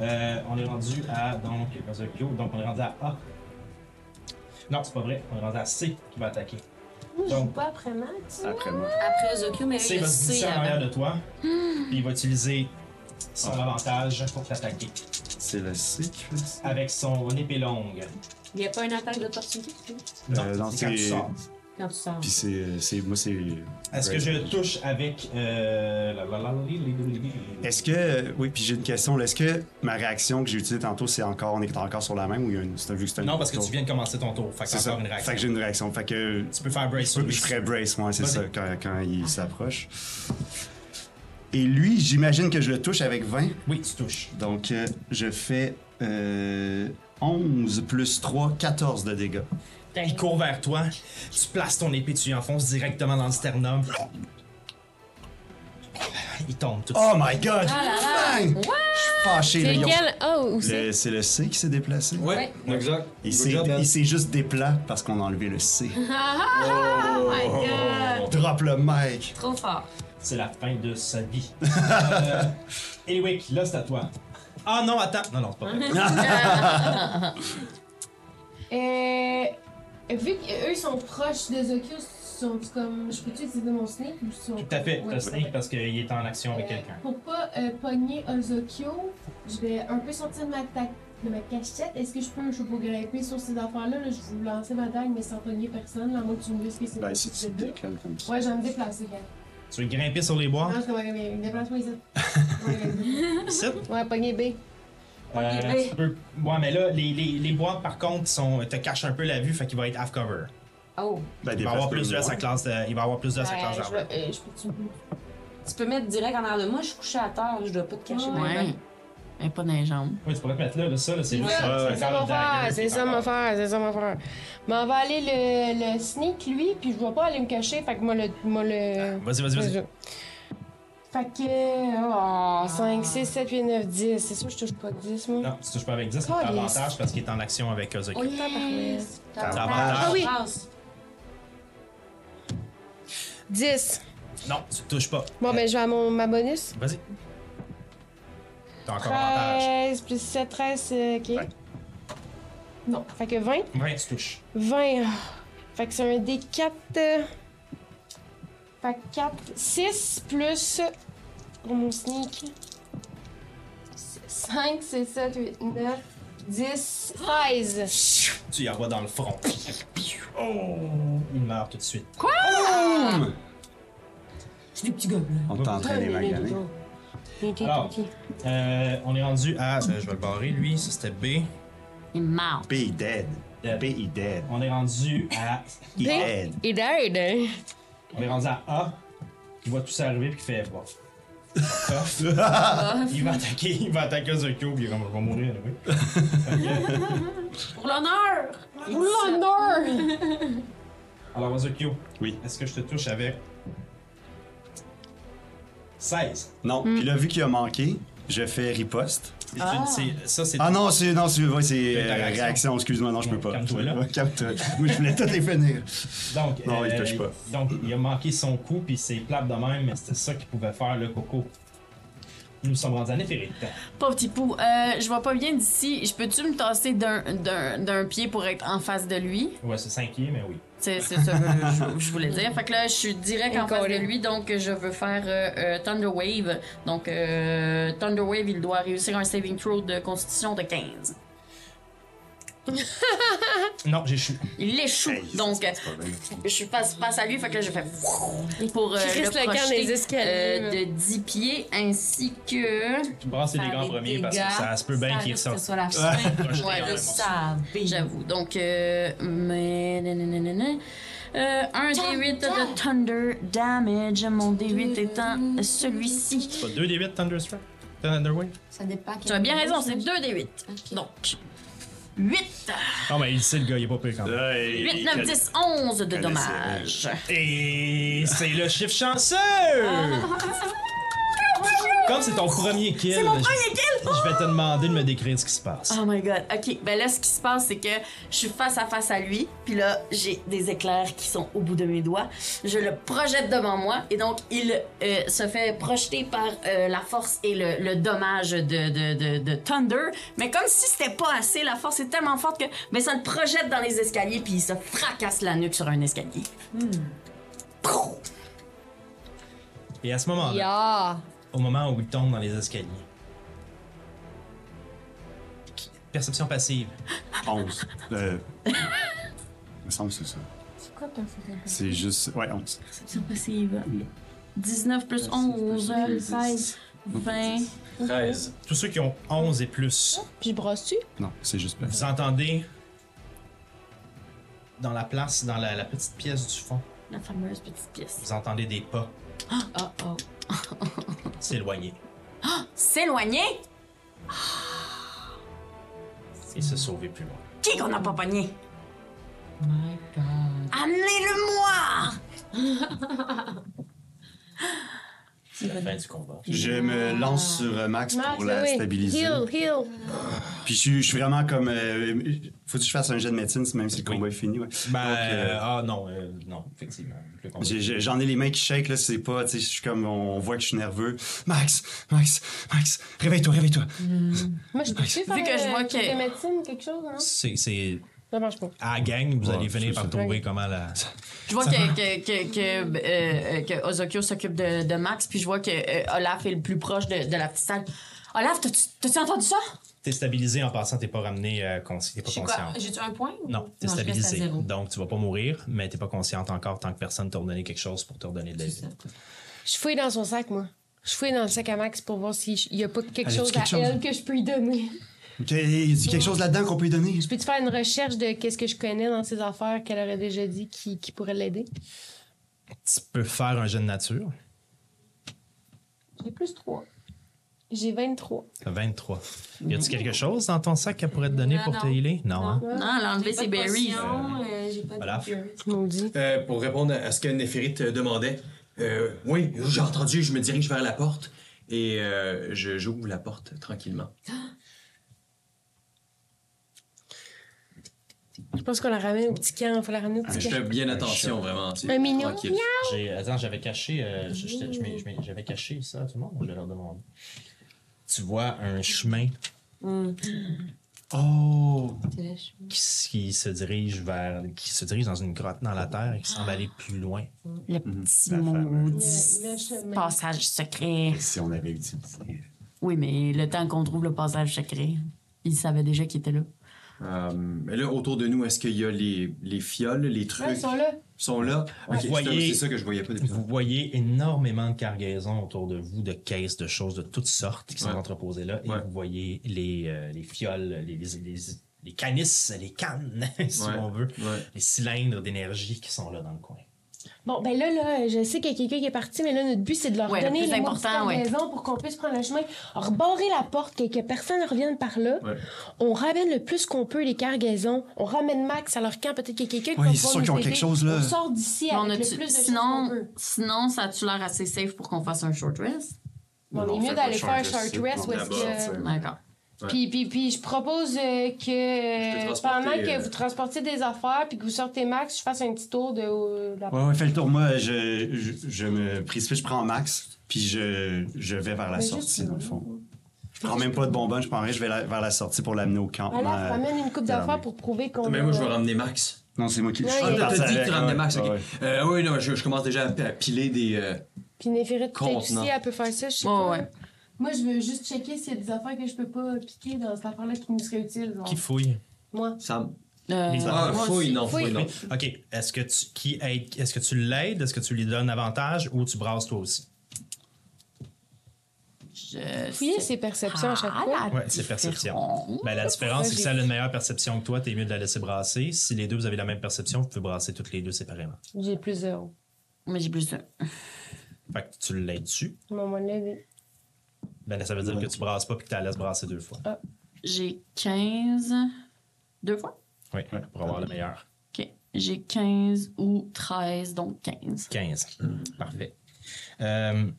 A: Euh, on est rendu à donc Ozokyo, donc on est rendu à A. Non, c'est pas vrai, on est rendu à C qui va attaquer.
F: Moi, je joue
A: Donc-
F: pas après Max.
C: Après moi.
D: Après Ozokyo, mais
A: C
D: il y
A: va
D: a
A: se
D: C
A: glisser en
D: avant.
A: arrière de toi, puis il va utiliser son avantage pour t'attaquer
C: C'est le C qui fait ça.
A: avec son épée longue.
D: Il n'y a pas une attaque d'opportunité tu sais,
A: Non,
C: Euh, non,
A: c'est quand tu
C: c'est-
A: sors.
D: quand tu sors.
C: Puis c'est. euh, c'est- Moi, c'est.
A: Est-ce que je touche avec. euh, la- la- la- la- la- la- la-
C: Est-ce que. Oui, puis j'ai une question. là. Est-ce que ma réaction que j'ai utilisée tantôt, c'est encore. On est encore sur la même ou il y a une. C'est un vu que c'est un
A: Non, parce que
C: tour?
A: tu viens de commencer ton tour. Fait que
C: C'est
A: t'as
C: ça.
A: encore une réaction.
C: Fait que j'ai une réaction. Fait que.
A: Tu peux faire brace sur lui.
C: Je ferais brace, moi, c'est
A: Vas-y.
C: ça, quand, quand il s'approche. Et lui, j'imagine que je le touche avec 20.
A: Oui, tu touches.
C: Donc, euh, je fais euh, 11 plus 3, 14 de dégâts.
A: Il court vers toi, tu places ton épée, tu lui enfonces directement dans le sternum. Il tombe tout de
C: Oh my god! Bang! Je
D: What?
C: suis fâché, là,
F: C'est
C: ils ont-
F: lequel? Oh, où c'est?
C: Le- C'est le C qui s'est déplacé?
L: Ouais, exact.
C: Il
L: Good
C: s'est
L: job, Dan.
C: il s'est juste déplat parce qu'on a enlevé le C.
D: Oh my god!
C: Drop le mic!
D: Trop fort.
A: C'est la fin de sa vie. euh, Eliwick, là c'est à toi. Ah non, attends. Non, non, c'est pas vrai.
F: Hein? Euh, vu qu'eux sont proches de Zokyo, sont comme. Je peux-tu utiliser mon sneak ou sont...
A: Tout à fait,
F: Ouais.
A: t'as sneak parce qu'il est en action avec quelqu'un.
F: Pour pas euh, pogner un Zokyo, je vais un peu sortir de ma, ta- de ma cachette. Est-ce que je peux, je peux grimper sur ces affaires-là? là? Je vais vous lancer ma dague, mais sans pogner personne, là, à moins que Ben, tu me dises que
A: Ben,
F: c'est. possible.
C: comme ça.
F: Ouais, je vais me déplacer, gars.
A: Tu veux grimper sur les bois?
F: Non, je vais me déplacer, ici. Ouais,
A: C'est-
F: Ouais, pogner B. Ah,
A: Euh, tu peux- Ouais, mais là, les, les, les bois, par contre, sont, te cachent un peu la vue, fait qu'il va être half cover.
D: Oh.
C: Ben,
A: Il va avoir plus de à
C: déplace-toi,
A: sa classe de- il va avoir plus de à sa
F: Ouais,
A: classe
F: je
A: d'armure.
F: vais- euh, je peux-tu
D: Tu peux mettre direct en arrière de moi, je suis couché à terre, je dois pas te cacher.
F: Ouais.
D: ben,
B: Ouais.
D: ben.
B: Mais pas dans les jambes.
A: Oui, tu pourrais te mettre là, là, ça, là, c'est
D: Ouais,
A: juste.
F: C'est ça mon affaire, c'est ça mon affaire, c'est ça mon affaire. Mais on va aller le, le sneak, lui, puis je vais pas aller me cacher, fait que moi le... Moi, le...
A: Vas-y, Ah, vas-y, vas-y.
F: Fait que... Oh, 5, 6, 7, 8, 9, 10. C'est sûr que je touche pas 10, moi.
A: Ah. Non, tu touches pas avec 10, c'est
F: Oh, yes.
A: avantage parce qu'il est en action avec Ozaki.
D: Oh yes!
F: yes.
A: Ah
F: oui.
D: Passe.
F: 10.
A: Non, tu touches pas.
F: Bon, ben je vais à mon, ma bonus.
A: Vas-y. T'as encore avantage.
F: 13 plus 7, 13, euh, ok. Non, fait que 20.
A: 20, tu touches.
F: 20. ah. Fait que c'est un D4. euh, Fait que 4. 6 plus. oh, mon sneak. 5, 6, 7, 8, 9,
H: 10, 16.
A: Tu y envoies dans le front. Oh! Il meurt tout de suite.
G: C'est des petits gobelins.
C: On t'a entraîné, Magané.
A: Alors, euh, on est rendu à. euh, je vais le barrer, lui. Ça, c'était B.
B: Il meurt.
C: B is dead.
A: Dead.
C: B is dead.
A: On est rendu à.
C: He dead.
H: Il died.
A: On est rendu à A. Qui voit tout ça arriver puis qui fait. Bon. Tough. il va attaquer, il va attaquer Zuko, puis il est comme, je vais mourir. anyway.
B: Pour l'honneur!
H: L'honneur!
A: Alors, Zuko.
C: Oui.
A: Est-ce que je te touche avec. 16.
C: Non, puis là, vu qu'il a manqué, je fais riposte.
A: C'est une- c'est- Ça, c'est.
C: Ah non, c'est non, c'est ouais, c'est
A: C'est ta
C: euh,
A: réaction.
C: réaction, excuse-moi, non, je peux pas.
A: Calme-toi, là.
C: Ouais, Calme-toi. Oui, je voulais tout les finir.
A: Donc, euh,
C: Non, il touche pas.
A: Donc, il a manqué son coup, puis c'est plate de même, mais c'était ça qu'il pouvait faire, le coco. Nous sommes rendus à Néphérite.
B: Pauvre petit pou, euh, je vois pas bien d'ici. Je peux-tu me tasser d'un- d'un d'un pied pour être en face de lui?
A: Ouais, c'est 5 mais oui.
B: C'est c'est ça que je, je voulais dire. Fait que là, je suis direct en face de
H: Encodé.
B: lui, donc je veux faire euh, euh, Thunder Wave. Donc, euh, Thunder Wave, il doit réussir un saving throw de constitution de 15.
A: Non, j'échoue.
B: Il échoue. donc, euh, je passe, passe à lui, fait que là, je fais pour euh,
H: Chris
B: le
H: le camp
B: projeter
H: des escaliers,
B: euh, de 10 pieds, ainsi que...
A: Tu brasses les gants en premier parce que ça se peut bien qu'il
D: Ça
A: ressorte.
D: risque que ce soit la fin.
A: projeté
B: Ouais,
A: dans
B: je
A: le morceau.
B: J'avoue. Donc, euh, mais. nananana. Euh, un D8 de Thunder Damage, mon D8 étant celui-ci.
A: C'est pas 2d8 Thunderstruck? Thunderwave?
D: Ça dépend.
B: Tu as bien raison, c'est 2 D8. Donc, 8,
A: Non, mais il sait le gars, il est pas pire quand même.
B: 8, 9, 10, 11 de dommages.
A: Et c'est le chiffre chanceux! Comme c'est ton premier kill. C'est mon premier kill! Ah. Je vais te demander de me décrire ce qui se passe.
B: Oh my god. Ok, ben là, ce qui se passe, c'est que je suis face à face à lui, puis là, j'ai des éclairs qui sont au bout de mes doigts. Je le projette devant moi, et donc, il euh, se fait projeter par euh, la force et le, le dommage de, de, de, de Thunder. Mais comme si c'était pas assez, la force est tellement forte que ben, ça le projette dans les escaliers, puis il se fracasse la nuque sur un escalier. Prou!
A: Et à ce moment-là,
H: Yeah.
A: au moment où il tombe dans les escaliers. Perception passive.
C: 11. Euh, il me semble que c'est ça.
H: C'est quoi ton secret?
C: C'est juste. Ouais, 11.
B: Perception passive. 19 plus 11, 16, 20.
L: 13.
A: Tous ceux qui ont 11 et plus,
H: Puis brosses-tu?
C: Non, c'est juste pas.
A: vous entendez dans la place, dans la, la petite pièce du fond,
B: La fameuse petite pièce.
A: vous entendez des pas
B: Oh
A: ah,
B: oh.
A: s'éloigner
B: S'éloigner?
A: et se sauver plus loin.
B: Qui qu'on n'a pas pogné? Mm. My God. Amenez-le-moi!
A: C'est la fin du combat.
C: Je me lance sur euh, Max pour
F: ben
C: la
H: oui.
C: stabiliser.
H: Heal, heal.
C: Puis je, suis- je suis vraiment comme. euh, faut que je fasse un jet de médecine, même si le
A: Oui.
C: combat est fini. Ouais.
A: Ben,
C: Donc, euh,
A: euh, ah non, euh, non, effectivement. Le combat.
C: j'ai- j'ai- J'en ai, les mains qui shake, là, c'est pas, tu sais, je suis comme, on voit que je suis nerveux. Max, Max, Max, réveille-toi, réveille-toi.
H: Moi, je peux-tu faire
B: Vu que je
H: euh,
B: vois
H: truc
B: que-
H: de médecine, quelque chose, non?
A: C'est- C'est
H: Ça marche pas.
A: à la gang, vous
C: Ouais,
A: allez venir
C: c'est
A: par
C: ça.
A: trouver comment la.
B: Je vois que, que, que, que, euh, euh, que Ozokyo s'occupe de, de Max, puis je vois que euh, Olaf est le plus proche de, de la petite salle. Olaf, t'as-tu t'as-tu entendu ça?
A: T'es stabilisé en passant, t'es pas ramené euh, consci- t'es pas
D: J'ai
A: conscient.
D: quoi? J'ai-tu un point? ou-
A: Non, t'es
D: je reste à
A: stabilisé.
D: zéro.
A: Donc, tu vas pas mourir, mais t'es pas consciente encore tant que personne t'a redonné quelque chose pour te redonner de la vie.
D: ça.
H: Je fouille dans son sac, moi. Je fouille dans le sac à Max pour voir s'il y a pas quelque
C: Allez,
H: chose
C: quelque
H: à
C: chose.
H: elle que je peux lui donner.
C: Ok, y a-t-il quelque chose là-dedans qu'on peut lui donner?
H: Je peux-tu faire une recherche de qu'est-ce que je connais dans ses affaires qu'elle aurait déjà dit qui, qui pourrait l'aider?
A: Tu peux faire un jeu de nature.
H: J'ai plus 3. J'ai 23.
A: T'as 23. Y a-tu quelque chose dans ton sac qu'elle pourrait te donner
D: Mhm. Non,
A: pour te
D: non.
A: healer? Non, hein?
B: Non, elle a enlevé
D: J'ai pas
B: ses
D: de
B: berries.
D: potion, euh, J'ai pas
A: Olaf.
D: de berries.
H: Maudit.
L: Euh, pour répondre à à ce que Néphérite te demandait, euh, oui, j'ai entendu, je me dirige vers la porte et euh, je- j'ouvre la porte tranquillement.
H: Je pense qu'on la ramène au petit camp. Il faut la ramener au
C: Ah,
H: petit
L: Je fais
H: camp.
L: bien attention, vraiment. tu sais,
H: Un mignon.
L: tranquille.
A: J'ai- Attends, j'avais caché, euh, je- j'étais- je m'ai- je m'ai- j'avais caché ça à tout le monde. Je vais leur demander. Tu vois un chemin
C: Oh!
A: qui, s- qui se dirige vers, qui se dirige dans une grotte dans la terre et qui semble aller plus loin.
B: Le petit
C: La fameuse.
B: maudit
H: Le- le chemin.
B: passage secret.
C: Si on avait utilisé.
B: Oui, mais le temps qu'on trouve le passage secret, il savait déjà qu'il était là.
L: Euh, mais là, autour de nous, est-ce qu'il y a les, les fioles, les trucs
F: Ouais, Ah, ils sont là.
L: sont là?
A: Vous
L: Ok, c'est-
A: voyez-
L: C'est ça que je voyais pas depuis
A: Vous voyez énormément de cargaisons autour de vous, de caisses, de choses de toutes sortes qui sont
L: Ouais.
A: entreposées là. Et
L: Ouais.
A: vous voyez les, euh, les fioles, les, les, les, les canisses, les cannes, si
L: Ouais.
A: on veut,
L: Ouais.
A: les cylindres d'énergie qui sont là dans le coin.
F: Bon, ben là, là, je sais qu'il y a quelqu'un qui est parti, mais là, notre but, c'est de leur
B: Ouais, le
F: donner
B: plus
F: les
B: important,
F: morceaux de
B: ouais.
F: cargaison pour qu'on puisse prendre le chemin, rebarrer la porte, et que personne ne revienne par là.
L: Ouais.
F: On ramène le plus qu'on peut les cargaisons. On ramène Max à leur camp. Peut-être qu'il y a quelqu'un qui
C: Ouais,
F: va
C: c'est
F: pouvoir
C: sûr
F: nous
C: qu'ils ont
F: aider.
C: quelque chose, là.
F: On sort d'ici
B: Mais on
F: avec le
B: a-tu-
F: plus de choses qu'on
B: sinon,
F: peut.
B: sinon, ça a-tu l'air assez safe pour qu'on fasse un short rest?
F: On
L: Non,
F: est
L: on fait
F: mieux
L: pas
F: d'aller
L: de
F: faire un
L: short rest,
F: short rest
L: c'est pour
F: où est-ce que...
L: d'abord,
B: D'accord.
L: Ouais.
F: Puis, puis, puis je propose euh,
L: peux
F: que euh,
L: transporter,
F: pendant que
L: euh,
F: vous transportez des affaires puis que vous sortez Max, je fasse un petit tour de, euh, de la
C: Ouais, ouais, fais le tour. Moi, je, je, je me précipite, je prends max, puis je, je vais vers la
F: Mais
C: sortie,
F: juste-
C: dans le fond. Je prends même pas de bonbonne, je prends rien, je vais la- vers la sortie pour l'amener au camp.
F: Voilà, je ramène une coupe
C: c'est
F: d'affaires
C: l'armée.
F: pour prouver qu'on.
L: Mais
F: a-
L: moi, je vais ramener Max.
C: Non, c'est moi qui.
F: Ouais,
C: suis
F: Ah,
L: t'as
C: parti
L: dit que
C: avec,
L: tu ramenais
C: ouais,
L: Max, ok.
C: ouais, ouais.
L: Euh, oui, non, je, je commence déjà à, à piler des... euh,
F: Puis Néphérite, peut-être
L: Contenant.
F: aussi, elle peut faire ça. Je sais
B: Ouais,
F: pas.
B: ouais.
F: Moi, je veux juste checker s'il y a des affaires que je peux pas piquer dans cette affaire-là qui nous seraient utiles. genre.
A: Qui fouille?
F: Moi.
L: Sam.
B: Euh,
A: Les-
L: Ah,
B: moi
L: fouille,
B: aussi.
L: non,
F: Fouille.
L: fouille, non.
A: OK. Est-ce que tu qui aide- est-ce que tu l'aides? Est-ce que tu lui donnes avantage ou tu brasses toi aussi?
B: Je
F: Fouiller
B: sais
F: ses perceptions à chaque
B: pas
F: fois.
B: la
A: Ouais, c'est perception.
B: différence.
A: Ben, la différence, c'est que
F: j'ai-
A: si elle a une meilleure perception que toi, t'es mieux de la laisser brasser. Si les deux, vous avez la même perception, vous pouvez brasser toutes les deux séparément.
F: J'ai plus zéro.
B: Mais j'ai plus de.
A: Fait que tu l'aides dessus.
F: Maman l'aider.
A: Ben, ça veut dire que tu brasses pas puis que tu la laisses brasser deux fois.
B: J'ai 15. Deux fois?
A: Oui, pour avoir le meilleur.
B: OK. J'ai 15 ou 13, donc 15.
A: 15. Parfait. Euh,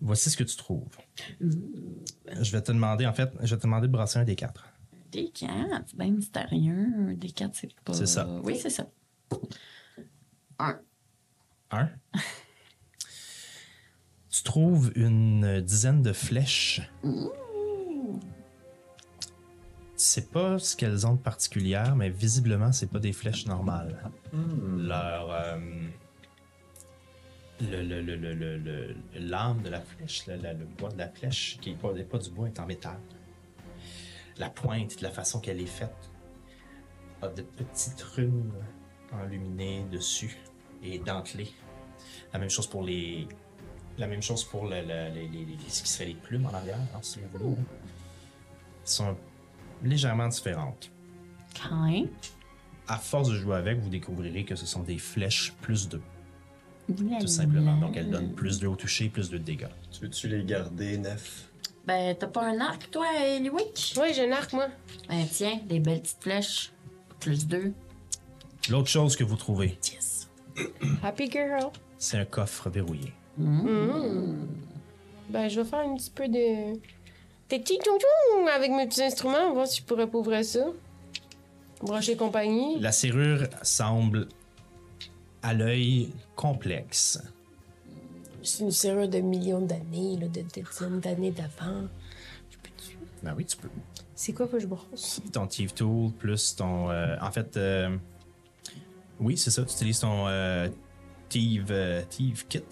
A: voici ce que tu trouves. Je vais te demander, en fait, je vais te demander de brasser un des quatre.
B: Des 4, c'est bien mystérieux. Des 4, c'est pas.
A: C'est ça.
B: Oui, c'est ça. Un.
A: Un. tu trouves une dizaine de flèches. Tu sais pas ce qu'elles ont de particulière, mais visiblement, c'est pas des flèches normales. Leur. euh, le- le- le- le- le- le- L'âme de la flèche, le, le- le bois de la flèche, qui n'est pas, pas du bois, est en métal. La pointe, de la façon qu'elle est faite, a de petites runes enluminées dessus et dentelées. La même chose pour les. La même chose pour le- le- les, les- les- ce qui serait les plumes en arrière, hein, si vous voulez. Elles sont légèrement différentes.
B: Quand?
A: À force de jouer avec, vous découvrirez que ce sont des flèches plus 2, tout simplement. Donc elles donnent plus 2 au toucher, plus 2 de dégâts.
L: Tu veux-tu les garder, Neuf?
B: Ben, t'as pas un arc, toi, Eliwick?
F: Ouais, j'ai un arc, moi.
B: Ben, tiens, des belles petites flèches. Plus deux.
A: L'autre chose que vous trouvez,
B: Yes.
F: Happy girl.
A: c'est un coffre verrouillé.
F: Ben, je vais faire un petit peu de. Des petits toutous avec mes petits instruments, on va voir si je pourrais pas ouvrir ça. Brocher compagnie.
A: La serrure semble à l'œil complexe.
F: C'est une serrure de millions d'années, là, de de dizaines d'années d'avant.
A: Ben oui, tu peux.
F: C'est quoi, faut que je brosse?
A: ton Thief Tool plus ton. euh, en fait, euh, oui, c'est ça. Tu utilises ton euh, Thief, euh, Thief Kit.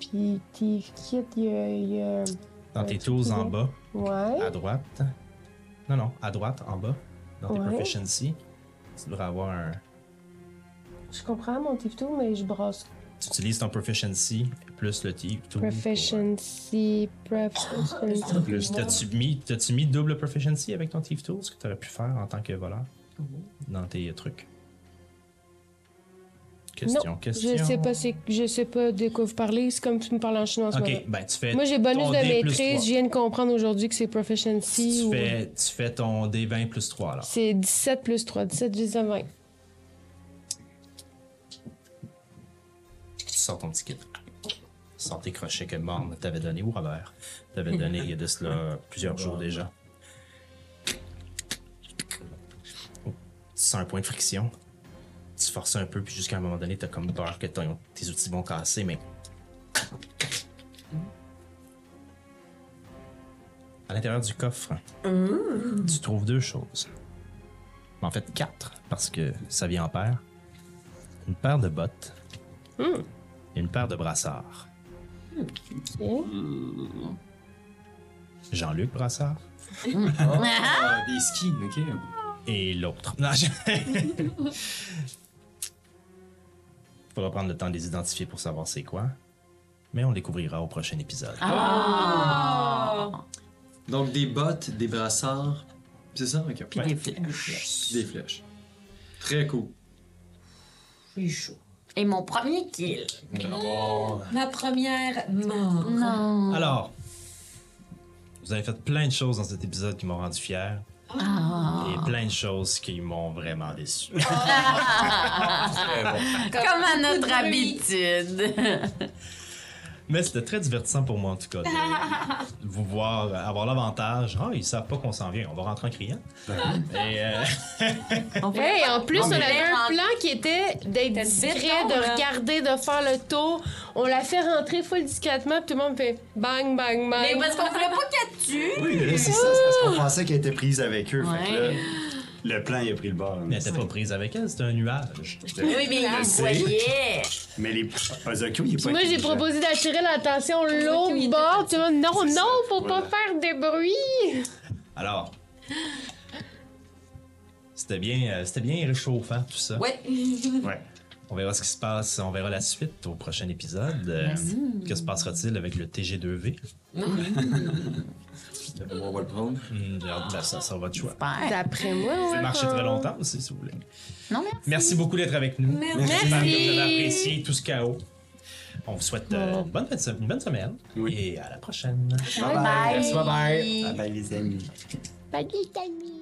F: Puis, tes kits, il y a- il y a.
A: Dans tes tools en bas,
F: Ouais.
A: à droite. Non, non, à droite, en bas. Dans tes
F: Ouais.
A: Proficiency, tu devrais avoir un.
F: Je comprends mon tout, mais je brosse.
A: Tu utilises ton Proficiency plus le Thief Tool. pour- euh,
F: Proficiency, proficiency.
A: Plus. T'as-tu mis, t'as-tu mis double Proficiency avec ton Thief Tool, ce que tu aurais pu faire en tant que voleur
F: Mm-hmm.
A: dans tes trucs? Question,
F: non,
A: question.
F: je sais pas, c'est- je sais pas de quoi vous parlez. C'est comme si tu me parles en chinois en ce moment.
A: Ok, ben tu fais.
F: Moi, j'ai bonus
A: ton
F: de
A: D plus
F: maîtrise.
A: trois.
F: Je viens de comprendre aujourd'hui que c'est proficiency.
A: tu,
F: ou-
A: fais, tu fais ton D20 plus 3 alors.
F: C'est 17 plus 3, 17, 19, 20.
A: Tu sors ton petit kit. Tu sors tes crochets que Morne t'avait donné ou Robert t'avait donné il y a de cela plusieurs jours déjà. Tu sens un point de friction. Tu forces un peu, puis jusqu'à un moment donné, t'as comme peur que ton- tes outils vont casser, mais. À l'intérieur du coffre, tu trouves deux choses. En fait, quatre, parce que ça vient en paire. Une paire de bottes et une paire de brassards. Jean-Luc Brassard
E: Ah,
L: euh,
E: des skis, ok.
A: et l'autre. Non, je... Faudra prendre le temps de les identifier pour savoir c'est quoi. Mais on le découvrira au prochain épisode.
E: Donc des bottes, des brassards, c'est ça? Ok.
B: Puis
E: Ouais.
B: des flèches.
E: Des flèches. Très cool.
B: Et mon premier kill.
D: Ma première mort.
B: Non.
A: Alors, vous avez fait plein de choses dans cet épisode qui m'ont rendu fier. Et plein de choses qui m'ont vraiment déçu.
B: Comme à notre
D: de bruit.
B: habitude.
A: Mais c'était très divertissant pour moi, en tout cas, de vous voir euh, avoir l'avantage. Ah, ils savent pas qu'on s'en vient, on va rentrer en criant. Et, euh,
F: Hey, en plus,
A: Non, mais-
F: on avait un plan qui était d'être discret,
D: discret,
F: de
D: là.
F: regarder, de faire le tour. On l'a fait rentrer full discrètement, puis tout le monde fait bang, bang, bang.
D: Mais parce qu'on voulait pas qu'elle tue.
C: Oui, mais là, c'est ça. c'est parce qu'on pensait qu'elle était prise avec eux. Fait que
B: Ouais.
C: là, le plan, il a pris le bord.
A: mais elle n'était pas prise avec elle, c'était un nuage.
B: Oui, mais
C: Je
B: il
C: sais.
B: voyait.
C: Mais les Ozokyo, il est pas
F: Puis moi, j'ai
C: intelligent.
F: proposé d'attirer l'attention l'autre bord. Tu vois, non, non, faut pas
C: Voilà.
F: faire de bruit.
A: Alors, c'était bien, euh, c'était bien réchauffant, tout ça.
D: Ouais.
C: Ouais.
A: On verra ce qui se passe, on verra la suite au prochain épisode. Euh, que se passera-t-il avec le TG2V?
E: On va le prendre.
A: Hum, j'ai hâte de- ça sera votre choix.
B: Super.
F: D'après moi,
A: Ça
F: ouais.
A: marcher très longtemps aussi, si vous voulez.
B: Non, merci.
A: Merci beaucoup d'être avec nous.
D: Merci.
A: J'espère que vous avez apprécié tout ce chaos. On vous souhaite euh, une, bonne fin de se- une bonne semaine et à la prochaine.
C: Bye bye.
E: Merci, bye bye.
C: Bye bye, les amis.
F: Pas dit, t'as mis.